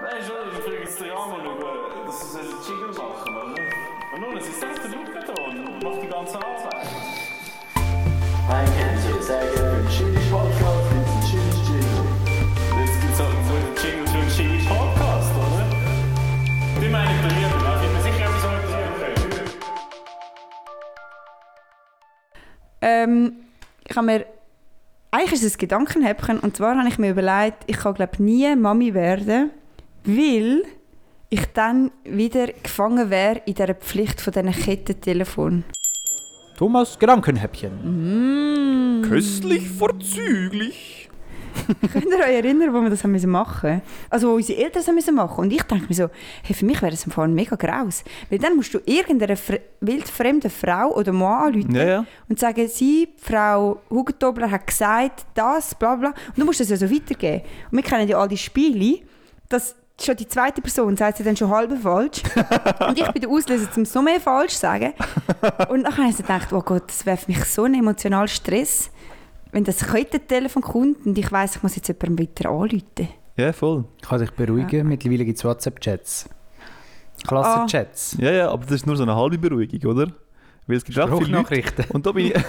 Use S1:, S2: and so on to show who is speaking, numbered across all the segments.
S1: Nein, schon, ich bringe jetzt den Rahmen über. äh, Das ist ein Jingle machen, oder? ne? Und nun, es ist selbst der Luftbeton und macht die ganze Arbeit.
S2: Ein Kännchen, sehr gerne. Chili Podcast mit dem Chili Chili.
S1: Jetzt gibt es halt so einen Jingle für einen Jingle Podcast, oder? Die meine ich bei mir, da bin mir sicher, etwas anderes okay.
S3: Ähm, ich habe mir eigentlich ist es ein Gedankenhäppchen und zwar habe ich mir überlegt, ich kann glaube nie Mami werden, weil ich dann wieder gefangen wäre in der Pflicht von diesen Kettentelefon.
S4: Thomas Gedankenhäppchen.
S3: Mm.
S5: Köstlich vorzüglich.
S3: Könnt ihr euch erinnern, wo wir das haben müssen machen Also wo unsere Eltern das haben müssen machen Und ich denke mir so, hey, für mich wäre das im Fall mega graus. Weil dann musst du irgendeiner fre wildfremden Frau oder Mann anrufen
S5: Ja, ja.
S3: und sagen, sie, Frau Hugentobler, hat gesagt, das, bla bla. Und du musst das ja so weitergeben. Und wir kennen ja all die Spiele, dass schon die zweite Person sagt sie dann schon halb falsch. und ich bin der Auslöser, um es noch mehr falsch zu sagen. Und dann habe ich so gedacht, oh Gott, das wäre für mich so ein emotionaler Stress. Wenn das Kettentelefon kommt und ich weiss, ich muss jetzt jemandem weiter anrufen.
S5: Ja, voll.
S4: Kann sich beruhigen. Mittlerweile gibt es WhatsApp-Chats.
S3: Ah.
S4: Klassenchats.
S5: Ja, ja, aber das ist nur so eine halbe Beruhigung, oder? Weil es gibt recht viele Leute.
S4: Sprachnachrichten.
S5: Und da bin ich.
S4: Eine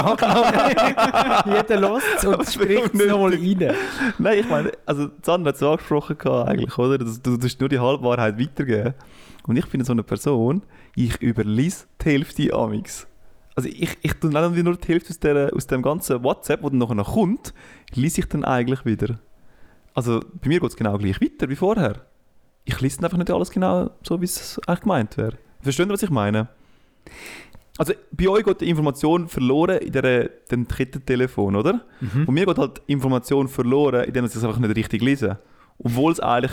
S4: Kettensprachnachricht. Jeder lässt es und
S5: das
S4: spricht
S5: will
S4: es
S5: ich
S4: nochmal
S5: nicht.
S4: rein.
S5: Nein, ich meine, also Sandra hat es angesprochen gehabt eigentlich, oder? Das, du tust nur die Halbwahrheit weitergeben. Und ich bin so eine Person, ich überlese die Hälfte Amix. Also ich, ich tue nicht nur die Hälfte aus, der, aus dem ganzen WhatsApp, wo dann nachher noch kommt, lese ich dann eigentlich wieder. Also bei mir geht es genau gleich weiter wie vorher. Ich lese einfach nicht alles genau so, wie es eigentlich gemeint wäre. Versteht ihr, was ich meine? Also bei euch geht die Information verloren in dieser- dem Kettentelefon, oder?
S3: Mhm.
S5: Und mir geht halt Information verloren, indem sie es einfach nicht richtig lesen. Obwohl es eigentlich,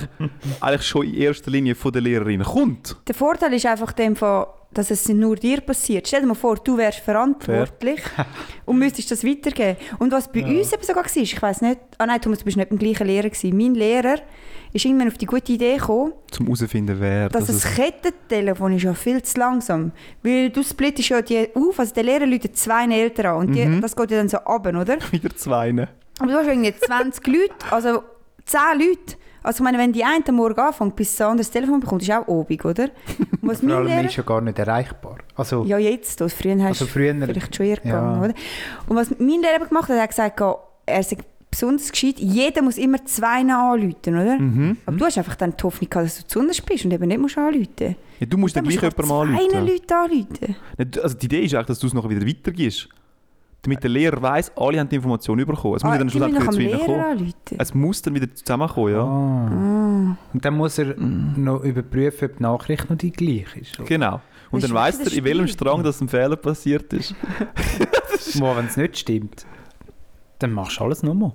S5: eigentlich schon in erster Linie von der Lehrerin kommt.
S3: Der Vorteil ist einfach dem von, dass es nur dir passiert. Stell dir mal vor, du wärst verantwortlich und müsstest das weitergeben. Und was bei uns eben sogar war, ich weiß nicht, ah nein, Thomas, du bist nicht beim gleichen Lehrer gewesen. Mein Lehrer ist irgendwann auf die gute Idee gekommen,
S5: Zum herausfinden, wer
S3: dass
S5: das
S3: das Kettentelefon ist ja viel zu langsam. Weil du splittest ja die auf, also der Lehrer läutet zwei Eltern an und die,
S4: Mhm.
S3: das geht ja dann so ab, oder?
S5: wieder zweine.
S3: Aber du hast irgendwie 20 Leute, also 10 Leute. Also ich meine, wenn die eine am Morgen anfängt, bis sie ein anderes Telefon bekommt, ist auch obig, oder? Und was
S4: Vor
S3: mein
S4: allem er
S3: Lehrer...
S4: ist ja gar nicht erreichbar. Also,
S3: Ja, jetzt. Dort. Früher hast
S4: Also
S3: du
S4: früher-
S3: vielleicht schon eher gegangen,
S4: ja.
S3: oder? Und was mein Lehrer eben gemacht hat, er hat gesagt, oh, er sei besonders gescheit, jeder muss immer zwei anrufen, oder? Aber du hast einfach dann die Hoffnung gehabt, dass du besonders bist und eben nicht musst anrufen.
S5: Ja, du musst
S3: Dann
S5: dann gleich
S3: musst du
S5: jemanden mal
S3: zwei
S5: anrufen.
S3: Leute anrufen.
S5: Nein, du- Also die Idee ist eigentlich, dass du es nachher wieder weitergibst. Damit der Lehrer weiss, alle haben die Information bekommen. Es muss
S3: Ah,
S5: ja dann
S3: die müssen
S5: schlussendlich
S3: noch
S5: wieder
S3: am Ah.
S5: zu ihnen
S3: Lehrer
S5: kommen.
S3: anrufen.
S5: Es muss dann wieder zusammenkommen, ja.
S4: und dann muss er noch überprüfen, ob die Nachricht noch die gleiche ist.
S5: Genau. Und
S3: Das
S5: dann
S3: ist
S5: weiss
S3: wirklich
S5: er,
S3: ein
S5: in welchem
S3: Spiel.
S5: Strang dass ein Fehler passiert ist.
S4: Wo, wenn es nicht stimmt, dann machst du alles nochmal.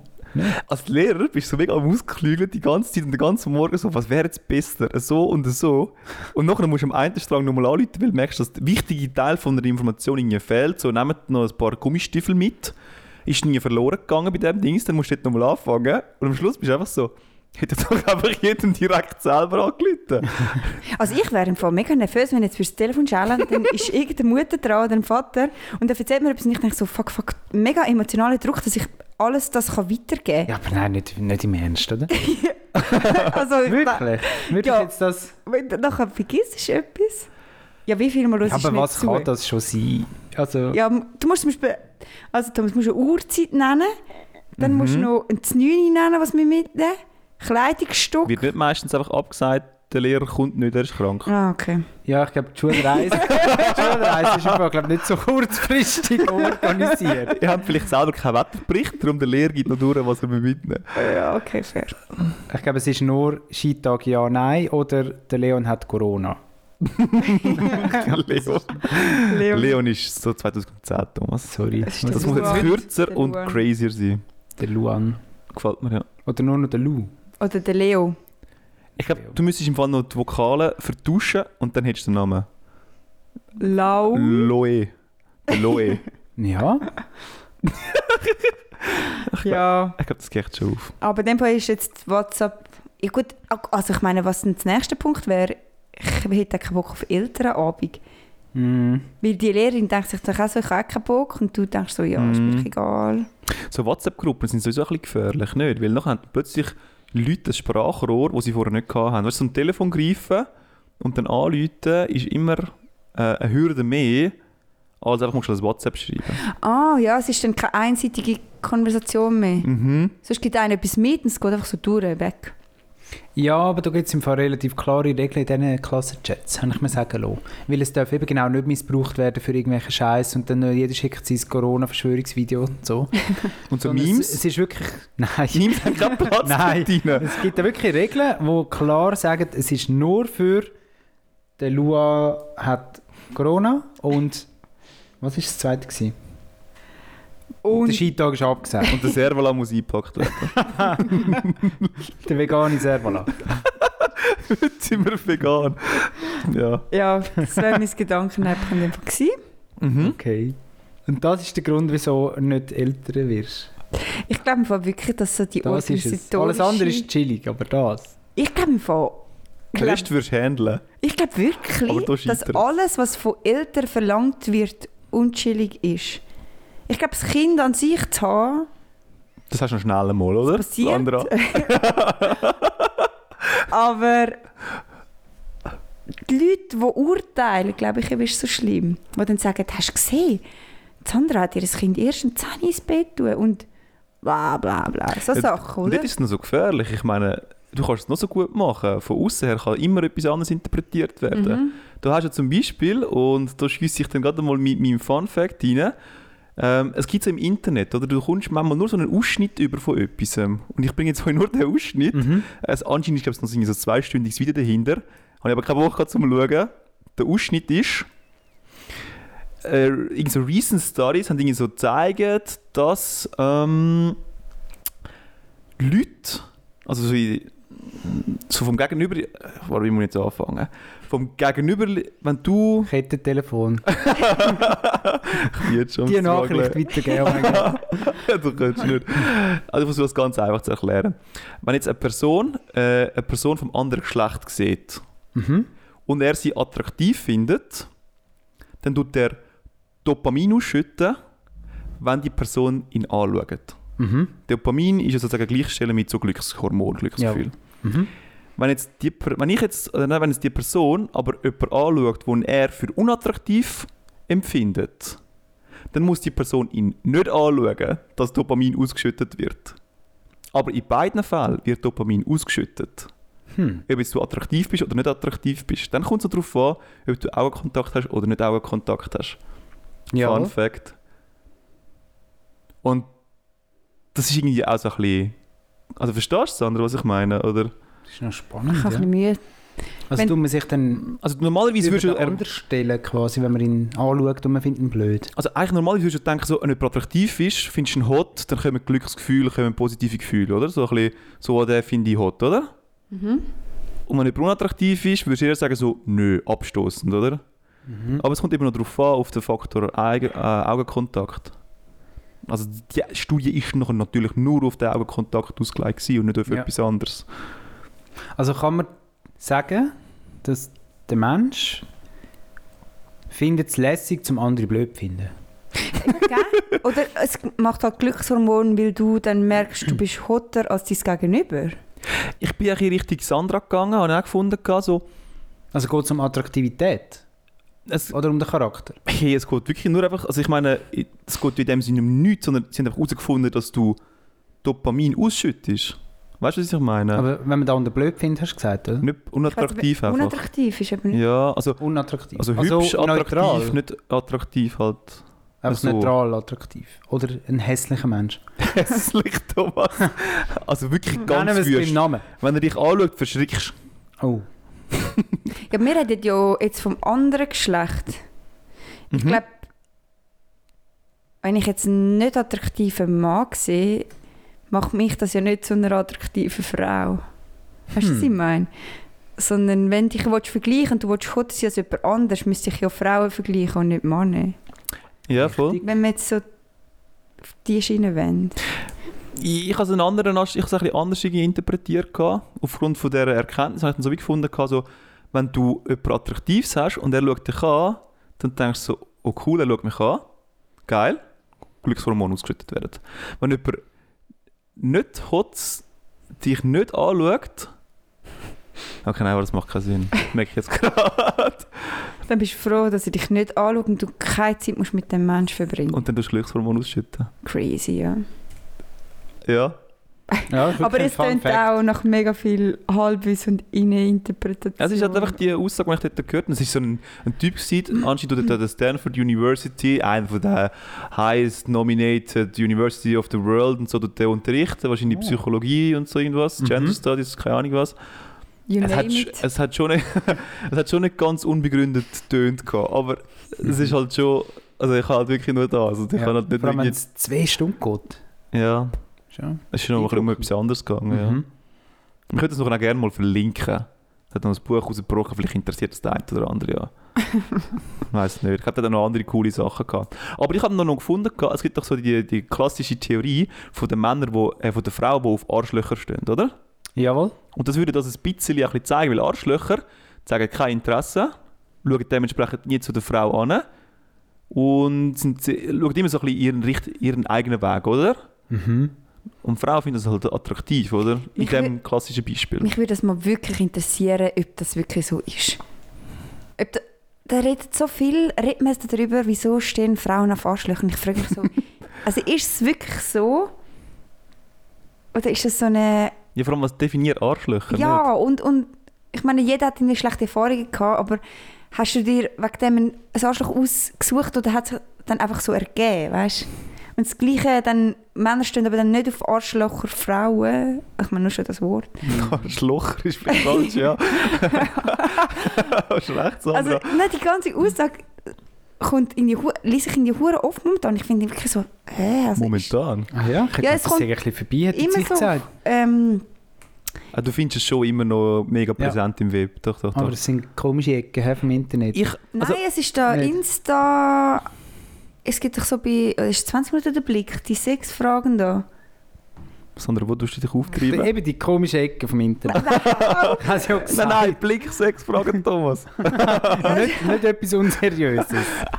S5: Als Lehrer bist du so mega am Ausklügeln die ganze Zeit und den ganzen Morgen so, was wäre jetzt besser, so und so. Und nachher musst du am einen Strang nochmal anrufen, weil du merkst, dass der wichtige Teil von der Information irgendwie fehlt. So, nehmt noch ein paar Gummistiefel mit. Ist nie verloren gegangen bei dem Dings, dann musst du dort nochmal anfangen. Und am Schluss bist du einfach so, hätte doch einfach jedem direkt selber angerufen.
S3: Also ich wäre im Fall mega nervös, wenn ich jetzt fürs Telefon schäle, dann ist irgendeine Mutter dran oder ein Vater und dann erzählt mir etwas und ich denke so, fuck, fuck, mega emotionaler Druck, dass ich alles das kann weitergeben kann.
S4: Ja, aber nein, nicht, nicht im Ernst, oder?
S3: Also, ich-
S4: Wirklich? Wirklich
S3: Ja.
S4: jetzt das?
S3: Wenn du nachher vergisst du etwas. Ja, wie viel Mal hörst du
S4: aber
S3: nicht
S4: was
S3: zu?
S4: kann das schon sein? Also,
S3: Ja, m- du musst zum Beispiel, also Thomas, du musst eine Uhrzeit nennen, dann musst
S4: Mhm.
S3: du noch ein Znüni nennen, was wir mitnehmen, Kleidungsstück.
S5: Wird nicht meistens einfach abgesagt, der Lehrer kommt nicht, er ist krank.
S3: Ah, okay.
S4: ja, ich glaube, die Schulreise, die Schulreise ist einfach glaub, nicht so kurzfristig organisiert.
S5: Ihr habt vielleicht selber keinen Wetterbericht, darum der Lehrer gibt noch durch, was er mitnehmen
S3: Ja, okay, fair.
S4: Ich glaube, es ist nur Skitag ja, nein oder der Leon hat Corona.
S5: Leo.
S3: Leon.
S5: Leon ist so 2010, Thomas.
S4: Sorry,
S3: Das stimmt.
S5: Das
S4: das
S5: muss jetzt
S3: Luan.
S5: kürzer
S3: Der
S5: und
S3: Luan.
S5: crazier sein.
S4: der Luan.
S5: Gefällt mir, ja.
S4: Oder nur noch der Lu.
S3: Oder der Leo.
S5: Ich glaube, du müsstest im Fall noch die Vokale vertuschen und dann hättest du den Namen.
S3: Lau.
S5: Loe. Der Loe.
S4: Ja,
S3: Ja.
S5: ich glaube, das geht schon auf.
S3: Aber in dem Fall ist jetzt WhatsApp... Ja gut, also ich meine, was denn der nächste Punkt wäre, ich hätte keinen Bock auf Elternabend.
S4: Hm.
S3: Weil die Lehrerin denkt sich doch auch so, ich habe auch keinen Bock. Und du denkst so,
S4: Mhm.
S3: ja, ist mir egal.
S5: So WhatsApp-Gruppen sind sowieso ein bisschen gefährlich, nicht? Weil nachher haben plötzlich Leute das Sprachrohr, das sie vorher nicht hatten. Weißt du, zum Telefon greifen und dann anrufen, ist immer äh, eine Hürde mehr, als einfach musst du ein WhatsApp schreiben.
S3: Ah, ja, es ist dann keine einseitige Konversation mehr.
S5: Mhm.
S3: Sonst gibt einer etwas mit und es geht einfach so durch, weg.
S4: Ja, aber da gibt es im Fall relativ klare Regeln in diesen Klassenchats, habe ich mir sagen lassen. Weil es darf eben genau nicht missbraucht werden für irgendwelchen Scheiß und dann äh, jeder schickt sein Corona-Verschwörungsvideo und so.
S5: Und so
S4: Sondern
S5: Memes,
S4: Es, es ist wirklich... Nein.
S5: Memes haben keinen Platz
S4: Nein.
S5: dort rein.
S4: Es gibt da wirklich Regeln, die klar sagen, es ist nur für der Lua hat Corona und was ist das zweite gewesen? der
S3: Und
S4: Skitag ist abgesagt.
S5: Und der Servola muss eingepackt werden.
S4: Der vegane Servola.
S5: Jetzt sind wir vegan. Ja.
S3: ja, das wäre mein Gedankenhäppchen einfach gewesen.
S5: Mhm.
S4: Okay. Und das ist der Grund, wieso du nicht älter wirst.
S3: Ich glaube im Fall wirklich, dass so die
S4: Das ist es. Alles andere ist chillig, aber das.
S3: Ich glaube im Fall... Ich
S5: Den
S3: glaube
S5: Rest würdest du handeln.
S3: glaub
S5: Aber
S3: wirklich,
S5: da
S3: dass
S5: scheitert's.
S3: alles, was von Eltern verlangt wird, unchillig ist. Ich glaube, das Kind an sich zu haben,
S5: Das hast du noch schnell einmal, oder?
S3: Das passiert.
S5: Sandra?
S3: aber die Leute, die urteilen, glaube ich, eben, ist so schlimm. Die dann sagen, hast du gesehen, Sandra hat ihr Kind erst um 10 Uhr ins Bett tun und bla bla bla. So
S5: Äh,
S3: Sachen,
S5: Und
S3: oder?
S5: dort ist es noch so gefährlich. Ich meine, du kannst es noch so gut machen. Von außen her kann immer etwas anderes interpretiert werden. Du hast ja zum Beispiel, und da schiesse ich dann gerade mal mit meinem Fun Fact rein, ähm, es gibt es im Internet, oder? Du kommst manchmal nur so einen Ausschnitt über von etwas. Und ich bringe jetzt heute nur den Ausschnitt.
S3: Mhm.
S5: Es, anscheinend ist, glaube ich, noch so ein zweistündiges Video dahinter. Habe ich aber keine Woche gehabt, zum Schauen. Der Ausschnitt ist, äh, irgend so Recent Stories haben irgendwie so gezeigt, dass ähm, Leute, also so, in, so vom Gegenüber, äh, warte, ich muss jetzt anfangen, vom Gegenüber, wenn du...
S4: Kettentelefon.
S5: Ich bin jetzt schon am
S4: Die
S5: Struggeln.
S4: Nachricht weitergeben. oh mein Gott.
S5: du kannst nicht. Also ich versuche es ganz einfach zu erklären. Wenn jetzt eine Person äh, eine Person vom anderen Geschlecht sieht
S4: Mhm.
S5: und er sie attraktiv findet, dann tut er Dopamin ausschütten, wenn die Person ihn anschaut.
S4: Mhm.
S5: Dopamin ist ja sozusagen gleichstellen mit so Glückshormon, Glücksgefühl.
S4: Mhm.
S5: Wenn, jetzt die, Per- wenn ich jetzt, äh, nein, wenn jetzt die Person aber jemanden anschaut, den er für unattraktiv empfindet, dann muss die Person ihn nicht anschauen, dass Dopamin ausgeschüttet wird. Aber in beiden Fällen wird Dopamin ausgeschüttet.
S4: Hm.
S5: Ob jetzt du attraktiv bist oder nicht attraktiv bist. Dann kommt es darauf an, ob du Augenkontakt hast oder nicht Augenkontakt hast. Fun
S4: Ja.
S5: Fact. Und das ist irgendwie auch so ein bisschen... Also verstehst du, Sandra, was ich meine? Oder?
S4: Das ist noch
S3: ich
S4: spannend.
S3: habe
S4: Ja.
S3: ein bisschen Mühe.
S4: Also
S3: Wenn-
S4: tut man sich dann
S5: Also normalerweise würdest du...
S4: über den anderen stellen, quasi, wenn man ihn anschaut und man findet ihn blöd.
S5: Also eigentlich normalerweise würdest du denken, so, wenn jemand attraktiv ist, findest du ihn hot, dann kommen Glücksgefühle, kommen positive Gefühle, oder? So ein bisschen, so, ah, den finde ich hot, oder? Und wenn jemand unattraktiv ist, würdest du eher sagen, so, nö, abstoßend, oder? Aber es kommt eben noch darauf an, auf den Faktor Eigen, äh, Augenkontakt. Also die Studie ist noch natürlich nur auf den Augenkontakt ausgelegt gewesen und nicht auf
S4: Ja.
S5: etwas anderes.
S4: Also kann man sagen, dass der Mensch findet es lässig, zum anderen blöd zu finden.
S3: Gell? Oder es macht halt Glückshormone, weil du dann merkst, du bist hotter als dein Gegenüber.
S5: Ich bin eigentlich richtig Sandra gegangen, habe auch gefunden, gehabt, so,
S4: Also geht es um Attraktivität
S5: es,
S4: oder um den Charakter?
S5: Hey, es geht wirklich nur einfach, also ich meine, es geht in dem Sinne um nichts, sondern sie haben einfach herausgefunden, dass du Dopamin ausschüttest. Weißt du, was ich meine?
S4: Aber wenn man den anderen blöd findet, hast du gesagt, oder?
S5: nicht unattraktiv
S3: Also,
S5: einfach.
S3: Unattraktiv ist eben nicht.
S5: Ja, also,
S4: Unattraktiv.
S5: also hübsch, attraktiv,
S4: neutral.
S5: nicht attraktiv halt.
S4: Einfach
S5: so.
S4: neutral attraktiv. Oder ein hässlicher Mensch.
S5: Hässlich, Thomas. Also wirklich ganz
S4: Nennen wir es beim
S5: wüst.
S4: Namen.
S5: Wenn er dich anschaut, verschrickst du.
S4: Oh.
S3: Ja, wir reden ja jetzt vom anderen Geschlecht. Ich glaube, wenn ich jetzt einen nicht attraktiven Mann sehe, macht mich das ja nicht zu einer attraktiven Frau. Weißt du, was ich meine? Sondern wenn dich willst vergleichen und du willst Gott sein als jemand anderes, müsste ich ja Frauen vergleichen und nicht Männer.
S5: Ja, voll.
S4: Richtig.
S3: Wenn wir jetzt so auf die Schiene wollen.
S5: Ich, ich habe es einen anderen, Ast- ich habe es ein bisschen anders irgendwie interpretiert. gehabt. Aufgrund von dieser Erkenntnis habe ich dann so wie gefunden, gehabt, so, wenn du jemanden Attraktives hast und er schaut dich an, dann denkst du so, oh cool, er schaut mich an. Geil. Glückshormone ausgeschüttet werden. Wenn jemand nicht hot dich nicht anschaut. Okay, nein, aber das macht keinen Sinn. Das merke ich jetzt gerade.
S3: Dann bist du froh, dass sie dich nicht anschaut und du keine Zeit musst mit dem Menschen verbringen.
S5: Und dann tust du Glückshormon ausschütten.
S3: Crazy, ja.
S5: Ja.
S4: Ja, ist wirklich
S3: Aber
S4: ein
S3: es
S4: Fun
S3: klingt
S4: Fact.
S3: auch nach mega viel Halbwiss und Inneninterpretation.
S5: Es ist halt einfach die Aussage, die ich dort gehört habe. Es ist so ein, ein Typ, gewesen,
S4: Mm.
S5: anscheinend tut er an der Stanford University, einer von der highest nominated University of the world und so tut er unterrichten, wahrscheinlich
S4: Oh.
S5: Psychologie und so irgendwas,
S4: Mhm.
S5: Gender Studies, keine Ahnung was.
S3: You
S5: Es
S3: name
S5: hat, sch-
S3: it.
S5: es, hat schon nicht, es hat schon nicht ganz unbegründet tönt gehabt, aber es ist halt schon, also ich habe halt wirklich nur das. Also ich
S4: Ja,
S5: kann halt nicht
S4: Vor allem, wenn
S5: irgendwie,
S4: es zwei Stunden geht.
S5: ja,
S4: Schon.
S5: es ist schon noch ein bisschen um etwas anderes gegangen. Ja.
S4: Mhm.
S5: Wir könnten es noch gerne mal verlinken. Es hat noch ein Buch rausgebrochen, vielleicht interessiert es den einen oder anderen, ja. Weiß nicht. Ich hatte dann noch andere coole Sachen gehabt. Aber ich habe noch, noch gefunden, gehabt, es gibt doch so die, die klassische Theorie von den Männern, wo, äh, von den Frauen, die auf Arschlöcher stehen, oder?
S4: Jawohl.
S5: Und das würde das ein bisschen, ein bisschen zeigen, weil Arschlöcher zeigen kein Interesse, schauen dementsprechend nie zu der Frau an und sind, schauen immer so ein bisschen ihren, richt- ihren eigenen Weg, oder?
S4: Mhm.
S5: Und Frauen finden das halt attraktiv, oder? In
S3: Mich
S5: dem klassischen Beispiel.
S3: Mich würde das mal wirklich interessieren, ob das wirklich so ist. Ob da, da redet so viel, redet man darüber, wieso stehen Frauen auf Arschlöchern. Ich frage mich so, also ist es wirklich so? Oder ist das so eine...
S5: Ja, vor allem, was definiert Arschlöcher?
S3: Ja,
S5: Nicht?
S3: und, und ich meine, jeder hat eine schlechte Erfahrung gehabt, aber hast du dir wegen dem ein ein Arschloch ausgesucht oder hat es dann einfach so ergeben, weißt Und das Gleiche, dann, Männer stehen aber dann nicht auf Arschlöcher, Frauen, ich meine nur schon das Wort.
S5: ne? Arschlocher ist vielleicht falsch, ja. Hast recht, Sandra.
S3: Also, nein, die ganze Aussage kommt in die Hu- liest sich in die Hure oft momentan. Ich finde wirklich so, hä, also ist-
S5: Momentan.
S4: Ah ja, ich hätte
S3: Ja,
S4: ja,
S3: es
S4: das
S3: kommt
S4: ein bisschen vorbei, hätte
S3: immer
S4: ich
S3: so-
S4: gesagt.
S3: Ähm,
S5: Ah, du findest es schon immer noch mega
S4: Ja.
S5: präsent im Web. Doch, doch, doch.
S4: Aber es sind komische Ecken hä, vom Internet.
S5: ich,
S3: nein,
S5: also,
S3: es ist da
S4: nicht.
S3: Insta. Es gibt doch so bei, oh, ist 20 Minuten der Blick, die sechs Fragen da.
S5: Sandra, wo tust du dich
S4: Die-
S5: auftreiben?
S4: Eben die komischen Ecken vom Internet. Hast du ja
S5: Nein,
S4: gesagt.
S5: nein, Blick 6 Fragen, Thomas.
S4: nicht, nicht etwas Unseriöses.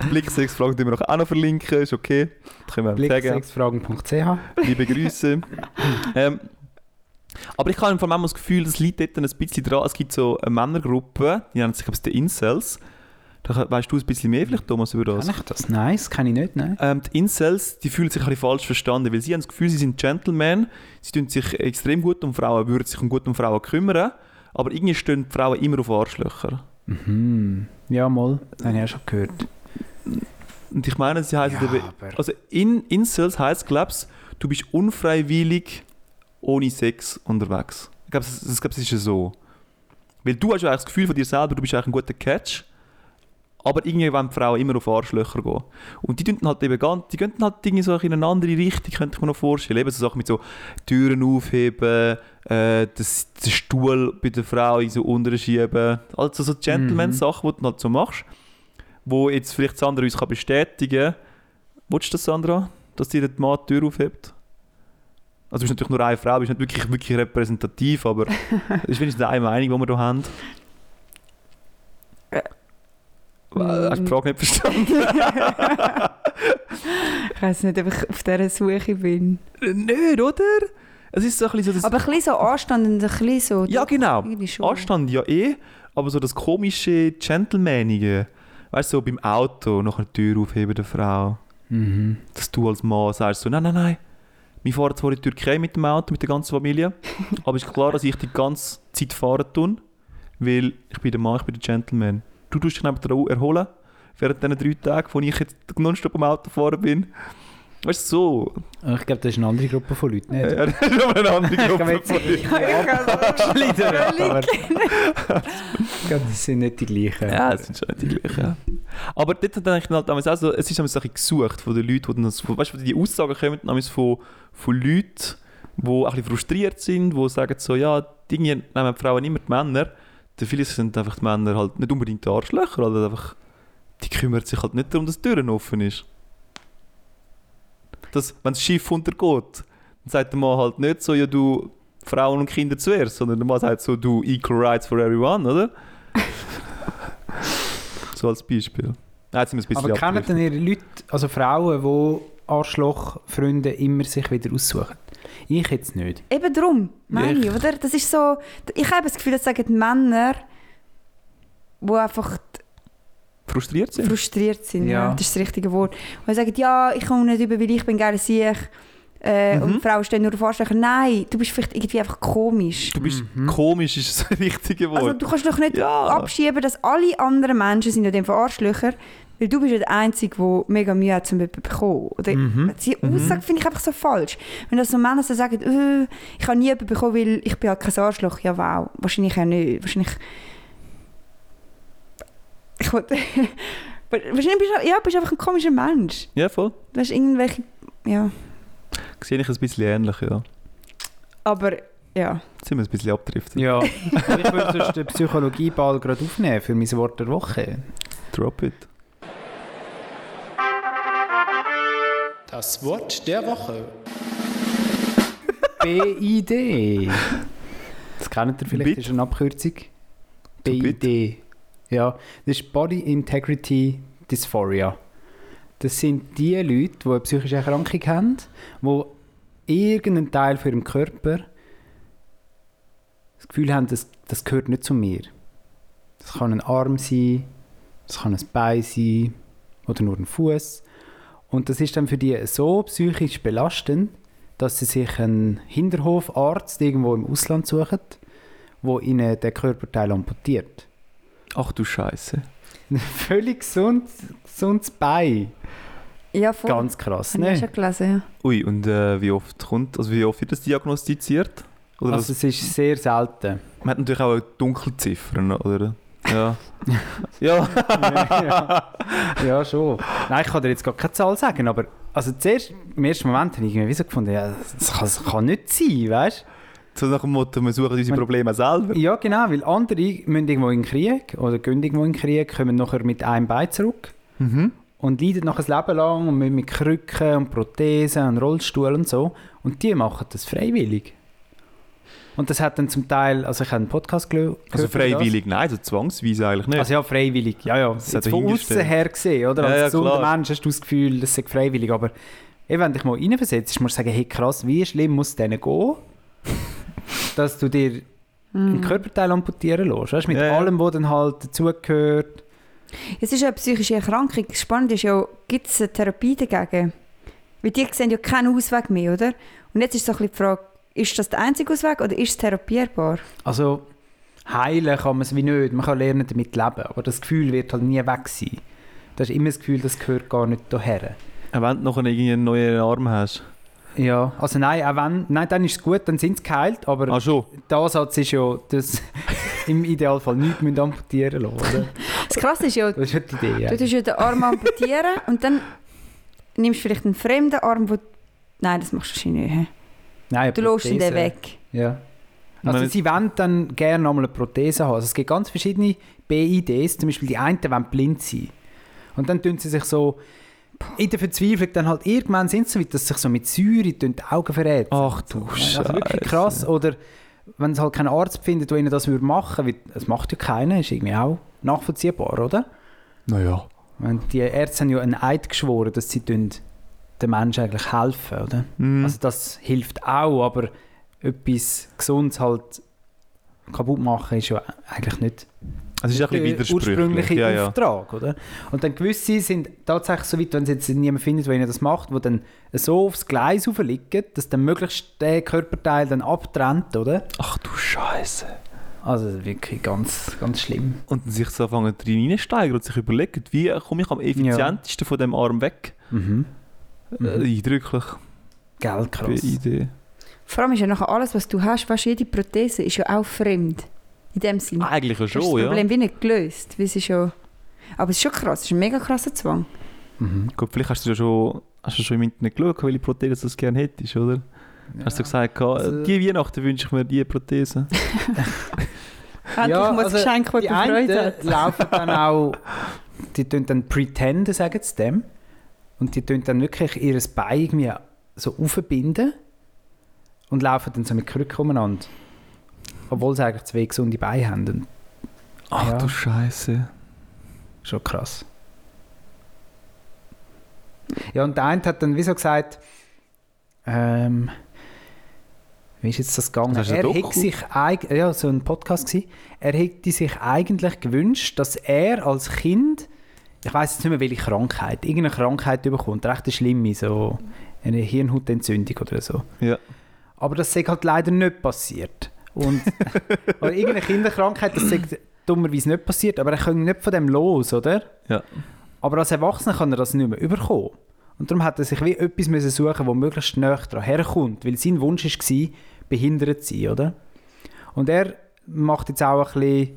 S5: Blick 6 Fragen, die wir nachher auch noch verlinken, ist okay. Das können wir sagen.
S4: Blick6fragen.ch
S5: Liebe Grüße. ähm, aber ich habe im Fall manchmal das Gefühl, das liegt dort ein bisschen dran. Es gibt so eine Männergruppe, die nennen sich glaube ich, die Incels. Da weißt du ein bisschen mehr vielleicht, Thomas, über das.
S4: Kann ich das? Nein, das kann ich nicht, nein.
S5: Ähm, die Incels, die fühlen sich ein bisschen falsch verstanden, weil sie haben das Gefühl, sie sind Gentlemen, sie tun sich extrem gut um Frauen, würden sich um gut um Frauen kümmern, aber irgendwie stehen die Frauen immer auf Arschlöcher.
S4: Mhm. Ja, mal. Das habe ich auch schon gehört.
S5: Und ich meine, sie heißen
S4: Ja,
S5: eben-
S4: aber-
S5: also in Incels heißt glaub's, du bist unfreiwillig ohne Sex unterwegs. Ich glaube, es, ich glaub, es ist ja so. Weil du hast ja eigentlich das Gefühl von dir selber, du bist eigentlich ein guter Catch, aber irgendwie wollen die Frauen immer auf Arschlöcher gehen. Und die tun dann halt eben ganz, die gehen dann halt irgendwie so in eine andere Richtung, könnte ich mir noch vorstellen. Eben so Sachen mit so Türen aufheben, äh, das, den Stuhl bei der Frau in so unterschieben. Also so Gentleman-Sachen, die du halt so machst, wo jetzt vielleicht Sandra uns kann bestätigen kann. Willst du das, Sandra? Dass dir der Mann die Tür aufhebt? Also du bist natürlich nur eine Frau, bist nicht wirklich, wirklich repräsentativ, aber es ist wenigstens eine Meinung, die wir hier haben.
S3: Äh.
S5: Hast du die Frage nicht verstanden?
S3: Ich weiß nicht, ob ich auf dieser Suche bin.
S5: nicht, oder? Es ist so ein bisschen so das...
S3: Aber ein bisschen so Anstand und ein bisschen so.
S5: ja, genau.
S3: Irgendwie schon.
S5: Anstand ja eh, aber so das komische Gentlemanige. Weißt du, so beim Auto noch eine Tür aufheben der Frau.
S4: Mhm.
S5: Dass du als Mann sagst so, nein, nein, nein. Wir fahren zwar in die Türkei mit dem Auto, mit der ganzen Familie, aber ist klar, dass ich die ganze Zeit fahren tun, weil ich bin der Mann, ich bin der Gentleman. Du tust dich neben der erholen, während diesen drei Tagen, wo ich jetzt nonstop am Auto fahren bin. Weißt du, so.
S4: Ich glaube, das ist eine andere Gruppe von Leuten, nicht?
S5: Ja, das ist aber eine andere
S4: Ich
S5: Gruppe.
S4: glaube, jetzt abschleudern. aber- Ich glaube, das sind nicht die gleichen.
S5: Ja, es sind schon nicht die gleichen. Aber dort hat dann eigentlich halt damals auch so, es ist damals ein bisschen gesucht von den Leuten, die dann, so- weißt du, die Aussagen kommen damals von, von Leuten, die ein bisschen frustriert sind, die sagen so, ja, Dinge nehmen die Frauen immer die Männer. Dann viele sind einfach die Männer halt nicht unbedingt die Arschlöcher, aber einfach, die kümmern sich halt nicht darum, dass die Türen offen ist. Dass, wenn das Schiff untergeht, dann sagt der Mann halt nicht so, ja, du Frauen und Kinder zuerst, sondern der Mann sagt so, du Equal Rights for everyone, oder? so als Beispiel. Nein, jetzt sind wir ein bisschen
S4: Aber kennen
S5: abgedriftet.
S4: denn ihre Leute, also Frauen, die Arschlochfreunde immer sich wieder aussuchen? Ich jetzt nicht.
S3: Eben drum, meine ich,
S5: Ich-
S3: oder? Das ist so... Ich habe das Gefühl, das sagen die Männer, die einfach
S5: Frustriert sind.
S3: frustriert sind.
S4: Ja.
S3: Ja. Das ist das richtige Wort. Und sie sagen, ja, ich komme nicht über, weil ich bin gerne siech. Äh,
S5: Mhm.
S3: Und Frauen stehen nur auf Arschlöcher. Nein, du bist vielleicht irgendwie einfach komisch.
S5: du bist
S4: Mhm.
S5: komisch, ist das richtige Wort.
S3: Also du kannst doch nicht
S5: Ja.
S3: abschieben, dass alle anderen Menschen sind ja dem von Arschlöcher, weil du bist ja der Einzige, der mega Mühe hat, um jemanden zu bekommen. Oder
S4: Mhm.
S3: Die Aussage finde ich einfach so falsch. Wenn das so Männer so sagen, «Äh, ich habe nie jemanden bekommen, weil ich bin halt kein Arschloch. Ja, wow. Wahrscheinlich auch nicht. Wahrscheinlich... Ich wollte... Wahrscheinlich bist du, ja, bist du einfach ein komischer Mensch.
S5: ja, voll.
S3: Du hast irgendwelche... Ja.
S5: Sehe ich ein bisschen ähnlich, ja.
S3: Aber, ja.
S5: Jetzt sind wir ein bisschen abgedriftet.
S4: Ja. ich würde sonst den Psychologieball gerade aufnehmen für mein Wort der Woche.
S5: Drop it.
S6: Das Wort der Woche.
S4: BID. Das kennt ihr vielleicht,
S5: Bit.
S4: ist eine Abkürzung.
S5: Zu Bit.
S4: BID. Ja, das ist Body Integrity Dysphoria. Das sind die Leute, die eine psychische Erkrankung haben, die irgendeinen Teil von ihrem Körper das Gefühl haben, das, das gehört nicht zu mir. Das kann ein Arm sein, das kann ein Bein sein oder nur ein Fuß. Und das ist dann für die so psychisch belastend, dass sie sich einen Hinterhofarzt irgendwo im Ausland suchen, wo ihnen den Körperteil amputiert.
S5: Ach du Scheiße.
S4: Ein völlig gesundes, gesundes Bein.
S3: Ja, voll.
S4: Ganz krass,
S3: Habe ich
S4: ne?
S3: schon gelesen, ja.
S5: Ui, und äh, wie oft kommt, also wie oft wird das diagnostiziert? Oder
S4: Also es
S5: was,
S4: ist sehr selten.
S5: man hat natürlich auch eine Dunkelziffer, ne, oder? Ja. ja.
S4: ja, ja, schon. Nein, ich kann dir jetzt gar keine Zahl sagen, aber also zuerst, im ersten Moment habe ich irgendwie so gefunden, ja, das, kann, das kann nicht sein, weißt
S5: So nach dem Motto, wir suchen unsere Probleme selber.
S4: Ja, genau, weil andere müssen irgendwo in den Krieg oder gehen irgendwo in den Krieg, kommen nachher mit einem Bein zurück
S5: Mhm.
S4: und leiden nachher das Leben lang und müssen mit Krücken und Prothesen und Rollstuhl und so. Und die machen das freiwillig. Und das hat dann zum Teil, also ich habe einen Podcast gel- gehört.
S5: Also
S4: über das.
S5: freiwillig, nein, so zwangsweise eigentlich nicht.
S4: Also ja, freiwillig, ja, ja.
S5: Das
S4: Das
S5: hat
S4: Jetzt von
S5: dahingestellt.
S4: außen her gesehen, oder? Als
S5: Ja, ja,
S4: gesunder
S5: klar.
S4: Mensch hast du das Gefühl, das sei freiwillig, aber eben, wenn dich mal reinversetzt, musst du sagen, hey krass, wie schlimm muss es denen gehen, dass du dir einen Körperteil amputieren lässt, weißt? du, mit
S5: Ja, ja.
S4: allem, was dann halt dazugehört.
S3: Es ist ja eine psychische Erkrankung. Spannend ist ja, gibt es eine Therapie dagegen? Weil die sehen ja keinen Ausweg mehr, oder? Und jetzt ist so ein bisschen die Frage, ist das der einzige Ausweg oder ist es therapierbar?
S4: Also heilen kann man es wie nicht, man kann lernen damit leben, aber das Gefühl wird halt nie weg sein. Du hast immer das Gefühl, das gehört gar nicht hierher.
S5: Auch wenn du noch irgendwie einen neuen Arm hast.
S4: Ja, also nein, auch wenn, nein, dann ist es gut, dann sind sie geheilt, aber...
S5: Ah schon.
S4: Der Ansatz ist ja, dass im Idealfall nichts müssen amputieren lassen oder?
S3: Das Krasse ist ja,
S4: Das ist ja die Idee. Ja.
S3: du tust ja den Arm amputieren und dann nimmst du vielleicht einen fremden Arm, wo... Nein, das machst du wahrscheinlich nicht. hä?
S4: Nein,
S3: Du lässt ihn
S4: Prothese.
S3: dann weg.
S4: Ja.
S5: Ich
S4: Also
S5: meine-
S4: sie wollen dann gerne nochmal eine Prothese haben. Also es gibt ganz verschiedene BIDs, zum Beispiel die einen wollen blind sein. Und dann tun sie sich so in der Verzweiflung dann halt irgendwann sind sie so weit, dass sie sich so mit Säure tun die Augen verrät.
S5: Ach du Oh, Scheiße.
S4: also wirklich krass. Oder wenn sie halt keinen Arzt findet, der ihnen das würde machen würde, das macht ja keiner, ist irgendwie auch nachvollziehbar, oder?
S5: Naja. Also
S4: Wenn die Ärzte haben ja einen Eid geschworen, dass sie tun den Menschen eigentlich helfen, oder?
S5: Mhm.
S4: Also das hilft auch, aber etwas Gesundes halt kaputt machen ist ja eigentlich nicht
S5: es ist ein bisschen
S4: der
S5: widersprüchlich.
S4: ursprüngliche
S5: Ja, ja.
S4: Auftrag, oder? Und dann gewisse sind tatsächlich so weit, wenn sie jetzt niemanden findet, der ihnen das macht, wo dann so aufs Gleis aufliegen, dass dann möglichst der Körperteil dann abtrennt, oder?
S5: Ach du Scheiße.
S4: Also wirklich ganz, ganz schlimm.
S5: Und dann sich so anfangen drin reinsteigern und sich überlegen, wie komme ich am effizientesten von dem Arm weg?
S4: Mhm.
S5: Äh, eindrücklich.
S4: Gell,
S5: Bei
S4: krass.
S5: Idee.
S3: Vor allem ist ja nachher alles, was du hast, weißt du, jede Prothese ist ja auch fremd. In dem Sinne.
S5: Eigentlich ja
S3: das
S5: schon, ja.
S3: Problem wie nicht gelöst, weil es ist ja... Aber es ist schon krass, es ist ein mega krasser Zwang.
S4: Mhm.
S5: Gut, vielleicht hast du ja schon, hast du schon im Internet geschaut, welche Prothese du gerne hättest, oder? Hast du gesagt, äh,
S4: Also-
S5: die Weihnachten wünsche ich mir diese Prothese.
S3: Endlich mal das Geschenk, das
S4: also die
S3: jemand Freude
S4: einen
S3: hat.
S4: laufen dann auch, die tun dann pretenden, sagen sie dem. Und die tun dann wirklich ihr Bein irgendwie so aufbinden und laufen dann so mit Krücken umeinander. Obwohl sie eigentlich zwei gesunde Beine haben. Und
S5: Ach
S4: Ja.
S5: du Scheiße.
S4: Schon krass. Ja, und der eine hat dann wieso gesagt, ähm, Wie ist jetzt das gegangen?
S5: Das ist ein
S4: er
S5: Doku.
S4: hätte sich eig- ja, so ein Podcast gewesen. Er hätte sich eigentlich gewünscht, dass er als Kind, ich weiß jetzt nicht mehr welche Krankheit, irgendeine Krankheit bekommt, recht eine schlimme, so eine Hirnhautentzündung oder so.
S5: Ja.
S4: Aber das ist halt leider nicht passiert. Und oder irgendeine Kinderkrankheit, das ist dummerweise nicht passiert, aber er kann nicht von dem los, oder?
S5: Ja.
S4: Aber als Erwachsener kann er das nicht mehr überkommen. Und darum hat er sich wie etwas müssen suchen, wo möglichst näher dran herkommt, weil sein Wunsch war, behindert zu sein, oder? Und er macht jetzt auch ein bisschen,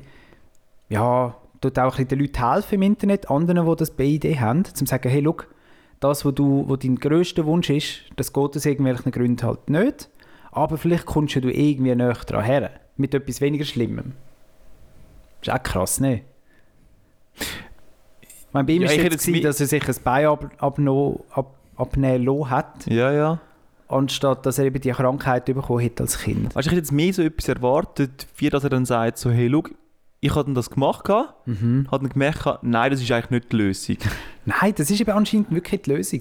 S4: ja, tut auch ein bisschen den Leuten helfen im Internet, anderen, die das BID haben, um zu sagen, hey, schau, das, was du, wo dein grösster Wunsch ist, das geht aus irgendwelchen Gründen halt nicht, aber vielleicht kommst du irgendwie näher dran her, mit etwas weniger Schlimmem. Ist auch krass, ne? Ich meine, bei ihm
S5: Ja,
S4: war
S5: ich
S4: es
S5: hätte
S4: jetzt,
S5: jetzt
S4: gewesen,
S5: mi-
S4: dass er sich ein Bein ab, abno- ab, abnehmen lassen hat,
S5: Ja, ja.
S4: anstatt dass er eben die Krankheit bekommen hätte als Kind.
S5: Weißt du, Also ich hätte jetzt mehr so etwas erwartet, wie dass er dann sagt, so, hey, schau, ich habe das gemacht, gehabt, habe dann gemerkt, gehabt, nein, das ist eigentlich nicht die Lösung.
S4: Nein, das ist eben anscheinend wirklich die Lösung.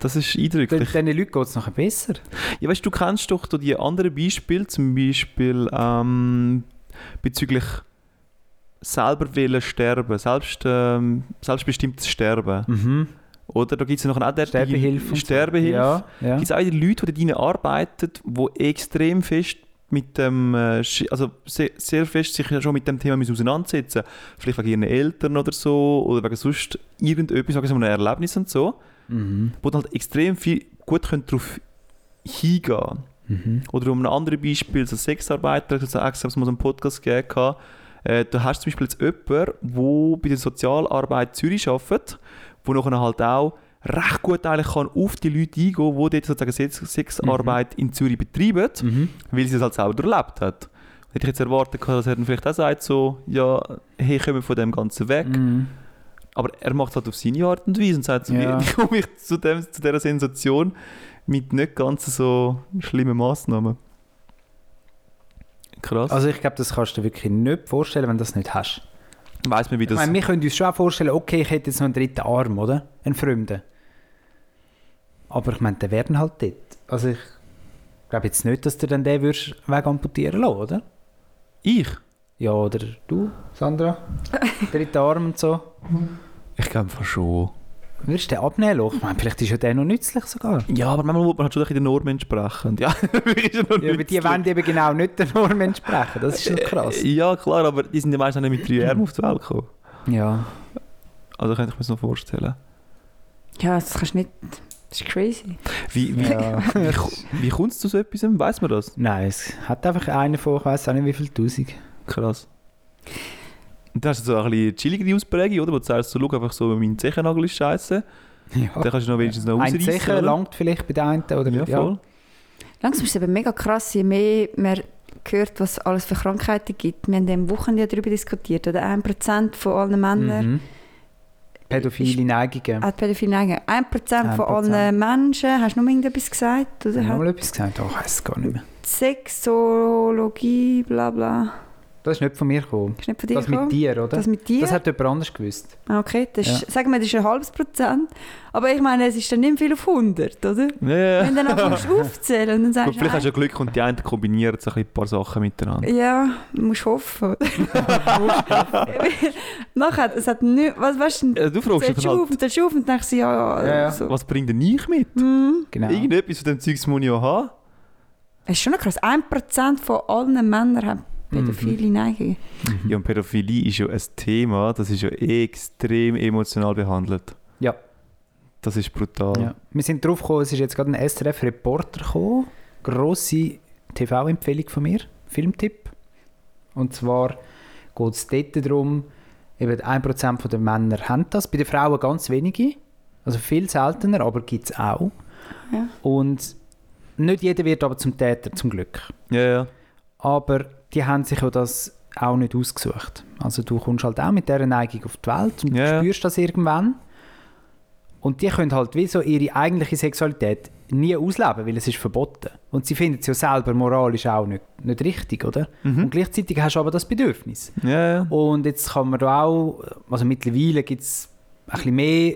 S5: Das ist
S4: Den,
S5: eindrücklich.
S4: diesen Leuten geht es nachher besser.
S5: Ja, weißt du, du kennst doch da die anderen Beispiele, zum Beispiel ähm, bezüglich selber wollen sterben, selbst, ähm, selbstbestimmtes Sterben.
S4: Mhm.
S5: Oder da gibt es ja noch auch der
S4: Sterbehilfe. und so.
S5: Sterbehilfe.
S4: Ja, ja.
S5: Gibt es auch wieder Leute, die dort arbeiten, die extrem fest mit dem, äh, Schi- also sehr, sehr fest sich ja schon mit dem Thema müssen auseinandersetzen Vielleicht wegen ihren Eltern oder so, oder wegen sonst irgendetwas, wegen so einem Erlebnis und so.
S4: Mhm.
S5: Wo dann halt extrem viel gut können darauf hingehen
S4: Mhm.
S5: Oder um ein anderes Beispiel, so Sexarbeiter, ich habe es mal so einen Podcast gegeben, gehabt, äh, da hast du zum Beispiel jetzt jemanden, der bei der Sozialarbeit Zürich arbeitet, der nachher halt auch recht gut eigentlich kann auf die Leute eingehen kann, die dort sozusagen Sex Sexarbeit in Zürich betreiben,
S4: Mhm.
S5: weil sie es halt selber erlebt hat. Hätte ich jetzt erwartet, gehabt, dass er dann vielleicht auch sagt, so, ja, hey, kommen wir von dem Ganzen weg.
S4: Mhm.
S5: Aber er macht es halt auf seine Art und Weise und sagt, so,
S4: Ja.
S5: wie, wie komme ich zu, dem, zu dieser Sensation mit nicht ganz so schlimmen Massnahmen. Krass. Also,
S4: Also ich glaube, das kannst du dir wirklich nicht vorstellen, wenn du das nicht hast.
S5: Weiß man, wie
S4: Ich
S5: das.
S4: meine, wir können uns schon auch vorstellen, okay, ich hätte jetzt noch einen dritten Arm, oder? Einen Fremden. Aber ich meine, der werden halt dort. Also ich glaube jetzt nicht, dass du dann den würdest wegamputieren lassen, oder?
S5: ich?
S4: Ja, oder du, Sandra? Dritter Arm und so.
S5: Ich glaube einfach schon.
S4: Würdest du den abnehmen lassen? Ich meine, vielleicht ist ja der noch nützlich sogar.
S5: Ja, aber manchmal muss man halt schon ein bisschen den Norm entsprechen. Ja, wirklich ist ja noch
S4: Ja, aber die
S5: nützlich.
S4: wollen eben genau nicht der Norm entsprechen. Das
S5: Äh,
S4: ist schon krass.
S5: Ja, klar, aber die sind ja meistens nicht mit drei Armen auf die Welt gekommen.
S4: Ja.
S5: Also könnte ich mir das noch vorstellen.
S3: Ja, das kannst du nicht. Das ist crazy.
S5: Wie, wie,
S4: ja.
S5: wie, wie, wie kommt es zu so etwas? Weiß man das?
S4: Nein, es hat einfach einen von, ich weiß auch nicht wie viel Tausend.
S5: Krass. Und dann hast du so ein bisschen chilligere Ausprägung, oder? Wo du sagst, so, schau einfach so, mein Zechennagel ist scheiße.
S4: Ja.
S5: Dann kannst du noch wenigstens noch
S4: Ein
S5: ausreißen.
S4: Zecher
S5: oder?
S4: langt vielleicht bei der einen oder Mhm.
S5: Ja, voll.
S3: Langsam ist es aber mega krass, je mehr man hört, was alles für Krankheiten gibt. Wir haben am Wochenende ja darüber diskutiert, oder? 1% von allen Männern
S4: Mhm. Pädophile Neigungen.
S3: hat Pädophile Neigung. 1% von
S4: 1%.
S3: allen Menschen, hast du nur irgendetwas gesagt?
S4: Hast du
S3: Oder
S4: noch
S3: hat
S4: mal etwas gesagt? Oh, ich weiß es gar nicht mehr.
S3: Sexologie, bla bla.
S4: Das ist nicht von mir gekommen.
S3: Ist nicht von dir
S4: Das mit
S3: gekommen?
S4: dir, oder?
S3: Das
S4: Das,
S3: mit dir?
S4: hat jemand anders gewusst.
S3: Ah, okay, das ist, sagen wir, das ist ein halbes Prozent. Aber ich meine, es ist dann nicht viel auf 100, oder?
S5: Ja, ja.
S3: Wenn du dann anfängst aufzählen und dann
S5: Gut,
S3: sagst
S5: vielleicht hast du
S3: du,
S5: ja Glück und die einen kombinieren so ein paar Sachen miteinander.
S3: ja, musst hoffen. Nachher, es hat nichts, was weißt du,
S5: Äh, Du fragst dich
S3: zählst du auf
S5: halt,
S3: und zählst du auf und denkst dir, ja, ja,
S4: Ja, ja.
S3: So.
S5: was bringt denn ich mit?
S3: Mhm.
S4: Genau.
S5: Irgendetwas von dem Zeugs muss ich ja haben.
S3: Es ist schon noch krass, 1% von allen Männern haben pädophile Neigungen.
S5: Ja, und Pädophilie ist ja ein Thema, das ist ja extrem emotional behandelt.
S4: Ja.
S5: Das ist brutal.
S4: Ja. Wir sind drauf gekommen, es ist jetzt gerade ein SRF-Reporter gekommen. Grosse TV-Empfehlung von mir, Filmtipp. Und zwar geht es dort darum, eben 1% der Männer haben das, bei den Frauen ganz wenige. Also viel seltener, aber gibt es auch.
S3: Ja.
S4: Und nicht jeder wird aber zum Täter, zum Glück.
S5: Ja, ja.
S4: aber die haben sich ja das auch nicht ausgesucht. Also du kommst halt auch mit dieser Neigung auf die Welt und
S5: Ja, ja.
S4: spürst das irgendwann. Und die können halt wie so ihre eigentliche Sexualität nie ausleben, weil es ist verboten. Und sie finden es ja selber moralisch auch nicht, nicht richtig, oder?
S5: Mhm.
S4: Und gleichzeitig hast du aber das Bedürfnis.
S5: ja, ja.
S4: Und jetzt kann man da auch, also mittlerweile gibt es ein bisschen mehr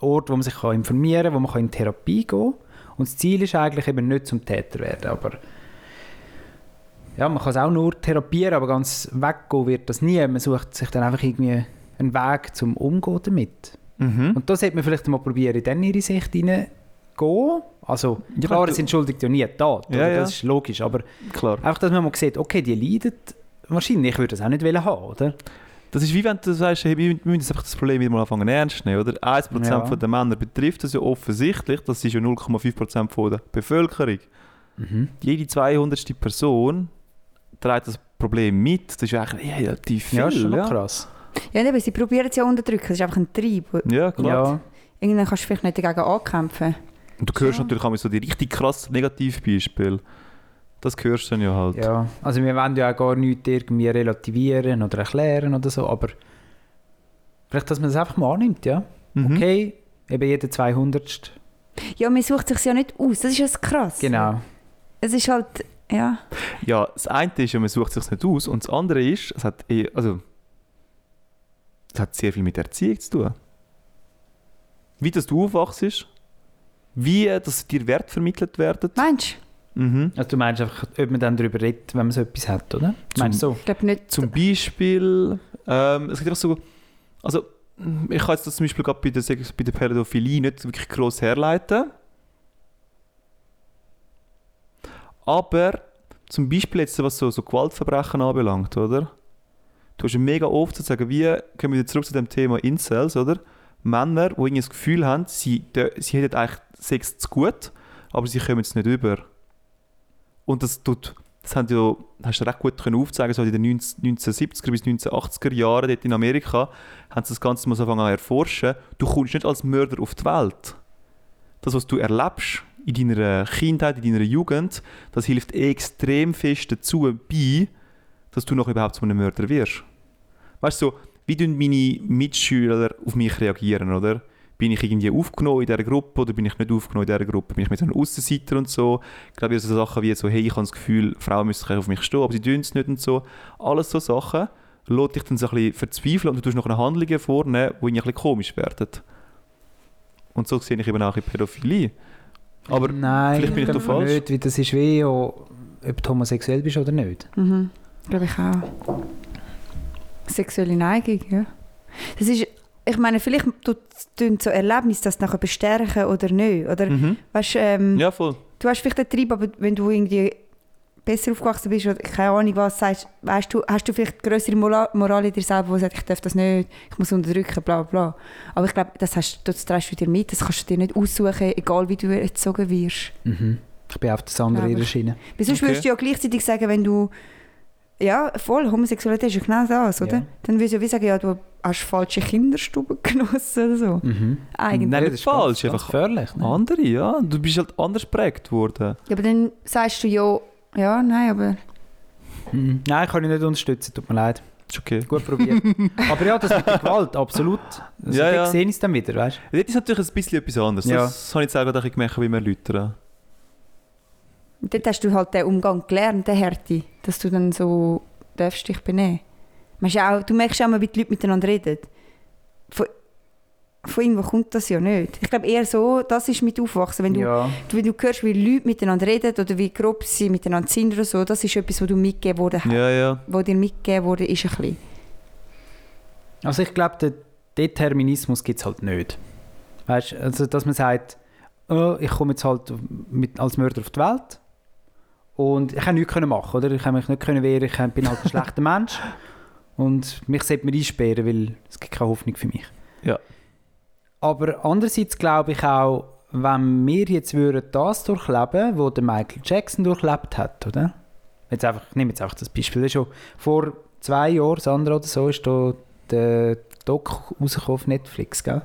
S4: Orte, wo man sich kann informieren kann, wo man kann in Therapie gehen kann. Und das Ziel ist eigentlich eben nicht zum Täter werden, aber ja, man kann es auch nur therapieren, aber ganz weggehen wird das nie. Man sucht sich dann einfach irgendwie einen Weg zum Umgehen damit.
S5: Mhm.
S4: Und da sollte man vielleicht mal probieren, in ihre Sicht hineingehen. Also,
S5: Ja,
S4: klar,
S5: du-
S4: es sind Schuldig ja nie da,
S5: Ja, ja.
S4: das ist logisch, aber
S5: Klar.
S4: einfach, dass man mal sieht, okay, die leiden, wahrscheinlich würde ich das auch nicht wollen haben, oder?
S5: Das ist wie wenn du sagst, hey, wir wir müssen jetzt einfach das Problem wieder mal anfangen ernst zu nehmen, oder? 1%
S4: Ja.
S5: von der Männer betrifft das ja offensichtlich, das ist ja 0,5% von der Bevölkerung.
S4: Mhm.
S5: Jede 200. Person trägt das Problem mit, das ist ja eigentlich relativ viel.
S4: Ja, ist schon noch
S5: ja.
S4: krass.
S3: Ja, eben, sie probieren es ja unterdrücken. Das ist einfach ein Trieb.
S5: Ja, klar.
S4: Ja.
S3: Irgendwann kannst du vielleicht nicht dagegen ankämpfen.
S5: Und du hörst natürlich auch so die richtig krassen Negativbeispiele. Das hörst du dann ja halt.
S4: Ja, also wir wollen ja auch gar nichts irgendwie relativieren oder erklären oder so, aber vielleicht, dass man das einfach mal annimmt, ja.
S5: Mhm.
S4: Okay, eben jeder 200.
S3: Ja, man sucht sich ja nicht aus. Das ist ja das krass.
S4: Genau.
S3: Es ist halt, ja.
S5: Ja, das eine ist ja, man sucht sich nicht aus und das andere ist, es hat, eh- also, es hat sehr viel mit Erziehung zu tun. Wie dass du aufwachst, wie äh, dass dir Wert vermittelt werden.
S3: Mensch,
S5: Mhm.
S4: Also du meinst einfach, ob man dann darüber redet, wenn man so etwas hat, oder? Meinst du so?
S3: ich glaube nicht.
S5: Zum Beispiel, ähm, es gibt einfach so, also mh, ich kann jetzt das zum Beispiel gerade bei der, Sex- bei der Pädophilie nicht wirklich gross herleiten. Aber zum Beispiel jetzt, was so, so Gewaltverbrechen anbelangt, oder? Du hast ja mega oft sozusagen, wie, kommen wir wieder zurück zu dem Thema Incels, oder? Männer, die irgendwie das Gefühl haben, sie, dö- sie hätten eigentlich Sex zu gut, aber sie kommen es nicht über. Und das tut das haben ja, hast du recht gut können aufzeigen so in den 19- 1970er bis 1980er Jahren dort in Amerika, haben sie das Ganze mal so angefangen zu erforschen. Du kommst nicht als Mörder auf die Welt. Das, was du erlebst in deiner Kindheit, in deiner Jugend, das hilft extrem fest dazu bei, dass du noch überhaupt zu einem Mörder wirst. Weißt du, so, wie tun meine Mitschüler auf mich reagieren, oder? Bin ich irgendwie aufgenommen in dieser Gruppe oder bin ich nicht aufgenommen in dieser Gruppe? Bin ich mit so einem Aussenseiter und so? Ich glaube, so Sachen wie so, hey, ich habe das Gefühl, Frauen müssen sich auf mich stehen, aber sie tun es nicht und so. Alles so Sachen lässt dich dann so ein bisschen verzweifeln und du tust noch eine Handlung vorne, die ein bisschen komisch werden. Und so sehe ich eben auch in Pädophilie. Aber
S4: Nein,
S5: vielleicht bin ich da
S4: glaube
S5: falsch.
S4: Nicht, weil das ist wie, ja, ob du homosexuell bist oder nicht.
S3: Mhm. Glaube ich auch. Sexuelle Neigung, ja. Das ist, ich meine, vielleicht tut tun so Erlebnis das nachher bestärken oder nicht. Oder
S5: Mhm.
S3: weißt, ähm,
S5: Ja, voll.
S3: du hast vielleicht den Trieb, aber wenn du irgendwie besser aufgewachsen bist oder keine Ahnung was, sagst, weißt du, hast du vielleicht größere Moral in dir selber, die sagt, ich darf das nicht, ich muss unterdrücken, bla bla. Aber ich glaube, das, hast, das trägst du dir mit, das kannst du dir nicht aussuchen, egal wie du erzogen wirst.
S4: Mhm. Ich bin auf das andere
S3: Glaube
S4: ihrer
S3: ich.
S4: Schiene.
S3: Weil sonst
S5: Okay.
S3: würdest du ja gleichzeitig sagen, wenn du. Ja, voll, Homosexualität ist ja genau das, oder?
S4: Ja.
S3: Dann würdest du ja wie sagen, ja, du hast falsche Kinderstuben genossen oder so.
S4: Mhm.
S3: Eigentlich.
S5: Nein,
S4: Ja,
S5: nicht
S4: ganz-
S5: falsch,
S4: ganz
S5: einfach
S4: gefährlich. Ne?
S5: Andere, ja. Du bist halt anders geprägt worden.
S3: Ja, aber dann sagst du ja, ja, nein, aber.
S4: Mhm. Nein, kann ich nicht unterstützen, tut mir leid.
S5: Ist okay.
S4: Gut probiert. aber ja, das mit der Gewalt, absolut. Also,
S5: Ja,
S4: ja,
S5: ja.
S4: ja. sehe ich es dann wieder, weißt du?
S5: Dort ist natürlich ein bisschen etwas anderes.
S4: Ja.
S5: Das habe ich jetzt auch gerade ein bisschen gemerkt, wie wir erläutern.
S3: Dort hast du halt den Umgang gelernt, den Härte, dass du dann so darfst dich benehmen. Man ist ja auch, du merkst ja auch mal, wie die Leute miteinander reden. Von, von irgendwo kommt das ja nicht. Ich glaube eher so, das ist mit Aufwachsen. Wenn du
S4: ja.
S3: Du- wenn du hörst, wie Leute miteinander reden oder wie grob sie miteinander sind oder so, das ist etwas, was du mitgegeben wurde, hast.
S5: Ja, ja.
S3: Wo dir mitgegeben wurde, ist ein bisschen.
S4: Also ich glaube, den Determinismus gibt es halt nicht. Weißt du, also dass man sagt, oh, ich komme jetzt halt mit, als Mörder auf die Welt und ich kann nichts können machen, oder? Ich habe mich nicht können wehren, ich bin halt ein schlechter Mensch und mich sollte man einsperren, weil es gibt keine Hoffnung für mich.
S5: Ja.
S4: Aber andererseits glaube ich auch, wenn wir jetzt würden das durchleben, was der Michael Jackson durchlebt hat, oder? Jetzt einfach, ich nehme jetzt einfach das Beispiel. Das ist schon vor zwei Jahren, Sandra oder so, ist da der Doc rausgekommen auf Netflix, gell?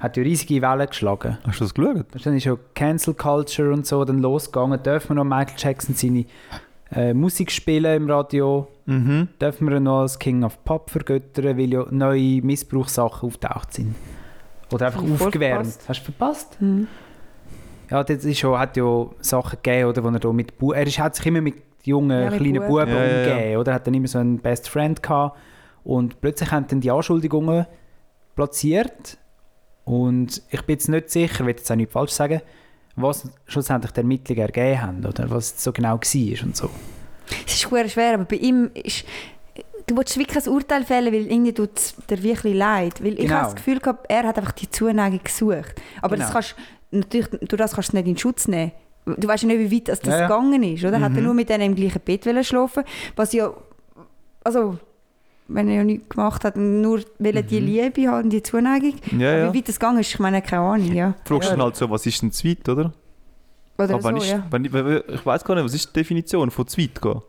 S4: Hat ja riesige Wellen geschlagen.
S5: Hast du das geschaut?
S4: Weißt du, Dann ist ja Cancel Culture und so dann losgegangen. Dürfen wir noch Michael Jackson seine äh, Musik spielen im Radio?
S5: Mhm.
S4: Dürfen wir ihn noch als King of Pop vergöttern, weil ja neue Missbrauchssachen aufgetaucht sind? Oder einfach
S3: Hab ich voll
S4: aufgewärmt.
S3: verpasst.
S4: Hast du verpasst?
S3: Mhm.
S4: Ja, das ist ja, hat ja Sachen gegeben, oder, wo er da mit Bu er ist, hat sich immer mit jungen,
S3: Ja, mit
S4: kleinen
S3: Buben.
S4: Buben
S5: Ja, ja, ja.
S4: umgegeben, oder? Hat dann immer so einen Best Friend gehabt. Und plötzlich haben dann die Anschuldigungen platziert. Und ich bin jetzt nicht sicher, ich will jetzt auch nichts falsch sagen, was schlussendlich die Ermittlungen ergeben haben oder was es so genau war und so.
S3: Es ist verdammt schwer, aber bei ihm ist... Du willst wirklich ein Urteil fällen, weil irgendwie tut es dir wirklich leid. Weil ich
S4: Genau.
S3: habe das Gefühl gehabt, er hat einfach die Zuneigung gesucht. Aber das
S4: Genau.
S3: kannst, natürlich, durch das kannst du es nicht in Schutz nehmen. Du weißt ja nicht, wie weit das, das
S4: Ja, ja.
S3: gegangen ist, oder? Hat er
S4: Mhm.
S3: nur mit denen im gleichen Bett wollen schlafen Was ja... Also, wenn er ja nichts gemacht hat, nur wollen die
S4: Mhm.
S3: Liebe haben, die Zuneigung.
S5: Ja, ja.
S3: Wie weit das gegangen ist, ich meine, keine Ahnung, ja.
S5: Du fragst
S4: Ja.
S5: dann halt so, was ist denn zu weit, oder?
S3: Oder
S5: Aber wenn
S3: so,
S5: ich,
S3: ja.
S5: wenn ich, wenn ich, ich weiß gar nicht, was ist die Definition von zu weit gehen?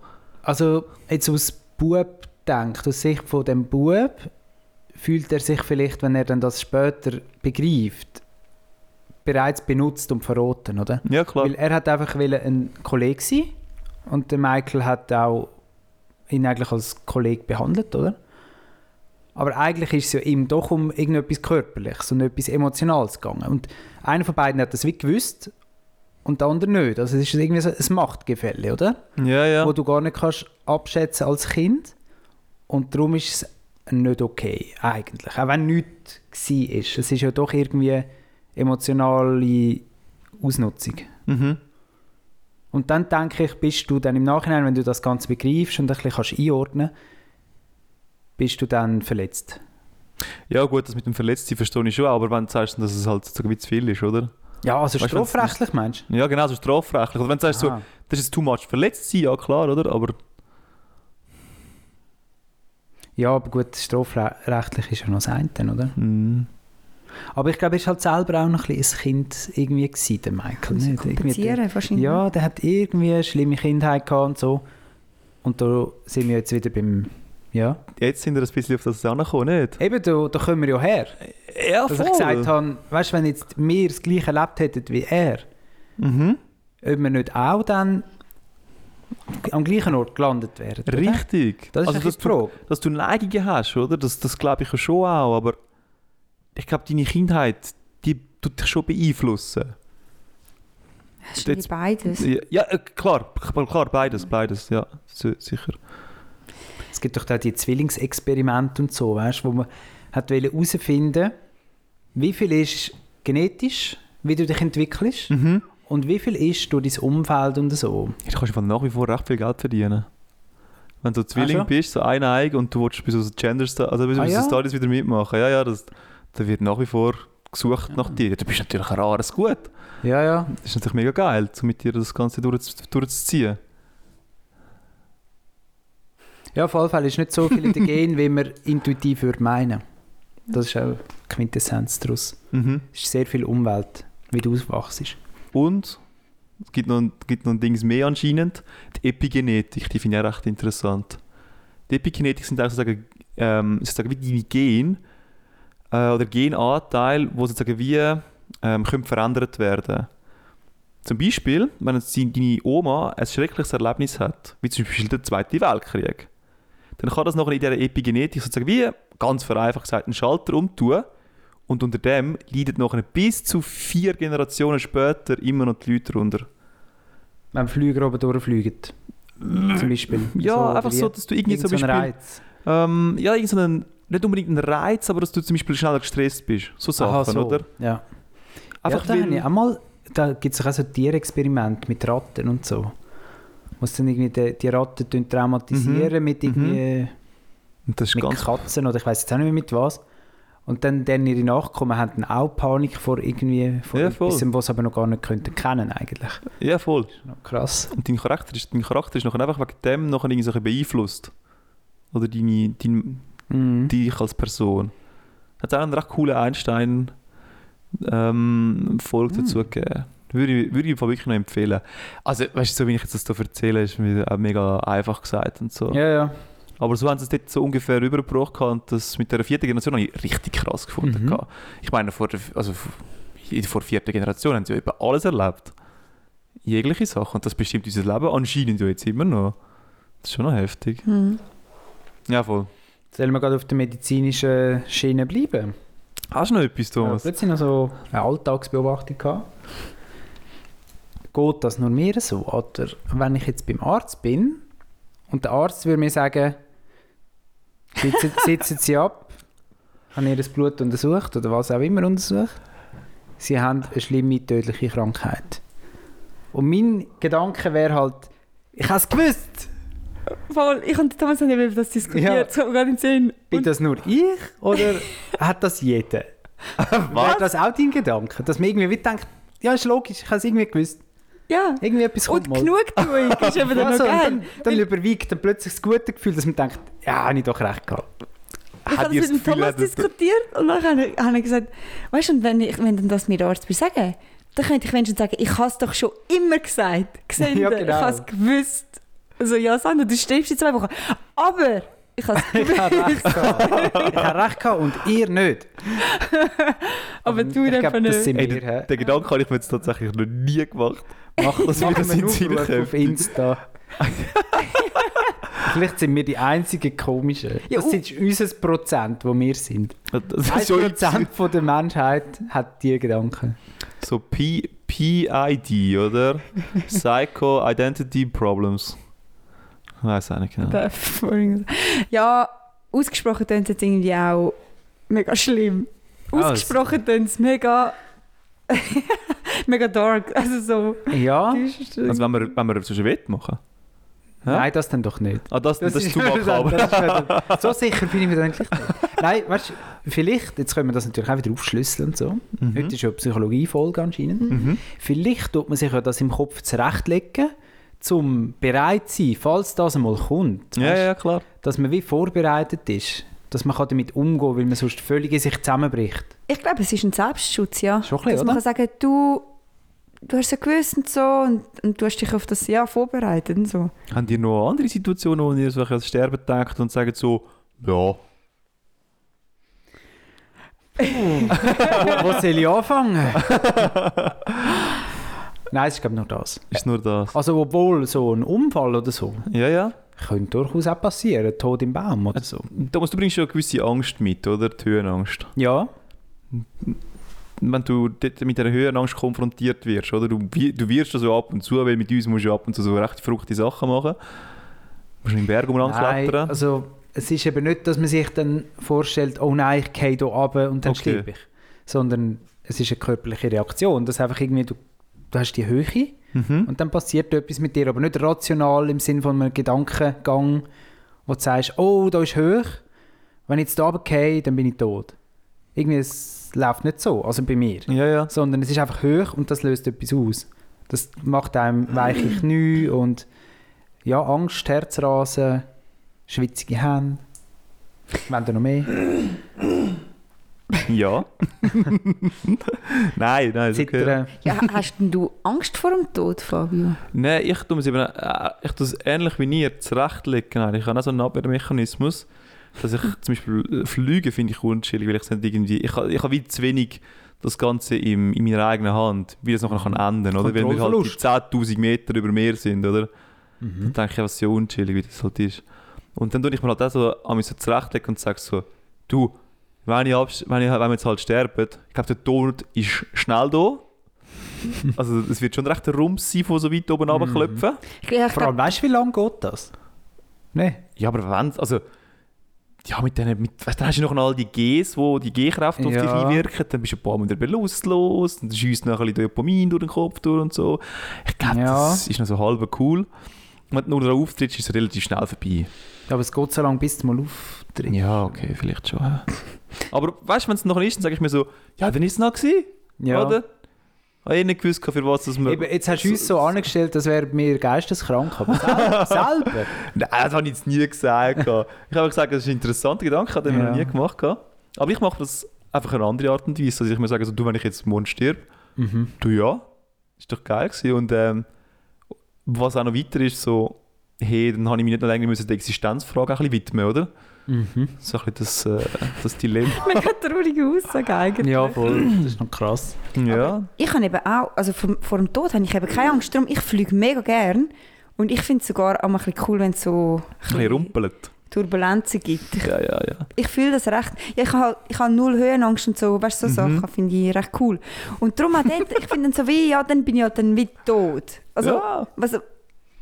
S4: Also jetzt aus Bub denkt, aus Sicht von dem Bub, fühlt er sich vielleicht, wenn er dann das später begreift, bereits benutzt und verraten, oder?
S5: Ja, klar.
S4: Weil er hat einfach wollen ein Kollege sein und der Michael hat auch ihn eigentlich als Kollege behandelt, oder? Aber eigentlich ist es ja ihm doch um irgendetwas Körperliches und etwas Emotionales gegangen. Und einer von beiden hat das wie gewusst und der andere nicht. Also es ist irgendwie so ein Machtgefälle, oder?
S5: ja, ja.
S4: Wo du gar nicht kannst abschätzen als Kind. Und darum ist es nicht okay, eigentlich. Auch wenn nichts war. ist. Es ist ja doch irgendwie emotionale Ausnutzung.
S5: Mhm.
S4: Und dann denke ich, bist du dann im Nachhinein, wenn du das Ganze begreifst und ein bisschen kannst einordnen bist du dann verletzt.
S5: Ja, gut, das mit dem Verletzten verstehe ich schon, aber wenn du sagst, dass es halt sogar zu viel ist, oder?
S4: Ja, also
S5: Weißt du, wenn's
S4: strafrechtlich meinst du?
S5: Ja, genau, so strafrechtlich. Oder wenn du sagst, so,
S4: Aha.
S5: das ist too much verletzt sein, ja klar, oder? Aber
S4: Ja, aber gut, strafrechtlich ist ja noch das eine, oder?
S5: mh,
S4: Aber ich glaube, er war halt selber auch noch ein, bisschen ein Kind irgendwie, gewesen, der Michael.
S3: Muss ich
S4: Nicht? Irgendwie,
S3: kompensieren, wahrscheinlich.
S4: ja, der hat irgendwie eine schlimme Kindheit gehabt und so. Und da sind wir jetzt wieder beim... Ja.
S5: jetzt sind wir ein bisschen auf das herangekommen, nicht?
S4: Eben, da, da kommen wir ja her.
S5: Ja,
S4: Dass ich gesagt habe, weißt du, wenn jetzt wir das Gleiche erlebt hätten wie er,
S5: Mhm.
S4: ob wir nicht auch dann am gleichen Ort gelandet wären. oder?
S5: Richtig.
S4: Das ist also
S5: also, dass,
S4: das
S5: du,
S4: Pro.
S5: dass du Neigungen hast, oder? Das, das glaube ich ja schon auch, aber ich glaube, deine Kindheit, die tut dich schon beeinflussen.
S3: Hast du
S5: Jetzt-
S3: beides?
S5: Ja, ja, äh, klar, k- klar, beides, beides, ja, si- sicher.
S4: Es gibt doch da die Zwillingsexperimente und so, weißt, wo man hat wollte herausfinden, wie viel ist genetisch, wie du dich entwickelst
S5: Mhm.
S4: und wie viel ist durch dein Umfeld und so.
S5: Ja, Du kannst einfach nach wie vor recht viel Geld verdienen. Wenn du Zwilling
S4: schon?
S5: bist, so ein Eig und du willst bis aus Gender Sta- also bis
S4: Ah,
S5: aus
S4: ja?
S5: Stories wieder mitmachen, ja, ja, das, da wird nach wie vor gesucht nach dir. Du bist natürlich ein rares Gut.
S4: Ja, ja.
S5: Das ist natürlich mega geil, so mit dir das Ganze durchz- durchzuziehen.
S4: Ja, auf jeden Fall ist nicht so viel in den Gen, wie man intuitiv würde meinen. Das ist auch die Quintessenz daraus.
S5: Mhm.
S4: Es ist sehr viel Umwelt, wie du auswachst.
S5: Und es gibt noch, ein- gibt noch ein Dings mehr anscheinend. Die Epigenetik, die finde ich auch recht interessant. Die Epigenetik sind eigentlich sozusagen, ähm, sozusagen wie deine Gene äh, oder Genanteile, die sozusagen wie ähm, können verändert werden Zum Beispiel, wenn jetzt dein- deine Oma ein schreckliches Erlebnis hat, wie zum Beispiel der Zweite Weltkrieg, dann kann das nachher in dieser Epigenetik sozusagen wie, ganz vereinfacht gesagt, einen Schalter umtun und unter dem leiden nachher bis zu vier Generationen später immer noch die Leute darunter.
S4: Wenn Flüger oben durchfliegen, zum Beispiel.
S5: Ja,
S4: oder
S5: einfach
S4: wie?
S5: so, dass du irgendwie
S4: Irgend
S5: zum
S4: so ein
S5: Beispiel.
S4: Reiz.
S5: Ähm, ja, irgend so einen, nicht unbedingt einen Reiz, aber dass du zum Beispiel schneller gestresst bist. So Sachen,
S4: Aha, so.
S5: oder?
S4: Ja.
S5: Einfach
S4: ja, da,
S5: weil-
S4: habe ich auch mal, da gibt es auch so Tierexperimente mit Ratten und so. Wo sie dann irgendwie die, die Ratten tun
S5: Mhm.
S4: traumatisieren mit, irgendwie,
S5: Und das ist
S4: mit
S5: ganz.
S4: Katzen oder ich weiß jetzt auch nicht mehr mit was. Und dann, dann ihre Nachkommen haben dann auch Panik vor irgendwie vor
S5: Ja, voll.
S4: etwas, was sie aber noch gar nicht könnten kennen eigentlich.
S5: Ja, voll.
S4: Noch krass.
S5: Und dein Charakter ist, dein Charakter ist nachher einfach wegen dem nachher irgendwie so ein bisschen beeinflusst. Oder deine, dein,
S4: Mhm.
S5: dich als Person. Hat auch einen recht coolen Einstein-Folge dazu gegeben. Würde ich, würde ich im Fall wirklich noch empfehlen. Also, weißt du, so wie ich jetzt das hier erzähle, ist mir auch mega einfach gesagt und so.
S4: Ja, ja.
S5: Aber so haben sie es dort so ungefähr rübergebracht gehabt und das mit der vierten Generation habe ich richtig krass gefunden.
S4: Mhm.
S5: gehabt. Ich meine, vor der, also vor vor der vierten Generation haben sie ja eben alles erlebt. Jegliche Sachen. Und das bestimmt unser Leben anscheinend ja jetzt immer noch. Das ist schon noch heftig.
S3: Hm.
S5: Ja, voll.
S4: Sollen wir gerade auf der medizinischen Schiene bleiben?
S5: Hast du noch etwas,
S4: Ja,
S5: Thomas?
S4: plötzlich noch so eine Alltagsbeobachtung gehabt. Geht das nur mir so? Oder wenn ich jetzt beim Arzt bin und der Arzt würde mir sagen, sitzen, sitzen Sie ab, haben Ihr das Blut untersucht oder was auch immer untersucht, sie haben eine schlimme, tödliche Krankheit. Und mein Gedanke wäre halt, ich habe es gewusst!
S3: Voll, ich und Thomas haben eben über das diskutiert.
S4: Ja.
S3: Das kommt mir gerade in den Sinn.
S4: Bin
S3: Und-
S4: das nur ich oder hat das jeder? War das auch dein Gedanke? Dass man irgendwie wie denkt, ja, ist logisch, ich habe es irgendwie gewusst.
S3: Ja.
S4: Irgendwie etwas kommt
S3: Und Genugtuung ist eben dann
S4: Also,
S3: noch
S4: und
S3: geil.
S4: dann, dann überwiegt dann plötzlich das gute Gefühl, dass man denkt, ja, habe ich doch recht gehabt.
S3: Ich
S5: Habt
S3: habe
S5: ihr
S3: das
S5: das
S3: mit dem
S5: Gefühl,
S3: Thomas
S5: dass-
S3: diskutiert und dann habe ich- habe ich gesagt, weißt du, und wenn, ich, wenn dann das mir der Arzt würde sagen, dann könnte ich wenigstens sagen, ich habe es doch schon immer gesagt. Gesehen,
S4: Ja,
S3: Ich
S4: genau.
S3: habe es gewusst. Also ja, Sandra, du stirbst in zwei Wochen. Aber ich habe es
S4: Ich habe recht
S3: gewusst.
S4: gehabt. Ich habe recht gehabt und ihr nicht.
S3: Aber du
S4: ich
S3: einfach
S4: glaube,
S3: nicht.
S4: das sind
S5: Ey,
S4: wir. hä?
S5: den, den Gedanken habe ich mir jetzt tatsächlich noch nie gemacht.
S4: Mach
S5: das wieder
S4: machen wir
S5: in
S4: einen
S5: seinen
S4: Aufruf auf
S5: Köpfen.
S4: Insta. Vielleicht sind wir die einzigen komischen.
S3: Ja,
S4: das
S3: und-
S4: sind unser Prozent, wo wir sind.
S5: Das ist
S4: 1%
S5: schon
S4: Prozent von der Menschheit hat diese Gedanken.
S5: so P PID, oder? Psycho Identity Problems. Ich weiß auch nicht genau.
S3: Puff oder irgendwas. Ja, ausgesprochen tönt es jetzt irgendwie auch mega schlimm.
S4: Ah,
S3: Ausgesprochen tönt es mega. mega dark. Also so.
S4: Ja,
S5: Also wenn wir, wenn wir zwischen Wett machen. Hä?
S4: nein, das dann doch nicht.
S5: Ah, das, das, ist zu
S4: wieder-
S5: makaber.
S4: das ist wieder- So sicher bin ich mir dann endlich nicht. Nein, weißt du, vielleicht, jetzt können wir das natürlich auch wieder aufschlüsseln und so. Heute ist ja Psychologie-Folge anscheinend.
S5: Mhm.
S4: Vielleicht tut man sich ja das im Kopf zurechtlegen, um bereit zu sein, falls das einmal kommt.
S5: Ja,
S4: Weisst
S5: ja, klar.
S4: dass man wie vorbereitet ist, dass man kann damit umgehen kann, weil man sonst völlig in sich zusammenbricht.
S3: Ich glaube, es ist ein Selbstschutz, ja.
S4: Schon ein bisschen,
S3: Dass man
S4: oder?
S3: kann sagen, du, du hast ja gewusst und so und, und du hast dich auf das Jahr vorbereitet und so.
S5: Habt ihr noch andere Situationen, wo ihr so ein bisschen ans Sterben denkt und sagt so, ja,
S4: Wo, wo soll ich anfangen? Nein, es ist glaube ich nur das.
S5: ist nur das.
S4: Also obwohl so ein Unfall oder so,
S5: Ja, ja.
S4: könnte durchaus auch passieren, Tod im Baum oder so.
S5: Thomas, du bringst ja eine gewisse Angst mit, oder? Die Höhenangst.
S4: Ja,
S5: Wenn du dort mit dieser Höhenangst konfrontiert wirst, oder? Du, wi- du wirst ja so ab und zu, weil mit uns musst du ab und zu so recht verrückte Sachen machen. Du musst im Berg
S4: nein,
S5: umklettern.
S4: also es ist eben nicht, dass man sich dann vorstellt, oh nein, ich gehe hier runter und dann
S5: Okay.
S4: sterbe ich. Sondern es ist eine körperliche Reaktion, dass einfach irgendwie du, du hast die Höhe
S5: Mhm.
S4: Und dann passiert etwas mit dir, aber nicht rational im Sinne von einem Gedankengang, wo du sagst, oh, da ist hoch, wenn ich jetzt da runtergehe, dann bin ich tot. Irgendwie, es läuft nicht so, also bei mir.
S5: Ja, ja.
S4: Sondern es ist einfach hoch und das löst etwas aus. Das macht einem weiche Knie und ja, Angst, Herzrasen, schwitzige Hände. Wenn da noch mehr.
S5: Ja. nein, nein, ist okay.
S4: Zittern.
S3: Ja, hast denn du Angst vor dem Tod, Fabio?
S5: Nein, ich tue es eben, äh, ich tue es ähnlich wie ihr zurechtlegen. eigentlich. Ich habe auch so einen Abwehrmechanismus, dass ich zum Beispiel äh, Flüge finde ich unschillig, weil ich es nicht irgendwie, ich habe, ich habe wie zu wenig das Ganze im, in meiner eigenen Hand, wie das nachher kann ändern, oder? Wenn wir halt die
S4: Kontrollverlust.
S5: 10.000 Meter über Meer sind, oder?
S4: Mhm.
S5: Dann denke ich, was so unschillig, wie das halt ist. Und dann tue ich mir halt auch so an mich so zurechtlegen und sage so, du, wenn, ich abs- wenn, ich, wenn wir jetzt halt sterben, ich glaube, der Tod ist schnell da.
S4: Mhm.
S5: Also es wird schon recht ein Rums sein, von so weit oben runterklopfen.
S3: Ich, ja, ich
S4: Vor
S3: glaub,
S4: allem, weißt du, wie lange geht das? Nein.
S5: Ja, aber wenn also ja, mit denen, mit, weißt, du, dann hast du noch all die Gs, die die G-Kräfte auf dich
S4: Ja.
S5: einwirken, dann bist du ein paar Mal wieder bewusstlos, dann schießt noch ein bisschen Dopamin durch den Kopf durch und so. Ich glaube,
S4: Ja.
S5: das ist noch so halb cool. Und Wenn du nur drauf auftrittst, ist es relativ schnell vorbei.
S4: Aber es geht so lange, bis du mal auftrittst.
S5: Ja, okay, vielleicht schon. ja. aber weißt du, wenn es noch ist, dann sage ich mir so, ja, dann ist es noch gewesen, oder? Habe ich nicht gewusst, für was das wir...
S4: Eben, jetzt hast du uns so angestellt, das wäre mir geisteskrank, aber sel- selber.
S5: Nein, das habe ich jetzt nie gesagt. ich habe gesagt, das ist ein interessanter Gedanke, den ich
S4: Ja.
S5: noch nie gemacht habe. Aber ich mache das einfach eine andere Art und Weise. Also ich mir sage, also, du, wenn ich jetzt morgen stirb, du ja, ist doch geil gewesen. Und ähm, was auch noch weiter ist, so, hey, dann habe ich mich nicht noch länger müssen der Existenzfrage ein bisschen widmen, oder? So ein bisschen das, äh, das Dilemma.
S3: mega traurige Aussage eigentlich.
S4: Ja, voll. Das ist noch krass.
S5: ja.
S3: Ich habe eben auch, also vor, vor dem Tod habe ich eben keine Angst. Darum, ich fliege mega gern. Und ich finde es sogar auch mal ein bisschen cool, wenn es so ein
S5: Ein bisschen rumpelt.
S3: Turbulenzen gibt. Ich,
S5: Ja, ja, ja.
S3: ich fühle das recht. Ja, ich habe ich habe null Höhenangst und so, weißt du, so
S5: Mhm.
S3: Sachen finde ich recht cool. Und darum auch dort, ich finde dann so wie, ja, dann bin ich halt dann wie tot. Also,
S5: Ja.
S3: also,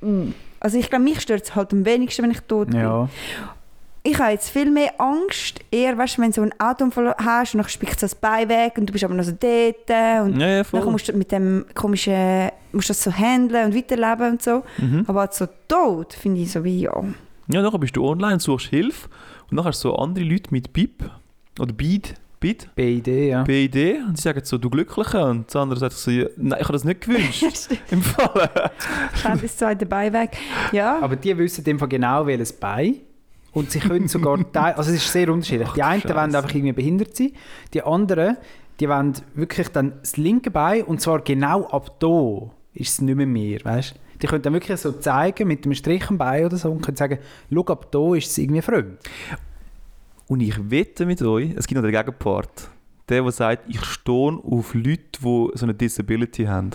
S3: mm. also ich glaube, mich stört es halt am wenigsten, wenn ich tot bin.
S4: Ja.
S3: Ich habe jetzt viel mehr Angst, eher, weißt, du, wenn du so einen Autounfall hast und dann spickt so das Bein weg und du bist aber noch so dort äh, und
S5: Ja, ja,
S3: dann
S5: voll.
S3: musst du mit dem komischen, musst das so handeln und weiterleben und so.
S5: Mhm.
S3: Aber halt so tot finde ich so wie, ja.
S5: Ja, nachher bist du online, suchst Hilfe und nachher so andere Leute mit BIP oder BID, BID,
S4: BID, ja.
S5: BID und die sagen so, du Glücklicher und der andere sagt so, ja, nein, ich habe das nicht gewünscht. Im Fall.
S3: Kann das zweite Bein weg. Ja,
S4: Aber die wissen in dem Fall genau, welches Bein. Und sie können sogar teil. Also, es ist sehr unterschiedlich.
S5: Ach,
S4: die einen
S5: Scheiße.
S4: wollen einfach irgendwie behindert sein. Die anderen, die wollen wirklich dann das linke Bein. Und zwar genau ab da ist es nicht mehr mehr. Weißt? Die können dann wirklich so zeigen mit einem Strich am Bein oder so und können sagen, schau, ab da ist es irgendwie fremd.
S5: Und ich wette mit euch, es gibt noch den Gegenpart. Der, der sagt, ich stehe auf Leute, die so eine Disability haben.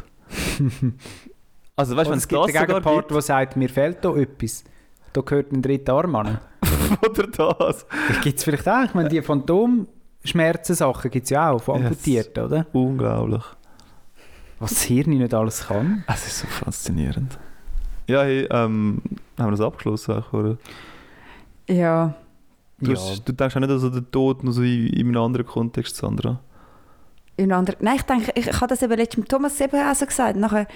S5: also weißt
S4: Und
S5: du, wenn
S4: es
S5: es
S4: gibt
S5: das
S4: den
S5: sogar
S4: Gegenpart,
S5: gibt,
S4: der sagt, mir fehlt da etwas. Da gehört ein dritter Arm an.
S5: oder das.
S4: Das gibt es vielleicht auch. Ich meine, die Phantomschmerzen-Sachen gibt es ja auch, von
S5: Yes.
S4: Amputierten, oder?
S5: Unglaublich.
S4: Was das Hirn nicht alles kann.
S5: Es ist so faszinierend. Ja, hey, ähm, haben wir das abgeschlossen, auch, oder?
S3: ja.
S5: Du, hast, du denkst auch nicht an so den Tod nur so in, in einem anderen Kontext, Sandra.
S3: In einer anderen. Nein, ich denke, ich, ich habe das eben letztens mit Thomas eben auch so gesagt. Nachher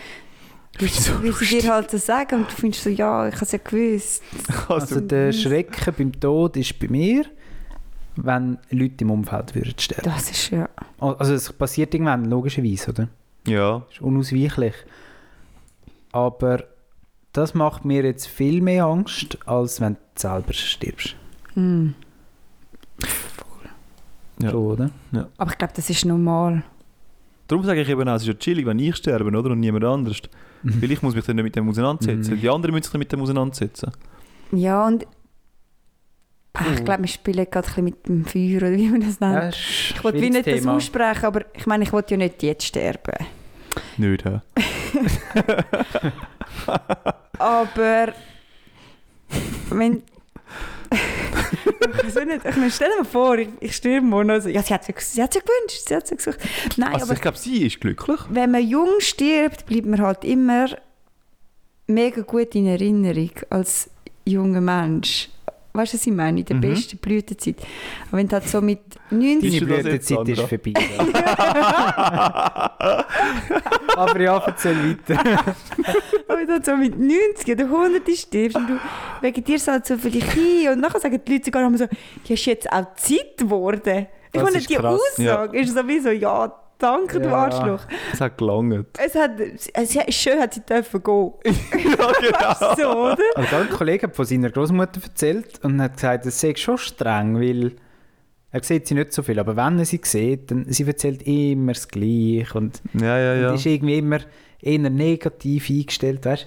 S3: wie
S5: find's so
S3: wie sie dir halt so sagen und du findest so, ja, ich habe es ja gewusst.
S5: Also,
S4: Also der Schrecken beim Tod ist bei mir, wenn Leute im Umfeld würden sterben.
S3: Das ist ja.
S4: Also es passiert irgendwann, logischerweise, oder?
S5: ja.
S4: ist unausweichlich. Aber das macht mir jetzt viel mehr Angst, als wenn du selber stirbst.
S3: Hm.
S5: Ja.
S4: So, oder?
S3: Aber ich glaube, das ist normal.
S5: Darum sage ich eben auch, es ist ja chillig, wenn ich sterbe, oder? Und niemand anders. Weil ich muss mich dann nicht mit dem auseinandersetzen.
S4: Mhm.
S5: Die anderen müssen sich dann mit dem auseinandersetzen.
S3: Ja, und. Ach, Ich glaube, wir spielen gerade ein bisschen mit dem Feuer, oder wie man das nennt.
S4: Ja, ist
S3: ich wollte wie
S4: schwieriges
S3: nicht das
S4: Thema.
S3: aussprechen, aber ich meine, ich wollte ja nicht jetzt sterben.
S5: Nicht, hä?
S3: Aber. wenn. ich weiß nicht, ich meine, stell dir mal vor, ich, ich stirb morgen. Also, ja, sie hat es ja, sie hat's ja gewünscht, sie hat es ja gesucht. Nein,
S5: Also
S3: aber
S5: ich glaube, sie ist glücklich.
S3: wenn man jung stirbt, bleibt man halt immer mega gut in Erinnerung als junger Mensch. Weißt du, was ich meine? In der
S5: Mhm.
S3: besten Blütezeit. Aber wenn du halt so mit 90
S5: Ist
S4: Deine
S5: du das jetzt,
S4: Blütezeit ist
S5: Sandra?
S4: vorbei. Aber ja, erzähl weiter.
S3: wenn du halt so mit 90 oder 100 stirbst und du vegetierst halt so viel ein und nachher sagen die Leute sogar immer so, ja, ist jetzt auch Zeit geworden. Ich
S4: Das
S3: meine,
S4: ist
S3: die
S4: krass,
S3: Aussage ist sowieso, ja, danke, du
S4: Ja.
S3: Arschloch.
S5: Es hat gelangt.
S3: Es hat, es hat, schön hat sie dürfen gehen.
S5: ja, genau.
S3: Weißt du so, oder?
S4: Aber da hat ein Kollege von seiner Großmutter erzählt und hat gesagt, das sei schon streng, weil er sieht sie nicht so viel, aber wenn er sie sieht, dann sie erzählt immer das Gleiche und,
S5: Ja, ja, ja.
S4: und ist irgendwie immer eher negativ eingestellt, weißt?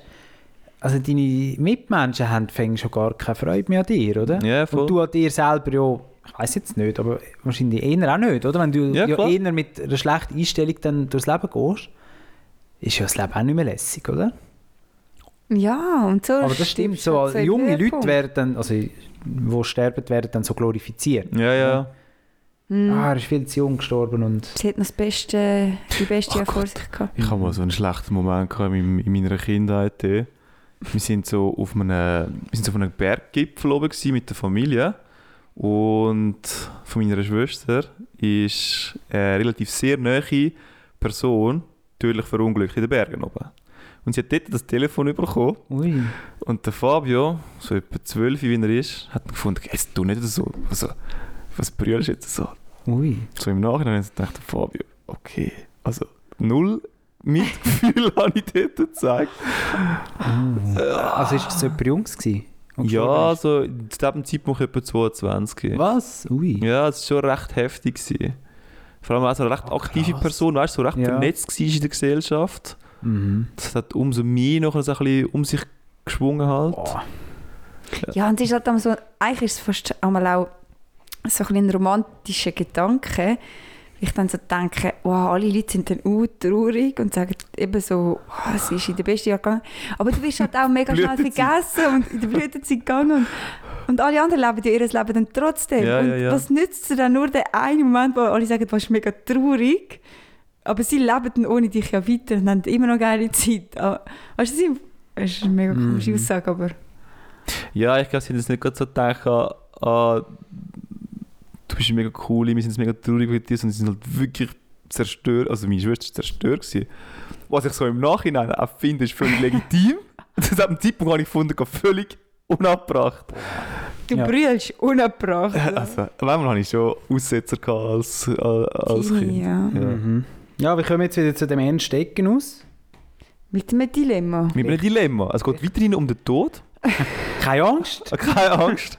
S4: Also deine Mitmenschen haben fängt schon gar keine Freude mehr an dir, oder?
S5: Ja, voll.
S4: und du an dir selber ja, ich weiß jetzt nicht, aber wahrscheinlich eher auch nicht, oder? Wenn du
S5: Ja,
S4: ja,
S5: klar.
S4: eher mit einer schlechten Einstellung dann durchs Leben gehst, ist ja das Leben auch nicht mehr lässig, oder?
S3: Ja, und so.
S4: Aber das stimmt, so als junge Leute werden dann, also wo sterben, werden dann so glorifiziert.
S5: ja, ja.
S4: Ah, er ist viel zu jung gestorben und
S3: Sie hat noch das beste, die beste oh vor sich gehabt.
S5: Ich habe mal so einen schlechten Moment gehabt in, in meiner Kindheit. eh. Wir sind so auf einem, wir sind so auf einem Berggipfel oben gewesen mit der Familie. Und von meiner Schwester ist eine relativ sehr nahe Person tödlich verunglückt in den Bergen oben. Und sie hat dort das Telefon bekommen.
S4: ui.
S5: Und der Fabio, so etwa 12, wie er ist, hat gefunden, jetzt tu nicht so. Also, was brüllst du jetzt so?
S4: Ui.
S5: So im Nachhinein habe ich gedacht, Fabio, okay, also null Mitgefühl habe ich dort gezeigt.
S4: Also ist das jemand Jungs gewesen? und
S5: Ja,
S4: gestorben
S5: also zu diesem Zeitpunkt etwa 22.
S4: ist? Was? Ui.
S5: Ja, es war schon recht heftig. Gewesen. Vor allem auch so eine recht aktive
S4: krass.
S5: Person, weißt du, so recht
S4: Ja.
S5: vernetzt war in der Gesellschaft.
S4: Mhm.
S5: Das hat umso mehr noch so ein bisschen um sich geschwungen halt.
S4: Boah.
S3: Ja, und es ist halt auch so, eigentlich ist es fast einmal auch so ein, bisschen ein romantischer Gedanke. Ich dann so denke, wow, alle Leute sind dann auch traurig und sagen eben so, wow, es ist in der besten Jahr gegangen. Aber du bist halt auch mega schnell vergessen und in der Blütezeit gegangen. Und, und alle anderen leben ja ihr Leben dann trotzdem.
S5: Ja,
S3: und
S5: ja, ja.
S3: was nützt dir dann nur der eine Moment, wo alle sagen, du warst mega traurig, aber sie leben dann ohne dich ja weiter und haben immer noch geile Zeit. Ah, Weißt du, das ist- das ist eine mega komische
S4: Mhm.
S3: Aussage, aber...
S5: Ja, ich glaube, sie haben jetzt nicht gerade so gedacht an, ah, du bist mega cool, wir sind jetzt mega traurig mit dir, sondern sie sind halt wirklich zerstört, also meine Schwester ist zerstört gewesen. Was ich so im Nachhinein auch finde, ist völlig legitim. Das hat einen Zeitpunkt, habe ich gefunden, völlig unabbracht.
S3: Du
S4: Ja. Äh,
S3: brüllst unabbracht.
S5: Also, manchmal hatte ich schon Aussetzer gehabt als, als, als
S3: Tini,
S5: Kind.
S3: Ja.
S5: Ja.
S4: Mhm. Ja, wir kommen jetzt wieder zu dem ernsten Ecken aus.
S3: Mit einem Dilemma.
S5: Mit einem Dilemma. Es geht weiterhin um den Tod.
S4: Keine Angst.
S5: Keine Angst.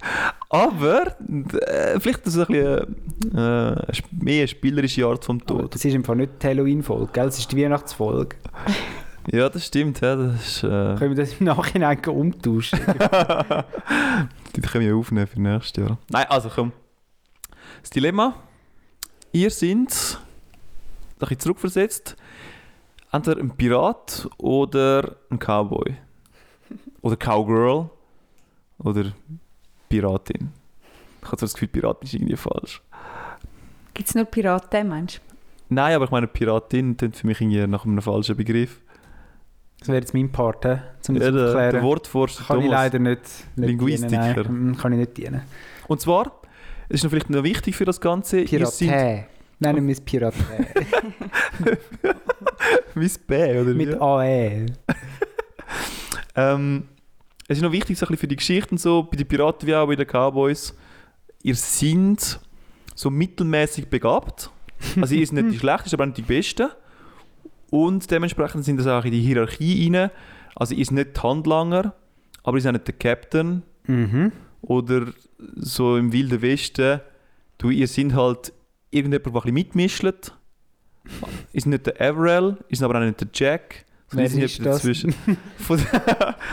S5: Aber äh, vielleicht ist es ein bisschen äh, sp- mehr eine spielerische Art vom
S4: Aber
S5: Tod.
S4: Das ist im Fall nicht die Halloween-Folge, gell? Es ist die Weihnachtsfolge.
S5: Ja, das stimmt. Ja, das ist, äh,
S4: Können wir das im Nachhinein umtauschen?
S5: die können wir aufnehmen für nächstes Jahr. Nein, also komm. Das Dilemma. Ihr seid ein bisschen zurückversetzt. Entweder ein Pirat oder ein Cowboy. Oder Cowgirl. Oder Piratin. Ich habe so das Gefühl, Piratin ist irgendwie falsch.
S3: Gibt es nur Piraten, meinst du?
S5: Nein, aber ich meine, Piratin klingt für mich irgendwie nach einem falschen Begriff.
S4: Das wäre jetzt mein Part, he, um das zu
S5: Ja, der, der
S4: erklären.
S5: Wortforscher
S4: Kann ich
S5: Thomas.
S4: leider nicht. nicht dienen,
S5: Linguistiker.
S4: nein. Mm, Kann ich nicht dienen.
S5: Und zwar, es ist noch vielleicht noch wichtig für das Ganze, ihr seid
S4: Piratä. Nennen wir es Piratä.
S5: Miss Bär, oder
S4: Mit E.
S5: wie?
S4: AE.
S5: Ähm, es ist noch wichtig so ein bisschen für die Geschichte und so, bei den Piraten wie auch bei den Cowboys, ihr seid so mittelmäßig begabt. Also ihr seid nicht die Schlechtesten, aber auch nicht die Besten. Und dementsprechend sind das auch in die Hierarchie rein. Also ihr seid nicht die Handlanger, aber ihr seid auch nicht der Captain.
S4: Mhm.
S5: oder so im Wilden Westen, du, ihr sind halt irgendjemand, der ein bisschen mitmischelt. Ist nicht der Averell, ist aber auch nicht der Jack. sondern
S4: Wer
S5: die sind
S4: ist
S5: etwa
S4: das?
S5: dazwischen. Von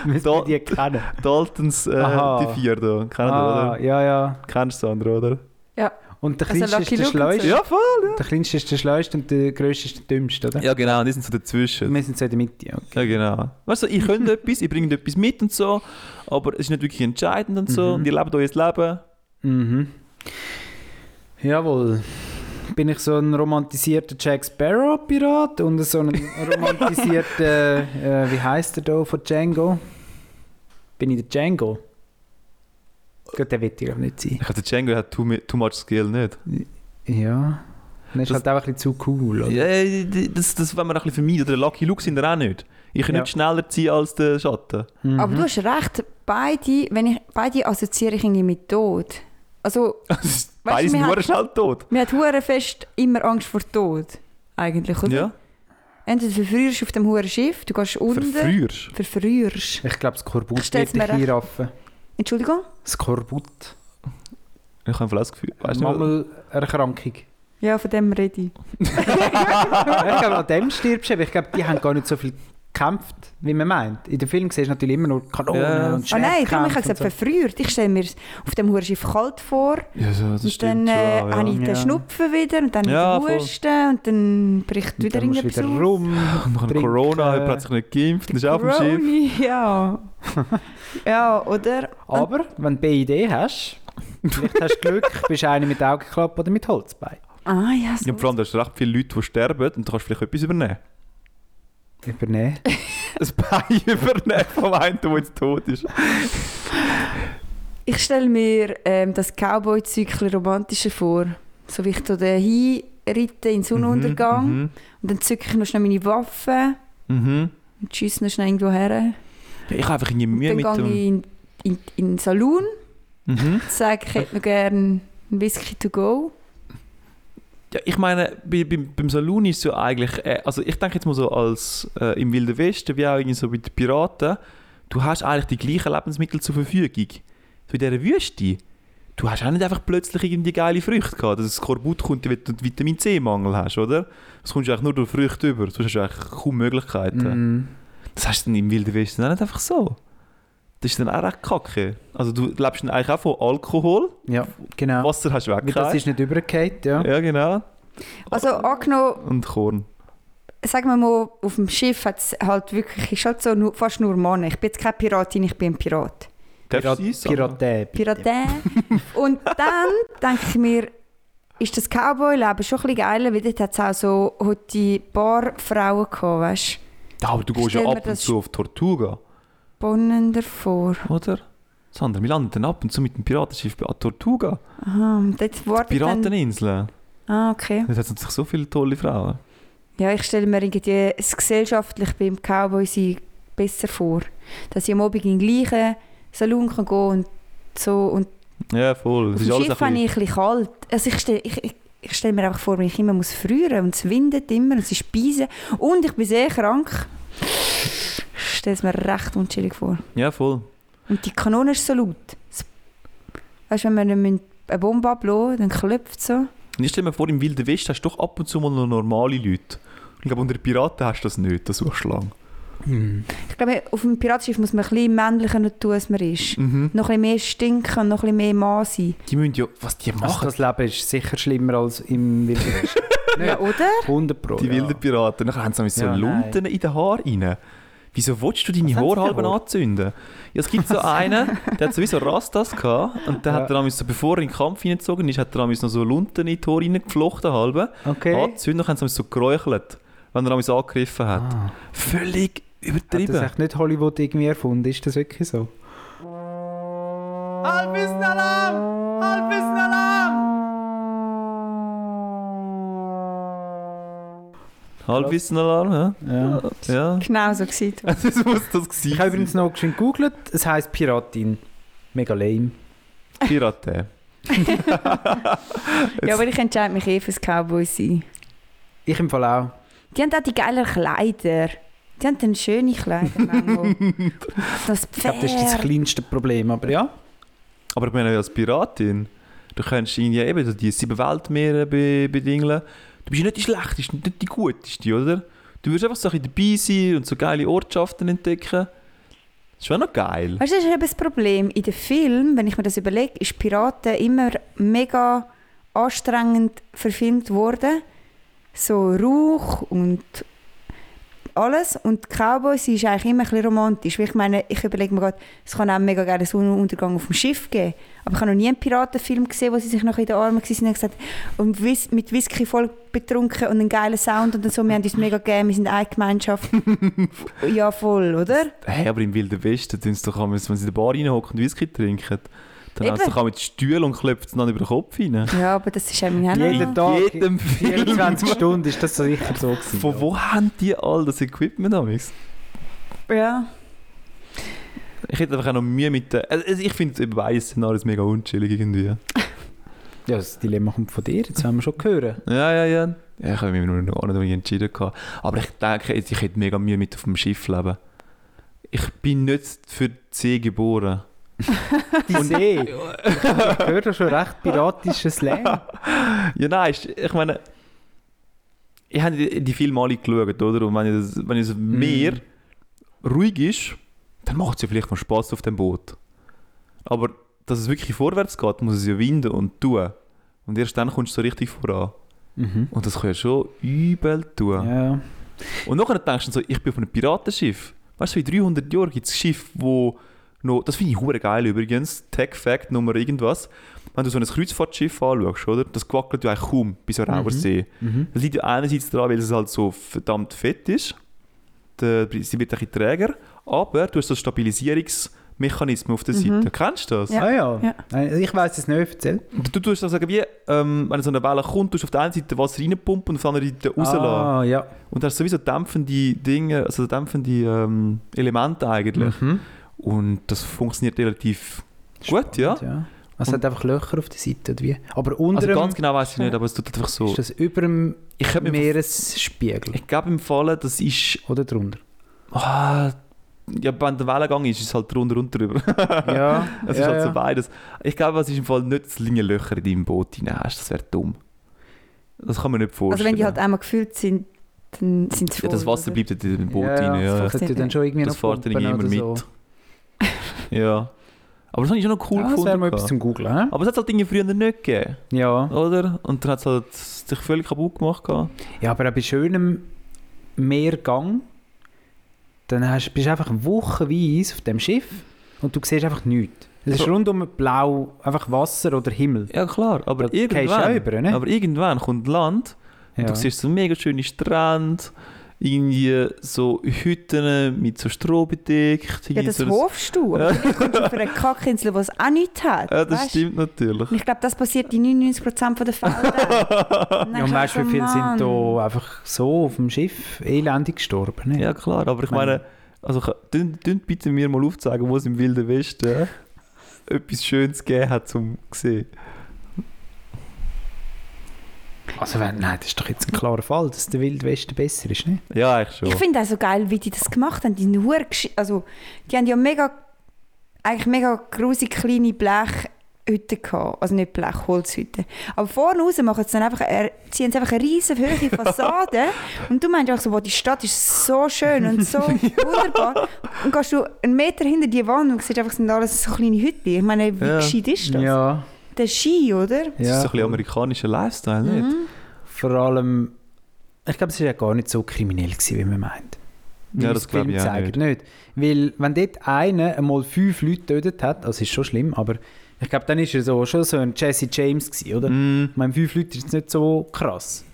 S4: Müssen
S5: Da-
S4: wir die kennen?
S5: Daltons äh,
S4: Aha.
S5: die vier da. Kennt ihr,
S4: Ah,
S5: oder?
S4: ja, ja.
S5: Kennst du andere, oder?
S4: Und der
S3: Also
S4: kleinste
S3: Lucky
S4: ist der
S3: Luke und
S4: Schleuste.
S3: so.
S5: Ja, voll!
S4: Der kleinste ist der Schleuste und der grösste ist der dümmste, oder?
S5: Ja, genau, und die sind so dazwischen.
S4: Wir sind so in der Mitte. ja.
S5: Ja, genau. Weißt du, ich könnte etwas, ich bringe etwas mit und so, aber es ist nicht wirklich entscheidend und so.
S4: Mhm.
S5: Und ihr lebt euer Leben.
S4: Mhm. Jawohl. Bin ich so ein romantisierter Jack Sparrow-Pirat und so ein romantisierter, äh, wie heißt der da von Django? Bin ich der Django? Gut, der wird ich nicht sein.
S5: Ich glaube, der Django hat too, mi- too much skill, nicht?
S4: Ja. Dann ist
S5: Das-
S4: halt auch ein bisschen zu cool, oder?
S5: Ja, ja, das, das wollen wir ein bisschen vermeiden. Oder der Lucky Luke sind er auch nicht. Ich kann
S4: Ja.
S5: nicht schneller ziehen als der Schatten.
S4: Mhm.
S3: Aber du hast recht, beide, wenn ich, beide assoziiere ich irgendwie mit Tod. Also,
S5: Beide
S3: wir
S5: sind
S3: haben-
S5: nur schnell tot.
S3: man hat hure fest immer Angst vor Tod. Eigentlich, oder?
S5: Ja.
S3: Entweder du verfrierst auf dem hohen Schiff, du gehst unten,
S5: Verfrührst.
S3: verfrierst.
S4: Ich glaube,
S3: Ich
S4: Skorbut
S3: stell's
S4: wird dich
S3: mir recht.
S4: einraffen.
S3: Entschuldigung?
S4: Skorbut.
S5: Ich habe voll das Gefühl. Weißt du, nicht,
S4: Mammelerkrankung.
S3: Ja, von dem rede ich. Ah,
S4: ich glaube, an dem stirbst du. aber Ich glaube, die haben gar nicht so viel gekämpft, wie man meint. In dem Film siehst du natürlich immer nur Kanonen
S5: Ja.
S4: und
S3: Ah nein, darum, ich
S4: Schwertkämpfe
S3: habe gesagt,
S4: und so.
S3: verfrüht. Ich stelle mir auf dem hohen Schiff kalt vor.
S5: ja, so,
S3: Und
S5: das
S3: dann
S5: stimmt
S3: äh,
S5: schon. auch,
S3: habe ich
S5: ja.
S3: den
S4: Ja.
S3: Schnupfen wieder und dann
S5: Ja,
S3: den
S5: voll.
S3: Husten und dann bricht
S4: Und
S3: wieder
S4: dann musst du
S3: irgendetwas
S4: wieder
S3: aus.
S4: rum.
S5: Und nach dem
S4: trinken.
S5: Corona habe ich plötzlich nicht geimpft. Das ist auch auf dem Schiff.
S3: äh, Corona, ja. ja, oder?
S4: Aber wenn du BID hast, vielleicht hast du Glück, bist du einer mit Augenklappe oder mit Holzbein.
S3: Ah ja, so.
S5: Ja, und vor allem, da hast du recht viele Leute, die sterben und du kannst vielleicht etwas übernehmen.
S4: Übernehmen.
S5: Ein Bein übernehmen vom einen, der jetzt tot ist.
S3: Ich stelle mir ähm, das Cowboy-Zeug ein bisschen romantischer vor. So wie ich da dahin reite in den Sonnenuntergang
S5: Mhm,
S3: und dann zücke ich noch schnell meine Waffe
S5: Mhm. mhm.
S3: und schiesse noch schnell irgendwo her.
S5: Ja, Ich habe einfach irgendwie
S3: Und
S5: Mühe
S3: dann
S5: mit
S3: gehe
S5: dem.
S3: ich in, in, in den Saloon
S5: Mhm.
S3: und sage, ich hätte noch gerne ein Whisky to go.
S5: Ja, ich meine, bei, beim- beim Saloon ist es ja eigentlich, äh, also ich denke jetzt mal so als äh, im Wilden Westen, wie auch irgendwie so bei den Piraten, du hast eigentlich die gleichen Lebensmittel zur Verfügung. So in dieser Wüste, du hast auch nicht einfach plötzlich irgendwie geile Früchte gehabt, dass es Skorbut kommt, wenn du Vitamin C-Mangel hast, oder? Das kommst du eigentlich nur durch Früchte über, sonst hast du eigentlich kaum Möglichkeiten.
S4: Mhm.
S5: Das hast du dann im Wilden Westen auch nicht einfach so. Das ist dann auch recht kacke. Also du lebst dann eigentlich auch von Alkohol,
S4: Ja, genau.
S5: Wasser hast du
S4: Weil das
S5: weggehauen.
S4: ist nicht übergeht, ja.
S5: Ja, genau.
S3: Also angenommen,
S5: Und Korn.
S3: sagen wir mal, auf dem Schiff hat es halt wirklich, ist halt so nur, fast nur Männer. Ich bin jetzt keine Piratin, ich bin ein Pirat.
S5: Darf
S4: Pirat
S5: ich sagen?
S4: Piratä.
S3: Piratin. Und dann denke ich mir, ist das Cowboy-Leben schon ein bisschen geiler, weil dort hat es auch so heute ein paar Frauen gehabt, weißt du.
S5: Ja, aber du gehst
S3: Stell
S5: ja
S3: mir
S5: ab und
S3: das
S5: zu auf Tortuga,
S3: Bonnen davor.
S5: oder? Sander, wir landen dann ab und zu mit dem Piratenschiff bei Tortuga.
S3: Aha, und das Wort dann...
S5: Pirateninsel.
S3: Ah, okay.
S5: Dort hat es natürlich so viele tolle Frauen.
S3: Ja, ich stelle mir irgendwie es gesellschaftlich beim Cowboy sein besser vor. Dass ich am Abend in den gleichen Salon kann gehen und so. Und
S5: Ja, voll.
S3: auf
S5: Es
S3: dem
S5: ist alles
S3: Schiff
S5: ein
S3: habe
S5: bisschen,
S3: ich ein bisschen kalt. Also ich stelle, ich, ich, ich stelle mir einfach vor, wie ich immer muss frieren und es windet immer und es ist Beise. Und ich bin sehr krank. Ich stelle es mir recht unschillig vor.
S5: Ja, voll.
S3: Und die Kanone ist so laut. Es- Weißt du, wenn wir nicht müssen eine Bombe ablassen, dann klopft es so.
S5: Und ich stelle mir vor, im Wilden Westen hast du doch ab und zu mal noch normale Leute. Ich glaube, unter Piraten hast du das nicht, das suchst du lang.
S4: Mm.
S3: Ich glaube, auf dem Piratenschiff muss man ein bisschen männlicher noch tun, als man ist.
S5: Mhm.
S3: Noch ein bisschen mehr stinken und noch ein bisschen mehr Mann sein.
S5: Die müssen ja, was die machen,
S4: Also das Leben ist sicher schlimmer als im Wilden Westen.
S3: Ja, oder?
S4: 100 Pro.
S5: die wilden Piraten. Nachher haben sie so
S4: Ja,
S5: Lunten in den Haaren rein. Wieso willst du deine
S4: Was haben sie
S5: Haare
S4: für
S5: halb
S4: Haare?
S5: anzünden? Ja, es gibt so einen, der hat sowieso Rastas gehabt und der
S4: Ja.
S5: hat dann, so, bevor er in den Kampf hineingezogen ist, hat er damals noch so Lunten in die Haare reingeflochten halb.
S4: Okay.
S5: Anzünden, dann haben sie so geräuchelt, wenn er damals angegriffen hat.
S4: Ah.
S5: Völlig
S4: Hat das
S5: übertrieben.
S4: echt nicht Hollywood irgendwie erfunden? Ist das wirklich so?
S5: Halbwissenalarm, hä?
S4: Ja.
S5: Ja.
S3: Genau so sieht
S5: Das muss das gewesen
S4: Ich habe übrigens noch schön gegoogelt. Es heisst Piratin. Mega lame.
S5: Piraten.
S3: Ja, aber ich entscheide mich eh fürs Cowboy sein.
S4: Ich im Fall auch.
S3: Die haben auch die geilen Kleider. Die haben dann schöne Kleider. manchmal. das
S4: Ich glaube, das ist das
S3: Pferd.
S4: kleinste Problem. Aber ja,
S5: Aber ich meine, als Piratin, du kannst ihn ja eben so die sieben Weltmeere be bedingeln. Du bist ja nicht die Schlechteste, nicht die Guteste, oder? Du wirst einfach so ein bisschen dabei sein und so geile Ortschaften entdecken. Das ist schon noch geil.
S3: Weißt du, das ist eben das Problem. In den Filmen, wenn ich mir das überlege, ist Piraten immer mega anstrengend verfilmt worden. So Rauch und alles. Und die Cowboys ist eigentlich immer ein bisschen romantisch. Weil ich meine, ich überlege mir gerade, es kann auch einen mega geilen Sonnenuntergang auf dem Schiff geben. Aber ich habe noch nie einen Piratenfilm gesehen, wo sie sich noch in den Armen waren und gesagt haben, und Whis- mit Whisky voll betrunken und einen geilen Sound und dann so, wir haben uns mega gegeben, wir sind eine Gemeinschaft. ja, voll, oder?
S5: Hey, aber im Wilden Westen tun sie doch einmal, wenn sie in der Bar reinhocken und Whisky trinken, dann
S3: Eben.
S5: haben sie doch auch mit Stühlen und klopfen sie dann über den Kopf rein.
S3: Ja, aber das ist ja mein
S4: jeden Tag,
S5: jedem Film.
S4: 24 Stunden ist das sicher so gewesen.
S5: Von wo haben die all das Equipment damals?
S3: Ja.
S5: Ich hätte einfach auch noch Mühe mit der... Also ich finde beide Szenarien mega unchillig irgendwie.
S4: Ja, das Dilemma kommt von dir, jetzt haben wir schon gehört.
S5: Ja, ja, ja. ja ich habe mich noch nicht irgendwie entschieden. Gehabt. Aber ich denke, jetzt, ich hätte mega Mühe mit auf dem Schiff leben. Ich bin nicht für die See geboren.
S4: Die See. Ich höre schon recht piratisches Slang.
S5: Ja, nein, ist- ich meine... Ich habe die, die Filme alle geschaut, oder? Und wenn es wenn das Meer ruhig ist, dann macht es ja vielleicht mal Spaß auf dem Boot. Aber dass es wirklich vorwärts geht, muss es ja winden und tun. Und erst dann kommst du so richtig voran.
S4: Mhm.
S5: Und das kann ja schon übel tun.
S4: Ja.
S5: Und nachher denkst du so, ich bin auf einem Piratenschiff. Weißt du, in 300 Jahren gibt es Schiff, wo noch, das finde ich hure geil übrigens, Tech Fact Nummer irgendwas. Wenn du so ein Kreuzfahrtschiff anschaust, oder? Das quackelt ja eigentlich kaum bei so einer Raubersee.
S4: Mhm.
S5: Das liegt ja einerseits daran, weil es halt so verdammt fett ist. Der- Sie wird ein bisschen träger. Aber du hast so Stabilisierungsmechanismen auf der Seite. Kennst du das?
S3: Ja.
S4: Ah ja.
S3: Ja.
S4: Nein, Ich weiß es nicht, erzähl.
S5: Und Du tust das sagen, wie, ähm, wenn so eine Welle kommt, tust du auf der einen Seite Wasser reinpumpen und auf der anderen Seite rauslassen.
S4: Ah, ja.
S5: Und hast sowieso dämpfende Dinge, also dämpfende ähm, Elemente eigentlich.
S4: Mhm.
S5: Und das funktioniert relativ gut,
S4: Spannend,
S5: ja.
S4: Also es hat einfach Löcher auf der Seite, oder wie? Aber unter
S5: Also
S4: dem-
S5: ganz genau weiß ich nicht, aber es tut einfach so.
S4: ist das über dem
S5: Ich könnte mir-
S4: dus Meeresspiegel
S5: Ich glaube im Fall, das ist.
S4: oder drunter?
S5: Ah, ja, wenn der Wellengang ist, ist es halt drunter und drüber.
S4: Ja,
S5: Es ist
S4: ja,
S5: halt so
S4: ja.
S5: beides. Ich glaube, es ist im Fall nicht, dass du Linienlöcher in deinem Boot hinein hast. Das wäre dumm. Das kann man nicht vorstellen.
S3: Also wenn die halt einmal gefüllt sind, dann sind sie
S5: genau? ja, das Wasser bleibt in dem Boot
S4: ja,
S5: rein. Ja.
S4: Das
S5: Das,
S4: hat ja dann schon irgendwie noch
S5: fährt dann
S4: Pumpen
S5: immer
S4: oder
S5: mit.
S4: So.
S5: Ja. Aber das habe ich schon noch cool
S4: Ah, das
S5: gefunden.
S4: wäre mal
S5: gehabt.
S4: etwas zum Googlen,
S5: Aber es hat halt Dinge früher nicht gegeben,
S4: he? Ja.
S5: oder? Und dann hat es halt sich völlig kaputt gemacht. gehabt.
S4: Ja, aber auch bei schönem Meergang, dann hast, bist du einfach wochenweise auf dem Schiff und du siehst einfach nichts. Es ist
S5: So.
S4: rundum blau, einfach Wasser oder Himmel.
S5: Ja klar, aber
S4: Da gehst du
S5: irgendwann,
S4: auch über, ne?
S5: aber irgendwann kommt Land
S4: Ja.
S5: und du siehst so mega schöne Strand, irgendwie so Hütten mit so Stroh bedeckt.
S3: Ja,
S5: irgendwie
S3: das
S5: so ein-
S3: hoffst du. Aber du kommst auf eine Kackinsel, die es auch nichts hat.
S5: Ja, das
S3: weißt?
S5: stimmt natürlich.
S3: Und ich glaube, das passiert in 99% der Fälle. Dann
S4: Ja, und
S3: denkst
S4: weißt
S3: du,
S4: du, wie viele sind
S3: Mann.
S4: da einfach so auf dem Schiff elendig gestorben? ne?
S5: Ja, klar, aber ich meine, also dünn, dünn bitte mir mal aufzeigen, wo es im Wilden Westen etwas Schönes gegeben hat zum sehen.
S4: Also, wenn, nein, das ist doch jetzt ein klarer Fall, dass der Wild Westen besser ist, ne?
S5: Ja, eigentlich schon.
S3: Ich finde auch so geil, wie die das gemacht haben. Die, haben hure gesch- also, die haben ja mega, eigentlich mega grusige kleine Blechhütten gehabt. Also nicht Blech, Holzhütten. Aber vorne raus machen sie dann einfach, eine- ziehen sie einfach eine riesen hohe Fassade. und du meinst auch so, boah, die Stadt ist so schön und so wunderbar. Und gehst du einen Meter hinter die Wand und siehst einfach, sind alles so kleine Hütten. Ich meine, wie
S5: Ja.
S3: gescheit ist das?
S4: Ja.
S3: Der Ski, oder?
S5: Das ist so
S4: ja. Mhm.
S5: ein bisschen amerikanischer Lifestyle, nicht?
S4: Vor allem, ich glaube, es war ja gar nicht so kriminell, gewesen, wie man meint. Wie
S5: Ja,
S4: es
S5: das
S4: die
S5: glaube ich
S4: Filme
S5: auch
S4: zeigen. nicht. Weil, wenn dort einer einmal fünf Leute getötet hat, das ist schon schlimm, aber ich glaube, dann ist er so, schon so ein Jesse James gewesen, oder?
S5: Mm,
S4: Ich meine, fünf Leute ist jetzt nicht so krass.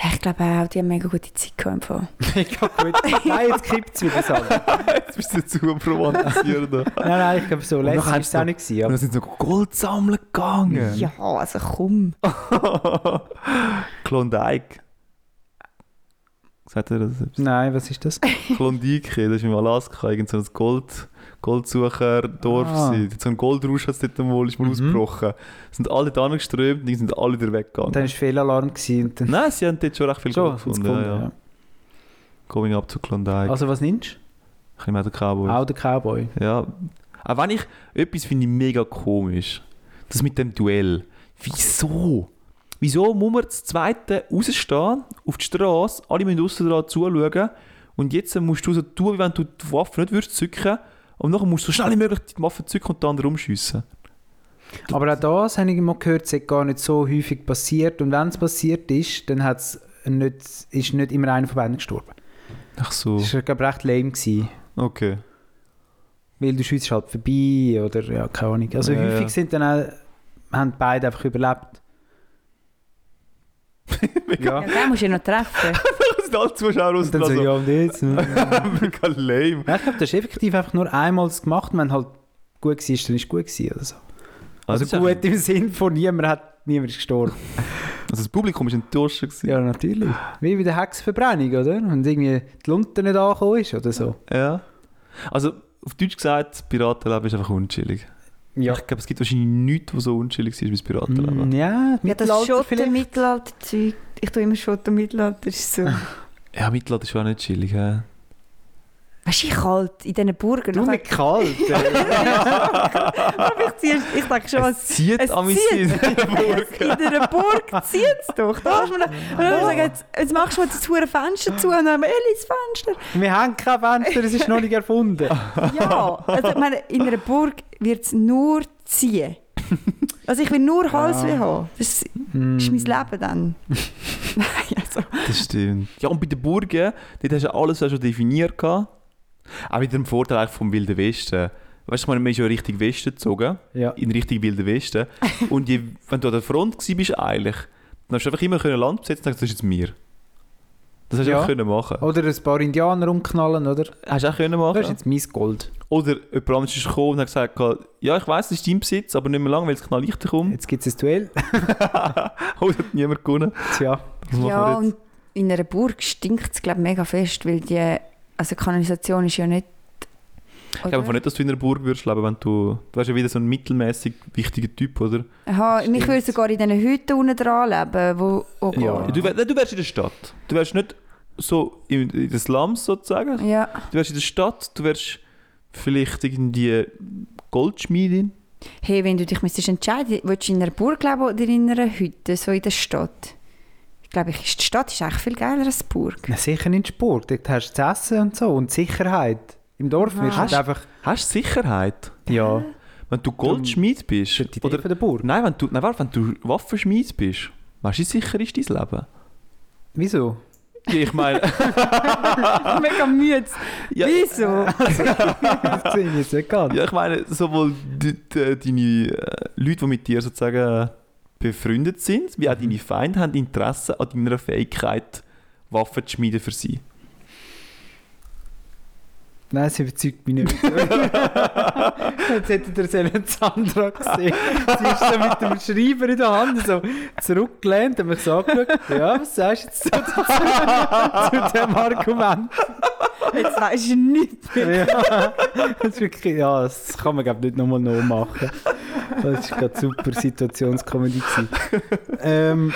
S3: Ja, ich glaube auch, die haben mega gute Zeit gehabt. im Fall.
S4: Mega gut. Nein, jetzt kippt es wieder, Salah.
S5: jetzt bist du zu am Romantisieren. da. Und
S4: Nein, nein, ich glaube, so lässig
S5: nachher
S4: ist es auch nicht gewesen.
S5: dann
S4: Aber
S5: sind sie noch Gold sammeln gegangen.
S3: Ja, also komm.
S5: Klondike. Sagt ihr das?
S4: nein, was ist das?
S5: Klondike, das ist im Alaska, irgend so ein Gold, Goldsucher-Dorf.
S4: Ah.
S5: Ah. So ein Goldrausch hat es dort mal, ist mal
S4: Mhm.
S5: ausgebrochen. Sind alle da angeströmt und die sind alle wieder weggegangen.
S4: Dann war Fehlalarm gewesen und dann
S5: Nein, sie haben dort schon recht viel
S4: schon
S5: Gold
S4: hat's
S5: gefunden.
S4: gefunden,
S5: ja, ja. Going up zu Klondike.
S4: ja.
S5: Also,
S4: Also was nimmst
S5: ich nehme auch den
S4: du?
S5: Cowboy.
S4: Auch der Cowboy.
S5: Ja. Auch wenn ich etwas finde ich mega komisch. Das mit dem Duell. Wieso? Wieso muss man das zweite rausstehen, auf die Straße, alle müssen außen dran zuschauen und jetzt musst du so tun, wie wenn du die Waffe nicht würdest zücken und nachher musst du so schnell wie möglich die Waffe zücken und den anderen umschiessen.
S4: Aber auch das habe ich mal gehört, es hat gar nicht so häufig passiert. Und wenn es passiert ist, dann hat's nicht, ist nicht immer einer von beiden gestorben.
S5: Ach so,
S4: Das war, glaube ich, recht lame. Gewesen,
S5: okay.
S4: weil du schießt halt vorbei oder ja, keine Ahnung. Also
S5: Ja,
S4: häufig
S5: ja.
S4: sind dann auch, haben beide einfach überlebt.
S3: Ja,
S4: ja.
S3: den musst du ja noch treffen.
S5: Das sind alle Zuschauer
S4: Und dann so, ja und jetzt? Nein,
S5: mega lame.
S4: ich glaube, das ist effektiv einfach nur einmal das gemacht und wenn halt gut war, dann ist es gut gewesen oder so. Also gut im Sinn von niemand hat niemand ist gestorben.
S5: Also das Publikum war enttäuscht. gewesen.
S4: Ja, natürlich. Wie bei der Hexenverbrennung, oder? Wenn irgendwie die Lunte nicht angekommen ist oder so.
S5: Ja. Also, auf Deutsch gesagt, das Piratenleben ist einfach unchillig.
S4: Ja.
S5: Ich glaube, es gibt wahrscheinlich nichts, was so unchillig ist wie das Piratenleben.
S4: Mm, ja,
S3: Ja, das
S4: Mittelalter
S3: Schotten
S4: vielleicht.
S3: Mittelalter-Zeug. Ich tue immer Schotten Mittelalter. Ist so.
S5: Ja, Mittelalter ist auch nicht chillig. hä?
S3: Weißt du, ich halt in diesen Burgen.
S4: Du mit kalt.
S3: Aber ich, zieh's- ich denke schon, es
S5: Zieht
S3: es
S5: an mich
S3: zieht.
S5: in
S3: in einer Burg zieht es doch. Da hast du mir noch- und dann sagen, jetzt, jetzt machst du mir das hure Fenster zu und dann haben wir Elis Fenster.
S4: Wir haben kein Fenster, es ist noch nicht erfunden.
S3: Ja, also ich meine, in einer Burg wird es nur ziehen. Also ich will nur Halsweh haben. Das ist,
S4: Mm, Mhm.
S3: ist mein Leben dann. Nein, also.
S5: Das stimmt. Ja, und bei den Burgen, dort hast du alles auch schon definiert. gehabt. Auch wieder im Vorteil eigentlich vom Wilden Westen. Weißt du, ich meine, man ist ja richtig Westen gezogen.
S4: Ja.
S5: in richtig wilden Westen. und je, wenn du an der Front gewesen bist, eigentlich, dann hast du einfach immer können Land besetzen und sagst, das ist jetzt mir. Das hast du
S4: Ja.
S5: einfach können machen.
S4: Oder ein paar Indianer umknallen, oder?
S5: Hast du auch können machen.
S4: Das ist jetzt mein Gold.
S5: Oder jemand anderes ist gekommen und hat gesagt, ja, ich weiss, das ist dein Besitz, aber nicht mehr lange, weil es knall leichter kommt.
S4: Jetzt gibt es ein Duell.
S5: Oh, das hat niemand gewonnen.
S4: Tja.
S5: Was machen
S3: Ja,
S5: wir jetzt?
S3: und in einer Burg stinkt es, glaube ich, mega fest, weil die also die Kanalisation ist ja nicht...
S5: Ich glaube einfach nicht, dass du in einer Burg würdest leben, wenn du... Du wärst ja wieder so ein mittelmäßig wichtiger Typ, oder?
S3: Aha, mich würde sogar in diesen Hütten unten dran leben, wo... Oh
S4: Ja.
S3: Gott.
S5: Du, wär, nein, du wärst in der Stadt. Du wärst nicht so in, in den Slums sozusagen.
S3: Ja.
S5: Du wärst in der Stadt, du wärst vielleicht irgendwie Goldschmiedin.
S3: Hey, wenn du dich müsstest entscheiden, willst du in einer Burg leben oder in einer Hütte, so in der Stadt? Ich glaube, ich- die Stadt ist eigentlich viel geiler als die Burg.
S4: Na, sicher in Sport. Dort hast du zu essen und so und Sicherheit. Im Dorf wirst du
S5: Hast-
S4: halt einfach...
S5: Hast du Sicherheit?
S4: Ja.
S5: Wenn du Goldschmied bist,
S4: Die Idee
S5: oder...
S4: von der Burg.
S5: Nein, wenn du, nein, warte, wenn du Waffenschmied bist, weißt du, wie sicher ist dein Leben?
S4: Wieso?
S5: Ja, ich meine...
S4: Ah.
S3: Mega müde.
S5: Ja.
S3: Wieso?
S4: Das sehe ich jetzt nicht ganz.
S5: Ja, ich meine, sowohl die, die, deine äh, Leute, die mit dir äh, Mhm. sozusagen befreundet sind, wie auch deine Feinde haben Interesse an deiner Fähigkeit, Waffen zu schmieden für sie.
S4: Nein, es überzeugt mich nicht. Jetzt hättet ihr sollen Sandra gesehen. Sie ist so mit dem Schreiber in der Hand so zurückgelehnt und mich so angeschaut. Ja, was sagst du jetzt zu, zu, zu dem Argument?
S3: Jetzt weisst du nichts mehr.
S4: Ja, das, ist wirklich, ja, das kann man glaube nicht nochmal noch machen. Das war gerade super Situationskomödie. gewesen. Ähm,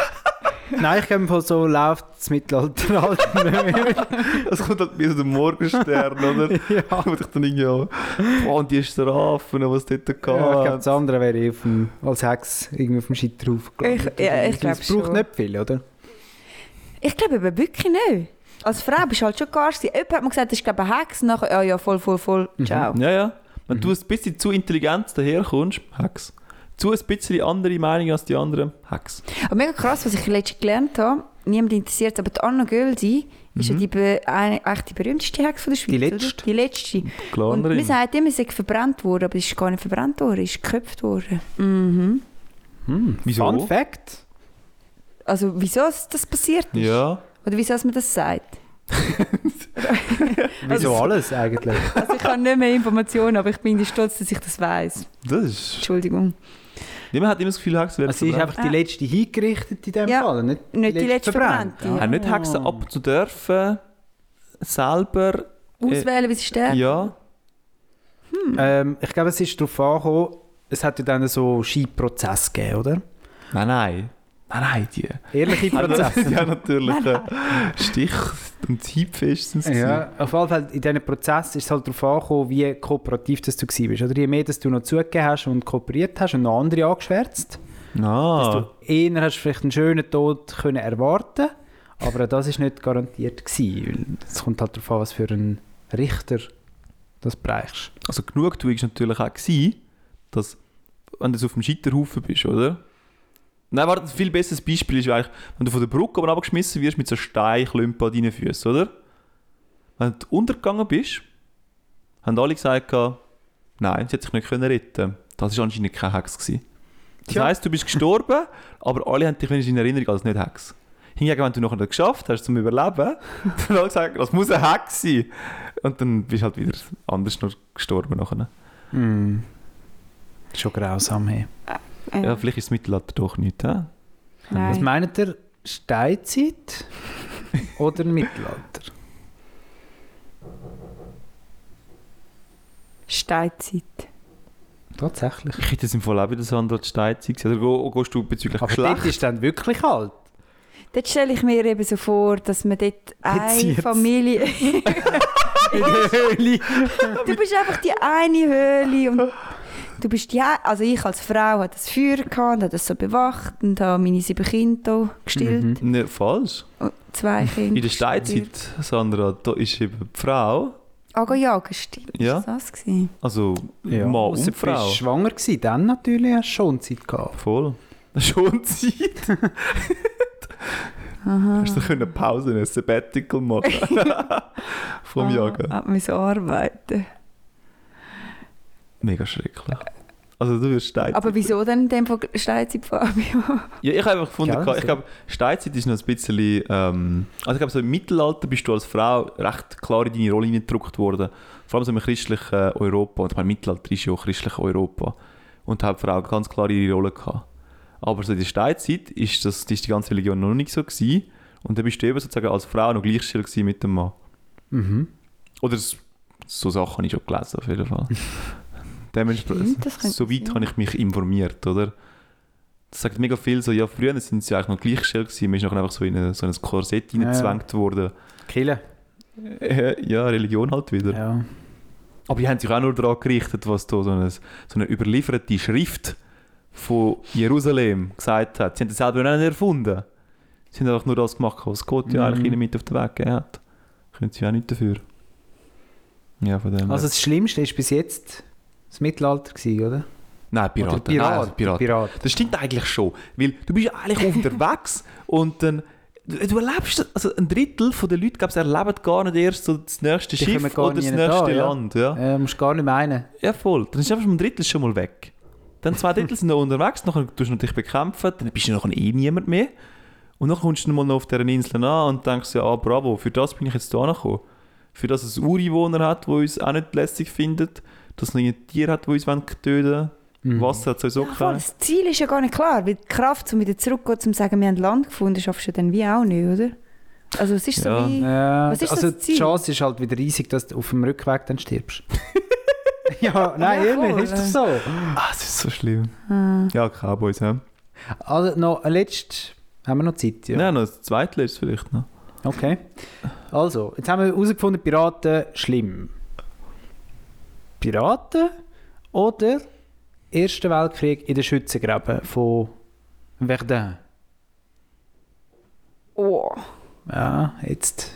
S4: nein, ich glaube, so läuft das Mittelalter halt nicht mehr.
S5: Es kommt halt wie so der Morgenstern, oder?
S4: Ja.
S5: Und ich dann irgendwie auch, boah, und die Strafen, was dort gab.
S4: Ja, ich glaube, das andere wäre eh auf dem, als Hex irgendwie auf dem Shit draufgelandet.
S3: Ich- ja, ich
S4: Also, Es
S3: glaub
S4: braucht
S3: schon.
S4: nicht viel, oder?
S3: Ich glaube eben wirklich nicht. Als Frau bist du halt schon gar gewesen. Jemand hat mir gesagt, das ist glaube ich, eine Hex. Nachher, ja, ja, voll, voll, voll.
S5: Mhm.
S3: Ciao.
S5: Ja, ja. Wenn du ein bisschen zu intelligent daherkommst, Hex. Zu ein bisschen andere Meinung als die anderen, Hex.
S3: Aber mega krass, was ich letztens gelernt habe. Niemand interessiert es, aber die Anna Göldi ist ja die, be- eine, eigentlich die berühmteste Hex von der Schweiz.
S4: Die letzte.
S3: Oder? Die letzte.
S5: Klar,
S3: Und man
S5: Andrin.
S3: sagt immer, sie sei verbrannt worden, aber sie ist gar nicht verbrannt worden, sie ist geköpft worden.
S5: Hm, Wieso?
S4: Fun Fact.
S3: Also wieso es- das passiert ist?
S5: Ja.
S3: Oder wieso es man das sagt?
S4: Wieso alles eigentlich?
S3: Also ich habe nicht mehr Informationen, aber ich bin stolz, dass ich das weiß.
S5: Das ist...
S3: Entschuldigung.
S5: Niemand hat immer das Gefühl, Hex werden
S4: Also sie ist
S5: verbrannt.
S4: einfach die letzte hingerichtet in dem
S3: Ja,
S4: Fall, nicht,
S3: Nicht die letzte verbrannte.
S5: Auch Ah, nicht
S4: Oh.
S5: Hexen abzudürfen, selber,
S3: Auswählen, wie sie sterben.
S5: ja.
S3: Hm.
S4: Ähm, ich glaube, es ist darauf angekommen, es hat ja dann so Scheinprozess gegeben, oder?
S5: Nein, nein. Nein, nein, die.
S4: Ehrliche Prozesse.
S5: ja, natürlich. äh, Stich und Zeitfest sind es.
S4: Ja, auf jeden Fall in diesem Prozess ist es halt darauf angekommen, wie kooperativ das du gewesen bist. Oder je mehr dass du noch zugegeben hast und kooperiert hast und noch andere angeschwärzt,
S5: gewesen.
S4: dass
S5: Ah.
S4: du eher hast vielleicht einen schönen Tod können erwarten aber das ist nicht garantiert gewesen. weil Es kommt halt darauf an, was für einen Richter das brauchst.
S5: Also Genugtuung war natürlich auch, gewesen, dass, wenn du so auf dem Scheiterhaufen bist, oder? Nein, warte, ein viel besseres Beispiel ist eigentlich, wenn du von der Brücke oben abgeschmissen wirst mit so einem Steinklumpen an deinen Füßen, oder? Wenn du untergegangen bist, haben alle gesagt, gehabt, nein, sie hat sich nicht können retten Das war anscheinend kein Hex. Gewesen. Das
S4: Tja.
S5: heisst, du bist gestorben, aber alle haben dich wenigstens in Erinnerung als nicht Hex. Hingegen, wenn du nachher geschafft hast, zum Überleben, dann haben alle gesagt, das muss ein Hex sein. Und dann bist du halt wieder anders nur gestorben nachher. ne? Hm.
S4: Schon grausam. Hey.
S3: Äh,
S5: Ja, vielleicht ist das Mittelalter doch nicht, hä?
S4: Was
S3: nein.
S4: meint ihr? Steinzeit oder Mittelalter?
S3: Steinzeit.
S4: Tatsächlich.
S5: Ich hätte es im Fall auch wieder so an der Steinzeit gesehen. Oder go- gehst du bezüglich
S4: Aber dort
S5: Geschlecht?
S4: ist dann wirklich alt.
S3: Dort stelle ich mir eben so vor, dass man dort eine
S4: zieht's.
S3: Familie...
S4: In der Höhle.
S3: du bist einfach die eine Höhle und du bist ja... Also ich als Frau hatte das Feuer gehabt, und habe das so bewacht und habe meine sieben Kinder hier gestillt.
S5: Nein, Ne, falsch.
S3: Und zwei Kinder.
S5: Mhm. In der Steinzeit, Sandra, da ist eben die Frau,
S3: Ah, jagen, stimmt.
S5: Ja.
S3: Ist das das gewesen?
S5: also Mann
S4: Ausser
S5: und
S4: du
S5: Frau.
S4: bist schwanger gewesen, dann natürlich hast du schon Zeit gehabt.
S5: Voll. Schon Zeit.
S3: Aha.
S5: Hast du können eine Pause, ein Sabbatical machen vom Jagen.
S3: Ah, hat müssen arbeiten.
S5: Mega schrecklich. Also du wirst Steinzeit.
S3: Aber wieso denn in dem Fall Steinzeit, Fabio?
S5: Ja, ich habe einfach gefunden,
S4: Ja,
S5: gehabt, ich
S4: so.
S5: glaube, Steinzeit ist noch ein bisschen. Ähm, also, ich glaube, so im Mittelalter bist du als Frau recht klar in deine Rolle hineingedrückt worden. Vor allem so im christlichen äh, Europa. Und ich meine, Mittelalter ist ja auch christliches Europa. Und da hat die Frau ganz klar ihre Rolle gehabt. Aber so in der Steinzeit ist, das, ist die ganze Religion noch nicht so. Gewesen. Und dann bist du eben sozusagen als Frau noch gleichgestellt gewesen mit dem Mann.
S4: Mhm.
S5: Oder s- so Sachen habe ich schon gelesen, auf jeden Fall. Dementsprechend,
S3: Stimmt, das könnte
S5: so weit
S3: sein.
S5: habe ich mich informiert, oder? Das sagt mega viel so, ja, früher sind sie eigentlich noch gleichgestellt gewesen, man ist nachher einfach so in eine, so ein Korsett
S4: Ja, ja.
S5: hineingezwängt worden.
S4: Killen.
S5: Äh, ja, Religion halt wieder.
S4: Ja.
S5: Aber die haben sich auch nur daran gerichtet, was da so eine, so eine überlieferte Schrift von Jerusalem gesagt hat. Sie haben das selber auch nicht erfunden. Sie haben einfach nur das gemacht, was Gott ja
S4: Mhm.
S5: eigentlich ihnen mit auf den Weg gegeben hat. Können sie auch nicht dafür. Ja, von dem
S4: Also das Schlimmste ist bis jetzt das Mittelalter gewesen, oder?
S5: Nein, Piraten.
S4: Oder Pirat.
S5: Nein, also Piraten.
S4: Pirat.
S5: Das stimmt eigentlich schon, weil du bist ja eigentlich unterwegs und dann du, du erlebst, das- also ein Drittel von den Leuten glaubst, erleben gar nicht erst so das nächste
S4: Die kommen
S5: Schiff
S4: gar
S5: oder das
S4: nie
S5: nächste
S4: da, ja.
S5: Land. Ja.
S4: Äh, musst gar nicht meinen.
S5: ja, voll. Dann ist einfach schon ein Drittel schon mal weg. Dann zwei Drittel sind noch unterwegs, nachher tust du dich bekämpfen, dann bist du noch eh niemand mehr. Und dann kommst du dann mal noch auf dieser Insel an und denkst ja, ah, bravo, für das bin ich jetzt hier angekommen. Für das es Ureinwohner hat, wo uns auch nicht lässig findet, dass es noch ein Tier hat, wo uns wollen töten wollen. Wasser hat sowieso
S3: Ach, voll,
S5: kein.
S3: das Ziel ist ja gar nicht klar, weil die Kraft, um wieder zurückzugehen, um zu sagen, wir haben Land gefunden, schaffst du ja dann wie auch nicht, oder? Also es ist
S5: Ja.
S3: so wie...
S4: Ja,
S3: Was ist
S4: also
S3: das
S4: die
S3: Ziel?
S4: Chance ist halt wieder riesig, dass du auf dem Rückweg dann stirbst. ja, nein,
S3: Ja,
S4: ehrlich,
S3: voll.
S4: ist das so?
S5: Ah, es ist so schlimm. Ja, Cowboys, ja.
S4: Also noch ein letztes, haben wir noch Zeit? Ja.
S5: Nein, noch das zweitletzte vielleicht noch.
S4: Okay. Also, jetzt haben wir herausgefunden, Piraten schlimm. Piraten oder Ersten Weltkrieg in den Schützengräben von Verdun?
S3: Oh.
S4: Ja, jetzt.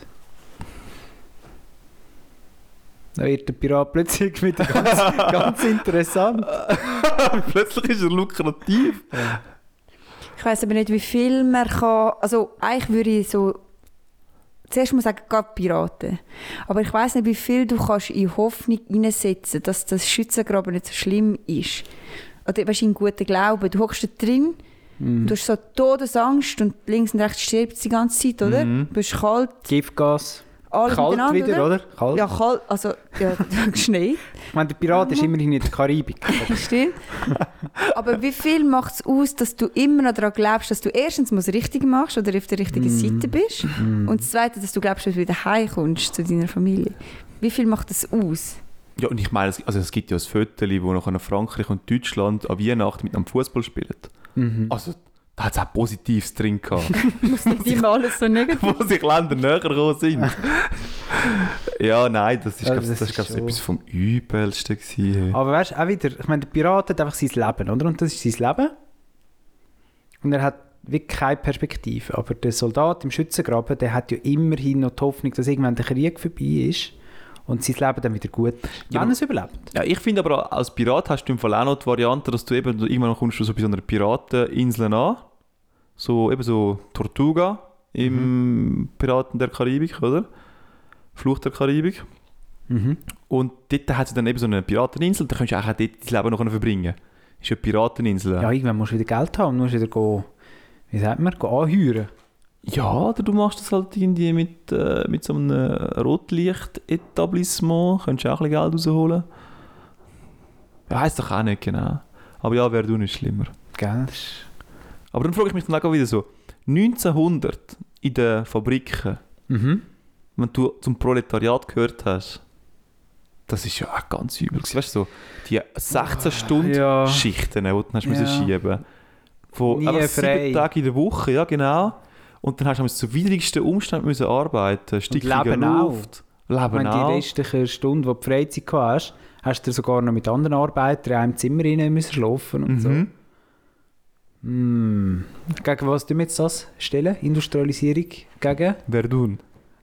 S4: Da wird der Pirat plötzlich wieder ganz, ganz interessant.
S5: Plötzlich ist er lukrativ.
S3: Ich weiß aber nicht, wie viel man kann. Also eigentlich würde ich so. Zuerst muss ich sagen, gerade Piraten. Aber ich weiß nicht, wie viel du kannst in Hoffnung hineinsetzen, dass das Schützengraben nicht so schlimm ist. Oder weißt, du, in guten Glauben. Du hockst da drin,
S4: Mhm.
S3: du hast so Todesangst und links und rechts stirbst die ganze Zeit, oder? Du bist kalt,
S4: Giftgas.
S3: alles
S4: Mhm. Kalt
S3: miteinander,
S4: wieder, oder? Kalt.
S3: Ja, kalt, also ja, Schnee.
S4: Ich meine, der Pirat ist immerhin in der Karibik.
S3: Stimmt. Aber wie viel macht es aus, dass du immer noch daran glaubst, dass du erstens mal das Richtige machst oder auf der richtigen
S4: Mm.
S3: Seite bist und das Zweite, dass du glaubst, dass du wieder heimkommst zu deiner Familie. Wie viel macht das aus?
S5: Ja, und ich meine, es, also es gibt ja ein Viertel, wo nachher Frankreich und Deutschland an Weihnachten mit einem Fußball spielen. Also, da hat es auch Positives drin gehabt,
S3: Dass immer alles so negativ
S5: wo sich Länder näher gekommen sind. ja, nein, das ist,
S4: Also,
S5: glaub, das
S4: das
S5: ist
S4: ist
S5: glaub, ich,
S4: schon-
S5: etwas vom Übelsten. Gewesen.
S4: Aber weißt du, auch wieder, ich meine, der Pirat hat einfach sein Leben, oder? Und das ist sein Leben. Und er hat wirklich keine Perspektive. Aber der Soldat im Schützengraben, der hat ja immerhin noch die Hoffnung, dass irgendwann der Krieg vorbei ist und sein Leben dann wieder gut ist.
S5: Ja,
S4: wenn
S5: aber-
S4: es überlebt.
S5: Ja, ich finde aber, als Pirat hast du im Fall auch noch die Variante, dass du eben irgendwann kommst du so bei so einer Pirateninsel an. So eben so Tortuga im Piraten der Karibik, oder? Flucht der Karibik. Und dort hat sie dann eben so eine Pirateninsel, da kannst du auch dort dein Leben noch verbringen. Ist ja eine Pirateninsel.
S4: Ja, irgendwann musst du wieder Geld haben und musst wieder, go, wie sagt man, go anheuern.
S5: Ja, oder du machst das halt irgendwie mit, äh, mit so einem Rotlicht-Etablissement. Könntest du auch ein bisschen Geld rausholen. Ja, weiss doch auch nicht genau. Aber ja, wäre du nicht schlimmer.
S4: Gell? Das ist-
S5: Aber dann frage ich mich dann auch wieder so: 1900 in den Fabriken,
S4: Mhm.
S5: wenn du zum Proletariat gehört hast, das ist ja auch ganz übel. gewesen. Weißt du, so die 16-Stunden-Schichten,
S4: Ah, Ja.
S5: die du dann hast müssen
S4: Ja.
S5: schieben Von
S4: Nie
S5: einfach
S4: frei.
S5: sieben Tage in der Woche, ja genau. Und dann hast du am zu widrigsten Umständen müssen arbeiten. Stickiger
S4: Leben auch.
S5: Luft,
S4: Ich meine,
S5: Leben
S4: die
S5: auch.
S4: restlichen Stunden, die du Freizeit gehabt hast, hast du sogar noch mit anderen Arbeitern in einem Zimmer rein müssen schlafen und so.
S5: Mhm.
S4: Mm. Gegen was tun wir jetzt das stellen? Industrialisierung gegen?
S5: Verdun.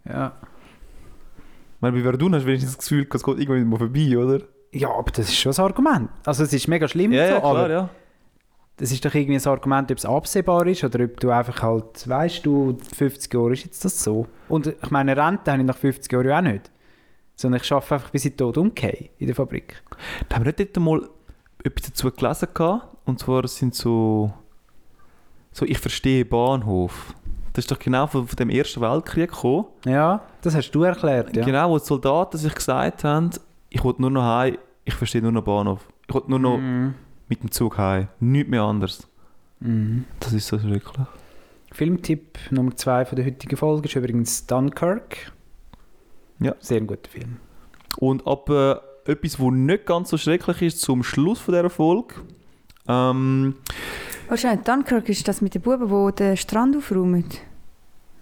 S4: Ja.
S5: Ich meine, bei Verdun hast du wenigstens das Gefühl, es geht irgendwann mal vorbei, oder?
S4: Ja, aber das ist schon ein Argument. Also es ist mega schlimm,
S5: Ja,
S4: und so,
S5: ja, klar,
S4: aber
S5: ja.
S4: das ist doch irgendwie ein Argument, ob es absehbar ist oder ob du einfach halt, weißt du, 50 Jahre ist jetzt das so. Und ich meine, Rente habe ich nach 50 Jahren ja auch nicht. Sondern ich arbeite einfach, bis ich tot umgehe in der Fabrik.
S5: Da haben wir nicht dort mal etwas dazu gelesen gehabt. Und zwar sind so, so ich verstehe Bahnhof. Das ist doch genau von, von dem Ersten Weltkrieg gekommen.
S4: Ja, das hast du erklärt, ja.
S5: Genau, wo die Soldaten sich gesagt haben, ich will nur noch heim, ich verstehe nur noch Bahnhof. Ich will nur noch
S4: Mhm.
S5: mit dem Zug heim. Nichts mehr anders.
S4: Mhm.
S5: Das ist so schrecklich.
S4: Filmtipp Nummer 2 der heutigen Folge ist übrigens Dunkirk.
S5: Ja.
S4: Sehr ein guter Film.
S5: Und ab äh, etwas, was nicht ganz so schrecklich ist, zum Schluss von dieser Folge. Ähm,
S3: Wahrscheinlich Dunkirk ist das mit den Buben, die den Strand aufräumen.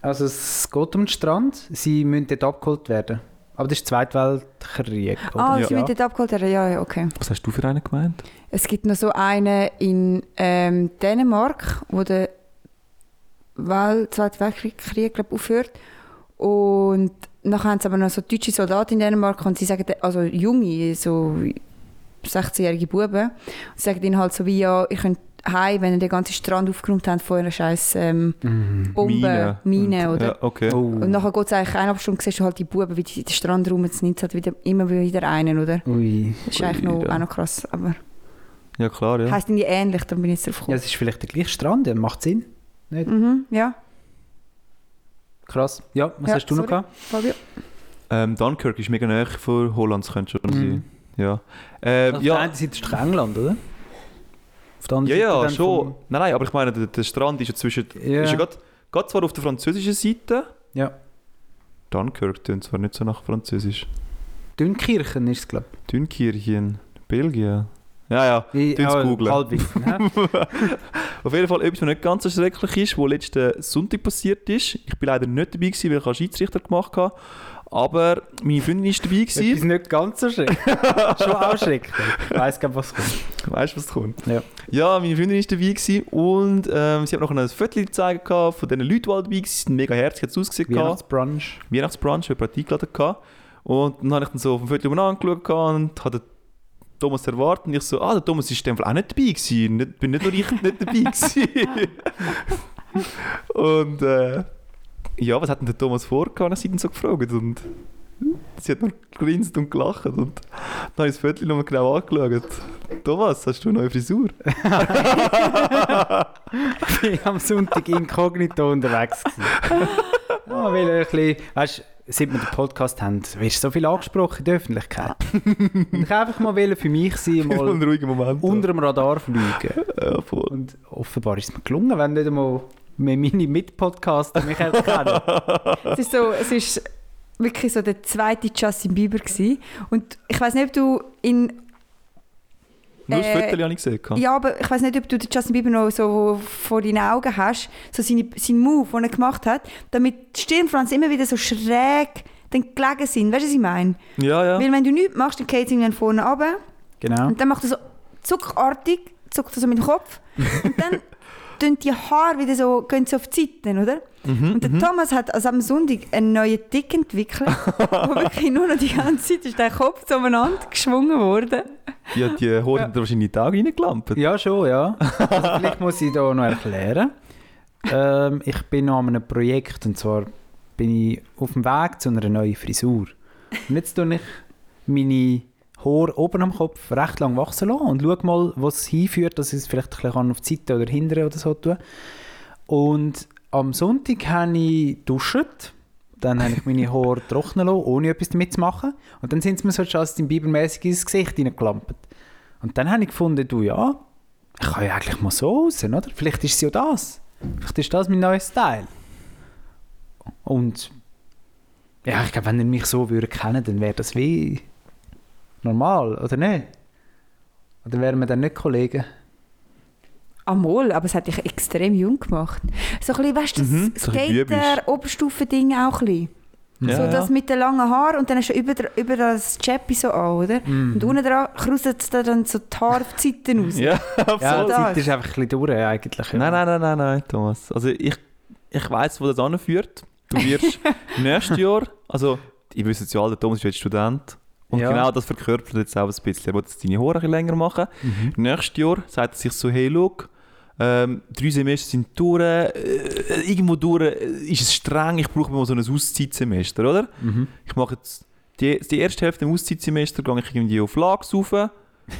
S4: Also es geht um den Strand, sie müssen dort abgeholt werden. Aber das ist Zweite Weltkrieg,
S3: Ah,
S4: oder?
S3: sie
S4: ja.
S3: mit dort abgeholt werden. Ja, ja, okay.
S5: was hast du für einen gemeint?
S3: Es gibt noch so einen in ähm, Dänemark, wo der Wel Zweite Weltkrieg glaub, aufhört. Und nachher haben sie aber noch so deutsche Soldaten in Dänemark und sie sagen, also junge, so 16-jährige Buben, und sie sagen ihnen halt so wie, ja, ihr könnt heim, wenn ihr den ganzen Strand aufgeräumt habt von eurer scheiß ähm,
S4: Mhm.
S3: Bombe, Mine,
S5: Und-
S3: oder?
S5: Ja, okay.
S4: Oh.
S3: Und nachher geht es eigentlich eineinhalb Stunden, siehst du halt die Buben, wie die den Strand rum, jetzt nimmt es halt wieder, immer wieder einen, oder?
S4: Ui.
S3: Das ist eigentlich noch,
S5: Ja.
S3: auch noch krass, aber
S5: Ja, klar, ja.
S3: heisst irgendwie ähnlich, dann bin ich jetzt drauf gekommen.
S4: Ja, es ist vielleicht der gleiche Strand, ja, macht Sinn.
S3: Mhm, ja.
S4: Krass. Ja, was
S3: Ja,
S4: hast du noch
S3: sorry.
S4: gehabt?
S3: Fabio.
S5: Ähm, Dunkirk ist mega nah von Holland, das könnte schon
S4: Mhm.
S5: sein. Ja. Ähm,
S4: Auf der
S5: ja,
S4: einen Seite ist England, oder? Auf der
S5: ja,
S4: anderen Seite
S5: ja,
S4: dann
S5: schon.
S4: vom-
S5: Nein, nein, aber ich meine, der, der Strand ist ja zwischen.
S4: Ja.
S5: Ist ja grad, grad zwar auf der französischen Seite.
S4: Ja.
S5: Dunkirk tönt zwar nicht so nach Französisch.
S4: Dünkirchen ist es, glaube
S5: Dünkirchen, Belgien. Ja, ja.
S4: ich.
S5: Tun's
S4: Ja, ne?
S5: googeln.
S4: Halbwissen, hä?
S5: Auf jeden Fall etwas, was nicht ganz so schrecklich ist, was letzten Sonntag passiert ist. Ich bin leider nicht dabei, gewesen, weil ich einen Schiedsrichter gemacht habe. Aber meine Freundin ist dabei.
S4: Etwas
S5: Gewesen.
S4: nicht ganz so schrecklich. schon auch schrecklich. Ich weiss gar nicht, was kommt.
S5: Weißt du, was kommt?
S4: Ja.
S5: Ja, meine Freundin ist dabei gewesen und ähm, sie hat noch ein Viertel gezeigt gehabt von diesen Leuten, die alle dabei waren. Sie sind mega herzig, hat es ausgesehen. gehabt.
S4: Weihnachtsbrunch.
S5: Weihnachtsbrunch, jemand hat eingeladen gehabt. Und dann habe ich dann so auf dem Viertel umeinander angeschaut gehabt und habe den Thomas erwartet und ich so, ah, der Thomas ist in dem Fall auch nicht dabei gewesen. Nicht, bin nicht nur ich nicht dabei gewesen. und äh, ja, was hat denn der Thomas vorgehabt? Und Ich habe sie dann so gefragt und sie hat nur gegrinst und gelacht und dann habe ich das Viertel nochmal genau angeschaut. Thomas, hast du eine neue Frisur?
S4: Ich bin am Sonntag inkognito unterwegs. gewesen. Ja, weil ein bisschen, weißt du, seit wir den Podcast haben, wirst du so viel angesprochen in der Öffentlichkeit. Und ich einfach mal wollte für mich sein,
S5: Mal
S4: mal
S5: einen ruhigen Moment.
S4: unter dem Radar fliegen.
S5: ja, voll.
S4: Und offenbar ist es mir gelungen, wenn nicht einmal mehr meine Mitpodcaster mich erkennen.
S3: Es ist so, es ist wirklich so der zweite Justin Bieber gewesen. Und ich weiß nicht, ob du in
S5: Nur das
S3: Äh,
S5: Viertel habe ich gesehen. gehabt.
S3: ja, aber ich weiß nicht, ob du den Justin Bieber noch so vor deinen Augen hast, so seine, seinen Move, den er gemacht hat, damit die Stirnfransen immer wieder so schräg dann gelegen sind. Weißt du, was ich meine?
S5: Ja, ja.
S3: Weil wenn du nichts machst, dann geht es irgendwann vorne runter.
S4: Genau.
S3: Und dann macht er so zuckartig, zuckt er so mit dem Kopf. Und dann gehen die Haare wieder so, gehen so auf die Seiten, oder?
S5: Mhm,
S3: und der Thomas hat also am Sonntag einen neuen Tick entwickelt, wo wirklich nur noch die ganze Zeit ist der Kopf so umeinander geschwungen wurde.
S5: Ja, die Haare hat er wahrscheinlich in die Augen reingelampt.
S4: Ja, schon, ja. Also vielleicht muss ich da noch erklären. Ähm, ich bin noch an einem Projekt und zwar bin ich auf dem Weg zu einer neuen Frisur. Und jetzt tue ich meine Haare oben am Kopf recht lang wachsen lassen und schaue mal, was es hinführt, dass ich es vielleicht ein bisschen kann auf die Seite oder hinten oder so tun Und am Sonntag habe ich geduscht. Dann habe ich meine Haare trocknen lassen, ohne etwas damit zu machen. Und dann sind sie mir so Justin Bieber-mäßig ins Gesicht reingeklampert. Und dann habe ich gefunden, du ja, ich kann ja eigentlich mal so raus, oder? Vielleicht ist es ja das. Vielleicht ist das mein neues Style. Und ja, ich glaube, wenn ihr mich so würde kennen, dann wäre das wie normal, oder nicht? Oder wären wir dann nicht Kollegen?
S3: Amol, aber es hat dich extrem jung gemacht. So ein bisschen, weißt du, das
S5: Mhm, so ein bisschen bübisch.
S3: Skater-Oberstufen-Ding auch ein bisschen.
S5: Ja,
S3: so
S5: ja.
S3: das mit den langen Haaren und dann hast du über, der- über das Chappy so an, oder? Und unten dran krustet es dir dann so die Haare auf die Seiten raus.
S5: Mhm. Ja,
S4: Ja,
S5: absolut.
S4: die
S3: das.
S4: Zeit ist einfach ein bisschen durch eigentlich.
S3: Genau.
S5: Nein, nein, nein, nein, nein, Thomas. Also ich, ich weiß, wo das anführt. Du wirst nächstes Jahr, also ich wüsste jetzt ja alle, Thomas ist jetzt Student. Und
S4: Ja.
S5: genau das verkörpert er jetzt auch ein bisschen. Er will jetzt deine Haare ein bisschen länger machen.
S4: Mhm.
S5: Nächstes Jahr sagt er sich so, hey, look, ähm, drei Semester sind durch, äh, irgendwo durch äh, ist es streng, ich brauche mal so ein Auszeitsemester, oder?
S4: Mhm.
S5: Ich mache jetzt die, die erste Hälfte im Auszeitsemester, gehe ich irgendwie auf Lachs rauf, gehe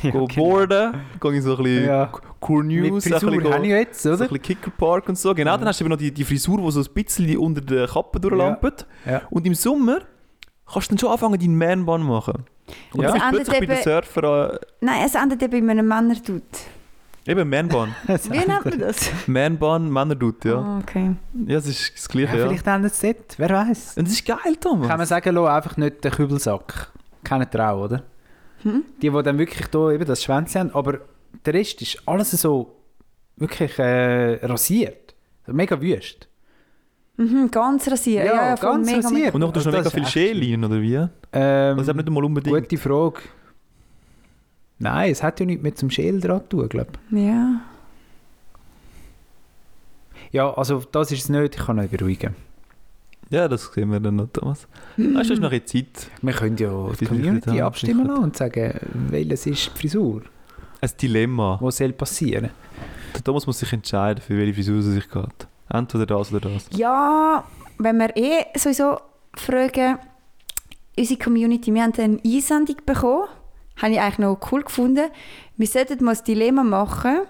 S4: genau.
S5: boarden, gehe ich so ein bisschen
S4: Ja.
S5: Cool News,
S4: Mit
S5: ein bisschen
S4: Frisur
S5: go-
S4: habe ich jetzt,
S5: so
S4: oder?
S5: ein bisschen Kickerpark und so. Genau, dann hast du eben noch die, die Frisur, die so ein bisschen unter der Kappe durchlampt.
S4: Ja.
S5: Und im Sommer kannst du dann schon anfangen, deinen Man-Bun machen. Und
S4: Ja.
S3: Es
S5: dann bist du plötzlich
S3: endet
S5: bei den Surfer
S3: Nein, es endet eben bei einem Männerdude.
S5: äh, eben Man-Bun.
S3: Wie nennt man das?
S5: Man-Bun, Männer-Dude, ja.
S3: Ah, okay.
S5: Ja, es ist das
S4: Ja,
S5: Gleiche, ja.
S4: vielleicht ändert es dort, wer weiß.
S5: Und es ist geil, Thomas.
S4: Kann man sagen, lassen, einfach nicht den Kübelsack. Keine Trau, oder?
S3: Hm?
S4: Die, die dann wirklich da eben das Schwänzchen haben. Aber der Rest ist alles so wirklich äh, rasiert. Mega wüst.
S3: Mhm, ganz rasiert. Ja, ja, voll, mega,
S5: und noch tust du noch mega
S4: Das
S5: viel
S4: ist echt
S5: Schälein, oder wie?
S4: Ähm,
S5: Das ist eben nicht einmal unbedingt.
S4: gute Frage. Nein, es hat ja nichts mehr zum Schäl dran zu tun, glaube ich.
S3: Mega. Ja.
S4: Ja, also das ist es nicht, ich kann euch beruhigen.
S5: Ja, das sehen wir dann noch, Thomas. Weißt du, es ist noch ein bisschen Zeit.
S4: Wir können ja die
S5: Vielleicht
S4: Community
S5: nicht,
S4: abstimmen
S5: vielleicht.
S4: lassen und sagen, welches ist die Frisur,
S5: Ein Dilemma.
S4: was soll passieren.
S5: Der Thomas muss sich entscheiden, für welche Frisur er sich geht. Entweder das oder das.
S3: ja, wenn wir eh sowieso fragen, unsere Community, wir haben eine Einsendung bekommen, habe ich eigentlich noch cool gefunden. Wir sollten mal das Dilemma machen,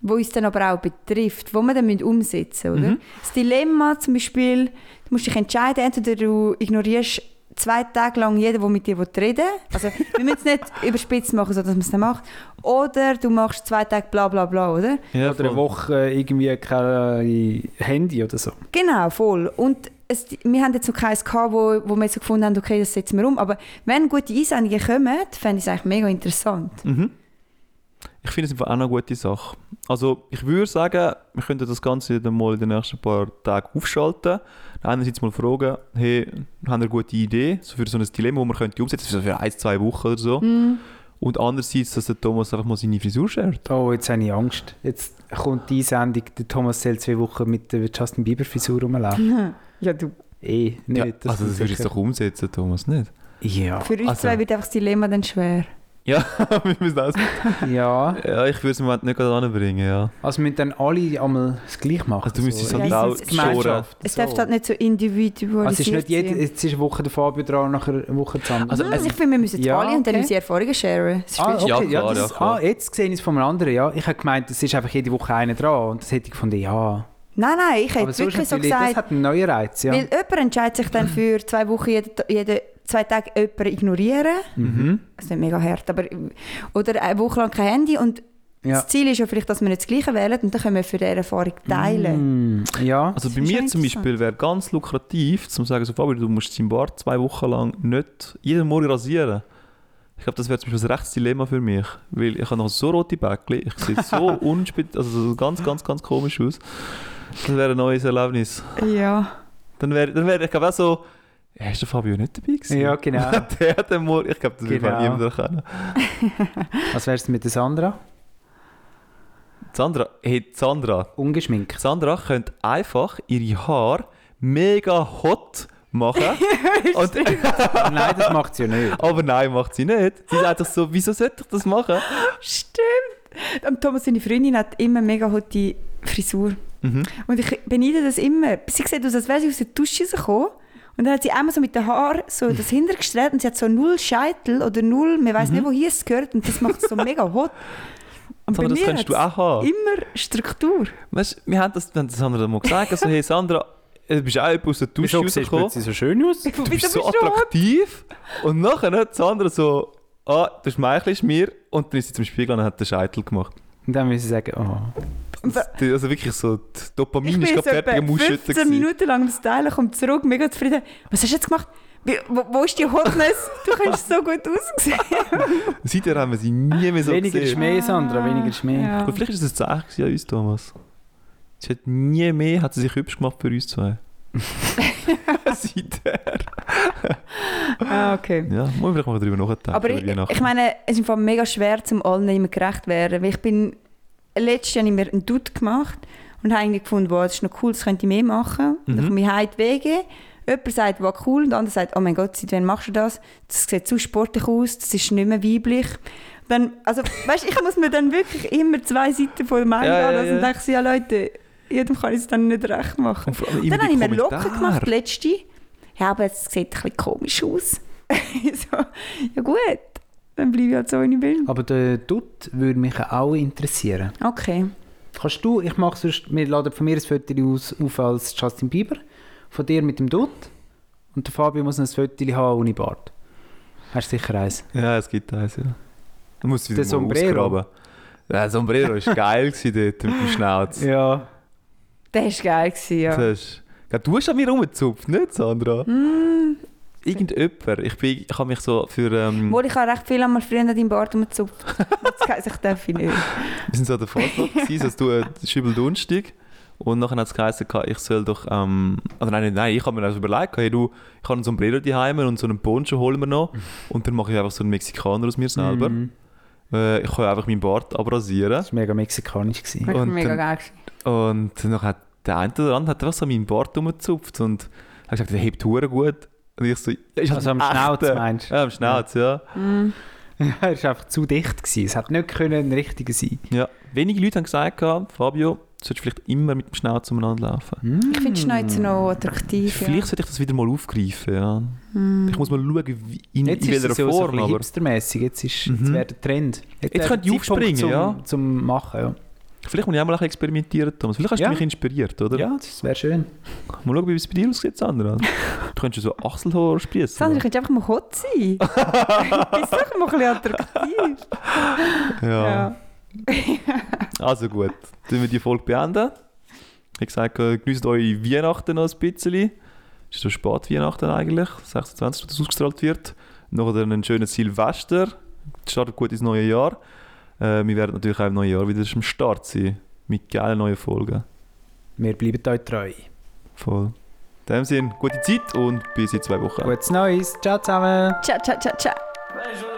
S3: wo uns dann aber auch betrifft, wo wir dann müssen umsetzen müssen. Oder?
S5: Mhm.
S3: Das Dilemma zum Beispiel, du musst dich entscheiden, entweder du ignorierst zwei Tage lang jeden, der mit dir reden will. Also wir müssen es nicht überspitzt machen, so dass man es nicht macht. Oder du machst zwei Tage bla bla bla, oder?
S5: Ja,
S4: Oder eine
S5: voll.
S4: Woche äh, irgendwie kein Handy oder so.
S3: Genau, voll. Und es, wir haben jetzt noch keins gehabt, wo, wo wir so gefunden haben, okay, das setzen wir um. Aber wenn gute Einsendungen kommen, fände ich es eigentlich mega interessant.
S5: Mhm. Ich finde es einfach auch noch eine gute Sache. Also ich würde sagen, wir könnten das Ganze dann mal in den nächsten paar Tagen aufschalten. Einerseits mal fragen, hey, haben wir eine gute Idee so für so ein Dilemma, das wir könnte umsetzen könnten, für ein, zwei Wochen oder so. Und andererseits, dass der Thomas einfach mal seine Frisur schert.
S4: Oh, jetzt habe ich Angst. Jetzt kommt die Sendung, der Thomas soll zwei Wochen mit der Justin Bieber-Frisur rumlaufen.
S3: Ja, du.
S4: Eh, nicht.
S5: Ja, also das
S4: ist
S5: würdest du
S4: sicher-
S5: doch umsetzen, Thomas, nicht?
S4: Ja,
S3: Für uns
S5: Also-
S3: zwei wird einfach das Dilemma dann schwer.
S5: Ja, wir müssen das.
S4: ja.
S5: Ja, ich würde es im Moment nicht gerade anbringen, ja.
S4: Also wir dann alle einmal das gleiche machen.
S5: Also du müsstest
S3: so
S5: halt
S3: Ja,
S5: auch
S3: es ist-
S5: schoren.
S3: Es
S4: so.
S3: darf halt nicht so individualisiert
S4: Also es ist nicht jede,
S3: sein.
S4: jetzt ist eine Woche der Fabio dran, nachher eine Woche zusammen.
S5: Also
S3: Hm,
S5: es-
S3: ich finde, wir müssen
S4: Ja,
S3: alle und dann
S4: okay.
S3: unsere Erfahrungen sharen. Es ist
S4: Ah,
S3: viel
S4: okay,
S5: Ja,
S4: ja,
S5: klar,
S4: das,
S5: ja, klar.
S4: ah, jetzt sehe ich es von einem anderen, ja. Ich habe gemeint, es ist einfach jede Woche einer dran und das hätte ich gefunden, ja.
S3: Nein, nein, ich
S4: Aber
S3: hätte
S4: so ist
S3: wirklich so
S4: natürlich-
S3: gesagt,
S4: das hat einen neuen Reiz, ja.
S3: weil jemand entscheidet sich dann für zwei Wochen, jeden, Ta- jeden, zwei Tage jemanden ignorieren.
S4: Mhm.
S3: Das ist nicht mega hart, aber... Oder eine Woche lang kein Handy und
S4: Ja.
S3: das Ziel ist ja vielleicht, dass wir nicht das Gleiche wählen und dann können wir für diese Erfahrung teilen.
S4: Mm, ja.
S5: Also
S3: Das
S5: bei
S3: ist
S5: mir
S3: schon
S5: zum Beispiel wäre ganz lukrativ, zum sagen, so Fabio, du musst deinen Bart zwei Wochen lang nicht jeden Morgen rasieren. Ich glaube, das wäre zum Beispiel ein rechtes Dilemma für mich, weil ich habe noch so rote Bäckchen, ich sehe so unspitz, also so ganz, ganz, ganz komisch aus. Das wäre ein neues Erlebnis.
S3: Ja.
S5: Dann wäre, dann wäre ich glaube auch so, ja, ist der Fabio nicht dabei gewesen?
S4: Ja, genau.
S5: der hat den Morgen, ich glaube, das würde
S4: Genau.
S5: niemand erkennen.
S4: Was wär's mit der Sandra?
S5: Sandra, hey, Sandra,
S4: Ungeschminkt.
S5: Sandra könnte einfach ihre Haare mega hot machen. und,
S4: Nein, das macht sie ja nicht.
S5: aber nein, macht sie nicht. Sie sagt doch so, wieso sollte ich das machen?
S3: Stimmt. Und Thomas, seine Freundin, hat immer mega hotte Frisur.
S5: Mhm.
S3: Und ich beneide das immer. Sie sieht aus, als wäre sie aus der Dusche rausgekommen. Und dann hat sie einmal so mit den Haaren so das hintergestellt und sie hat so null Scheitel oder null, man weiß nicht, woher es gehört und das macht es so mega hot. Und
S5: Mhm. Sandra, das
S3: mir
S5: kannst du
S3: hat's
S5: auch haben.
S3: Immer Struktur.
S5: Weißt, wir haben das, wir haben das Sandra mal gesagt, so, hey Sandra, äh, du bist auch jemand aus der Dusche
S4: Wieso siehst du
S5: rausgekommen.
S4: plötzlich so schön aus?
S5: Du bist so attraktiv. Und nachher hat Sandra so, ah, du schmeichelst mir. Und dann ist sie zum Spiegel und hat den Scheitel gemacht.
S4: Und dann müssen sie sagen, oh.
S5: Das, also wirklich so, die
S3: Ich
S5: Dopamin
S3: bin
S5: ist
S3: so
S5: gerade fertig am
S3: etwa
S5: Ausschütten.
S3: 15
S5: gewesen.
S3: Minuten lang am Stylen, komme zurück, mega zufrieden. Was hast du jetzt gemacht? Wie- Wo, wo ist die Hotness? Du kannst so gut aussehen.
S5: Seither haben wir sie nie mehr so
S4: weniger ist
S5: gesehen.
S4: mehr, Sandra, weniger ist mehr.
S3: Ja.
S5: Gut, vielleicht ist es ein Zeichen an uns, Thomas. Sie hat nie mehr hat sie sich hübsch gemacht für uns zwei. Seither.
S3: Ah, okay.
S5: Ja, muss ich vielleicht mal drüber nachdenken.
S3: Aber
S5: über
S3: ich,
S5: Weihnachten.
S3: ich meine, es ist im Fall mega schwer, zum allen immer gerecht werden. Weil ich bin letztes Jahr habe ich mir einen Dude gemacht und habe eigentlich gefunden, wow, das ist noch cool, das könnte ich mehr machen. Und
S5: Mhm.
S3: Dann komme ich heim in die Wege. Jemand sagt, wow, cool, und der andere sagt, oh mein Gott, seit wann machst du das? Das sieht zu sportlich aus, das ist nicht mehr weiblich. Dann, also, weißt, ich muss mir dann wirklich immer zwei Seiten von der Meinung
S5: Ja, ja,
S3: anlassen und
S5: ja.
S3: denke, so, ja Leute, jedem kann ich es dann nicht recht machen.
S5: Und vor allem
S3: Und
S5: immer
S3: dann habe
S5: die
S3: ich mir locker
S5: Kommentare.
S3: gemacht, letzte. Ja, aber es sieht ein bisschen komisch aus. so, ja gut, dann bleibe ich halt so, wie ich bin.
S4: Aber der Dutt würde mich auch interessieren.
S3: Okay.
S4: Kannst du, ich mache sonst, wir laden von mir ein Foto aus, auf als Justin Bieber, von dir mit dem Dutt und der Fabio muss noch ein Foto haben ohne Bart. Hast du sicher eins?
S5: Ja, es gibt eins, ja. Du musst wieder
S4: Der
S5: mal
S4: Sombrero.
S5: ausgraben. Der Sombrero war geil gewesen dort mit dem Schnauz.
S4: Ja.
S3: Das war geil, gewesen, ja.
S5: Das ist, Ja, du hast an mir rumgezupft, nicht Sandra?
S3: Hm.
S5: Irgendjemand. Ich, bin, ich habe mich so für... Ähm,
S3: Obwohl, ich habe recht viel einmal früher an deinem Bart umgezupft. Jetzt heisst, ich darf ich nicht.
S5: Wir sind so an der Vortrag, gewesen, so du Schübel-Dunstig. Und nachher hat es geheißen, ich soll doch. Ähm, also nein, nein, nein, ich habe mir also überlegt, hey, du, ich habe einen Sombrero daheim und so einen Poncho holen wir noch. Und dann mache ich einfach so einen Mexikaner aus mir selber.
S4: Mhm.
S5: Äh, ich kann einfach meinen Bart abrasieren.
S4: Das war mega mexikanisch. Gewesen.
S3: Das war
S5: Und
S3: mega
S5: dann-
S3: geil. gewesen.
S5: Und dann hat der eine oder andere hat einfach so meinen Bart rumgezupft und hat gesagt, der hebt Huren gut. Und ich so, ja, ist halt
S4: Also am
S5: ein
S4: Schnauz
S5: echter.
S4: meinst du?
S5: Ja, am Schnauz, ja.
S4: Ja, er war einfach zu dicht. Gewesen. Es hat nicht können ein richtiger sein.
S5: ja. Wenige Leute haben gesagt, Fabio, du solltest vielleicht immer mit dem Schnauz umeinander laufen.
S3: Ich finde Schnäuze noch attraktiv. Ja.
S5: Vielleicht sollte ich das wieder mal aufgreifen, ja. Ich muss mal schauen, wie,
S4: Hm.
S5: in,
S4: Jetzt
S5: in
S4: ist
S5: welcher
S4: es so, so ein
S5: Form.
S4: bisschen
S5: aber
S4: hipstermäßig. Jetzt, ist- jetzt
S5: Mhm.
S4: wäre der Trend.
S5: Jetzt
S4: wäre
S5: könnt ihr
S4: der Zeitpunkt
S5: aufspringen,
S4: zum,
S5: ja.
S4: Zum Machen, ja.
S5: Vielleicht muss ich auch mal ein bisschen experimentieren, Thomas. Vielleicht hast
S4: Ja.
S5: du mich inspiriert, oder?
S4: Ja, das wäre schön.
S5: Mal schauen, wie es bei dir aussieht, Sandra. du könntest so Achselhaar
S3: Sandra,
S5: sprießen.
S3: du könntest einfach mal hot sein. Bist doch mal ein bisschen attraktiv.
S5: Ja.
S3: Ja.
S5: Also gut, dann wir die Folge beenden. Wie gesagt, äh, genießt eure Weihnachten noch ein bisschen. Es ist so spät Weihnachten eigentlich, 26, wo das ausgestrahlt wird. Nachher einen schönen Silvester. Startet gut ins neue Jahr. Äh, wir werden natürlich auch im neuen Jahr wieder am Start sein. Mit geilen neuen Folgen.
S4: Wir bleiben euch treu.
S5: Voll. In dem Sinne, gute Zeit und bis in zwei Wochen.
S4: Gutes Neues. Ciao zusammen.
S3: Ciao, ciao, ciao, ciao.
S1: Nein, schon. äh, ne? halt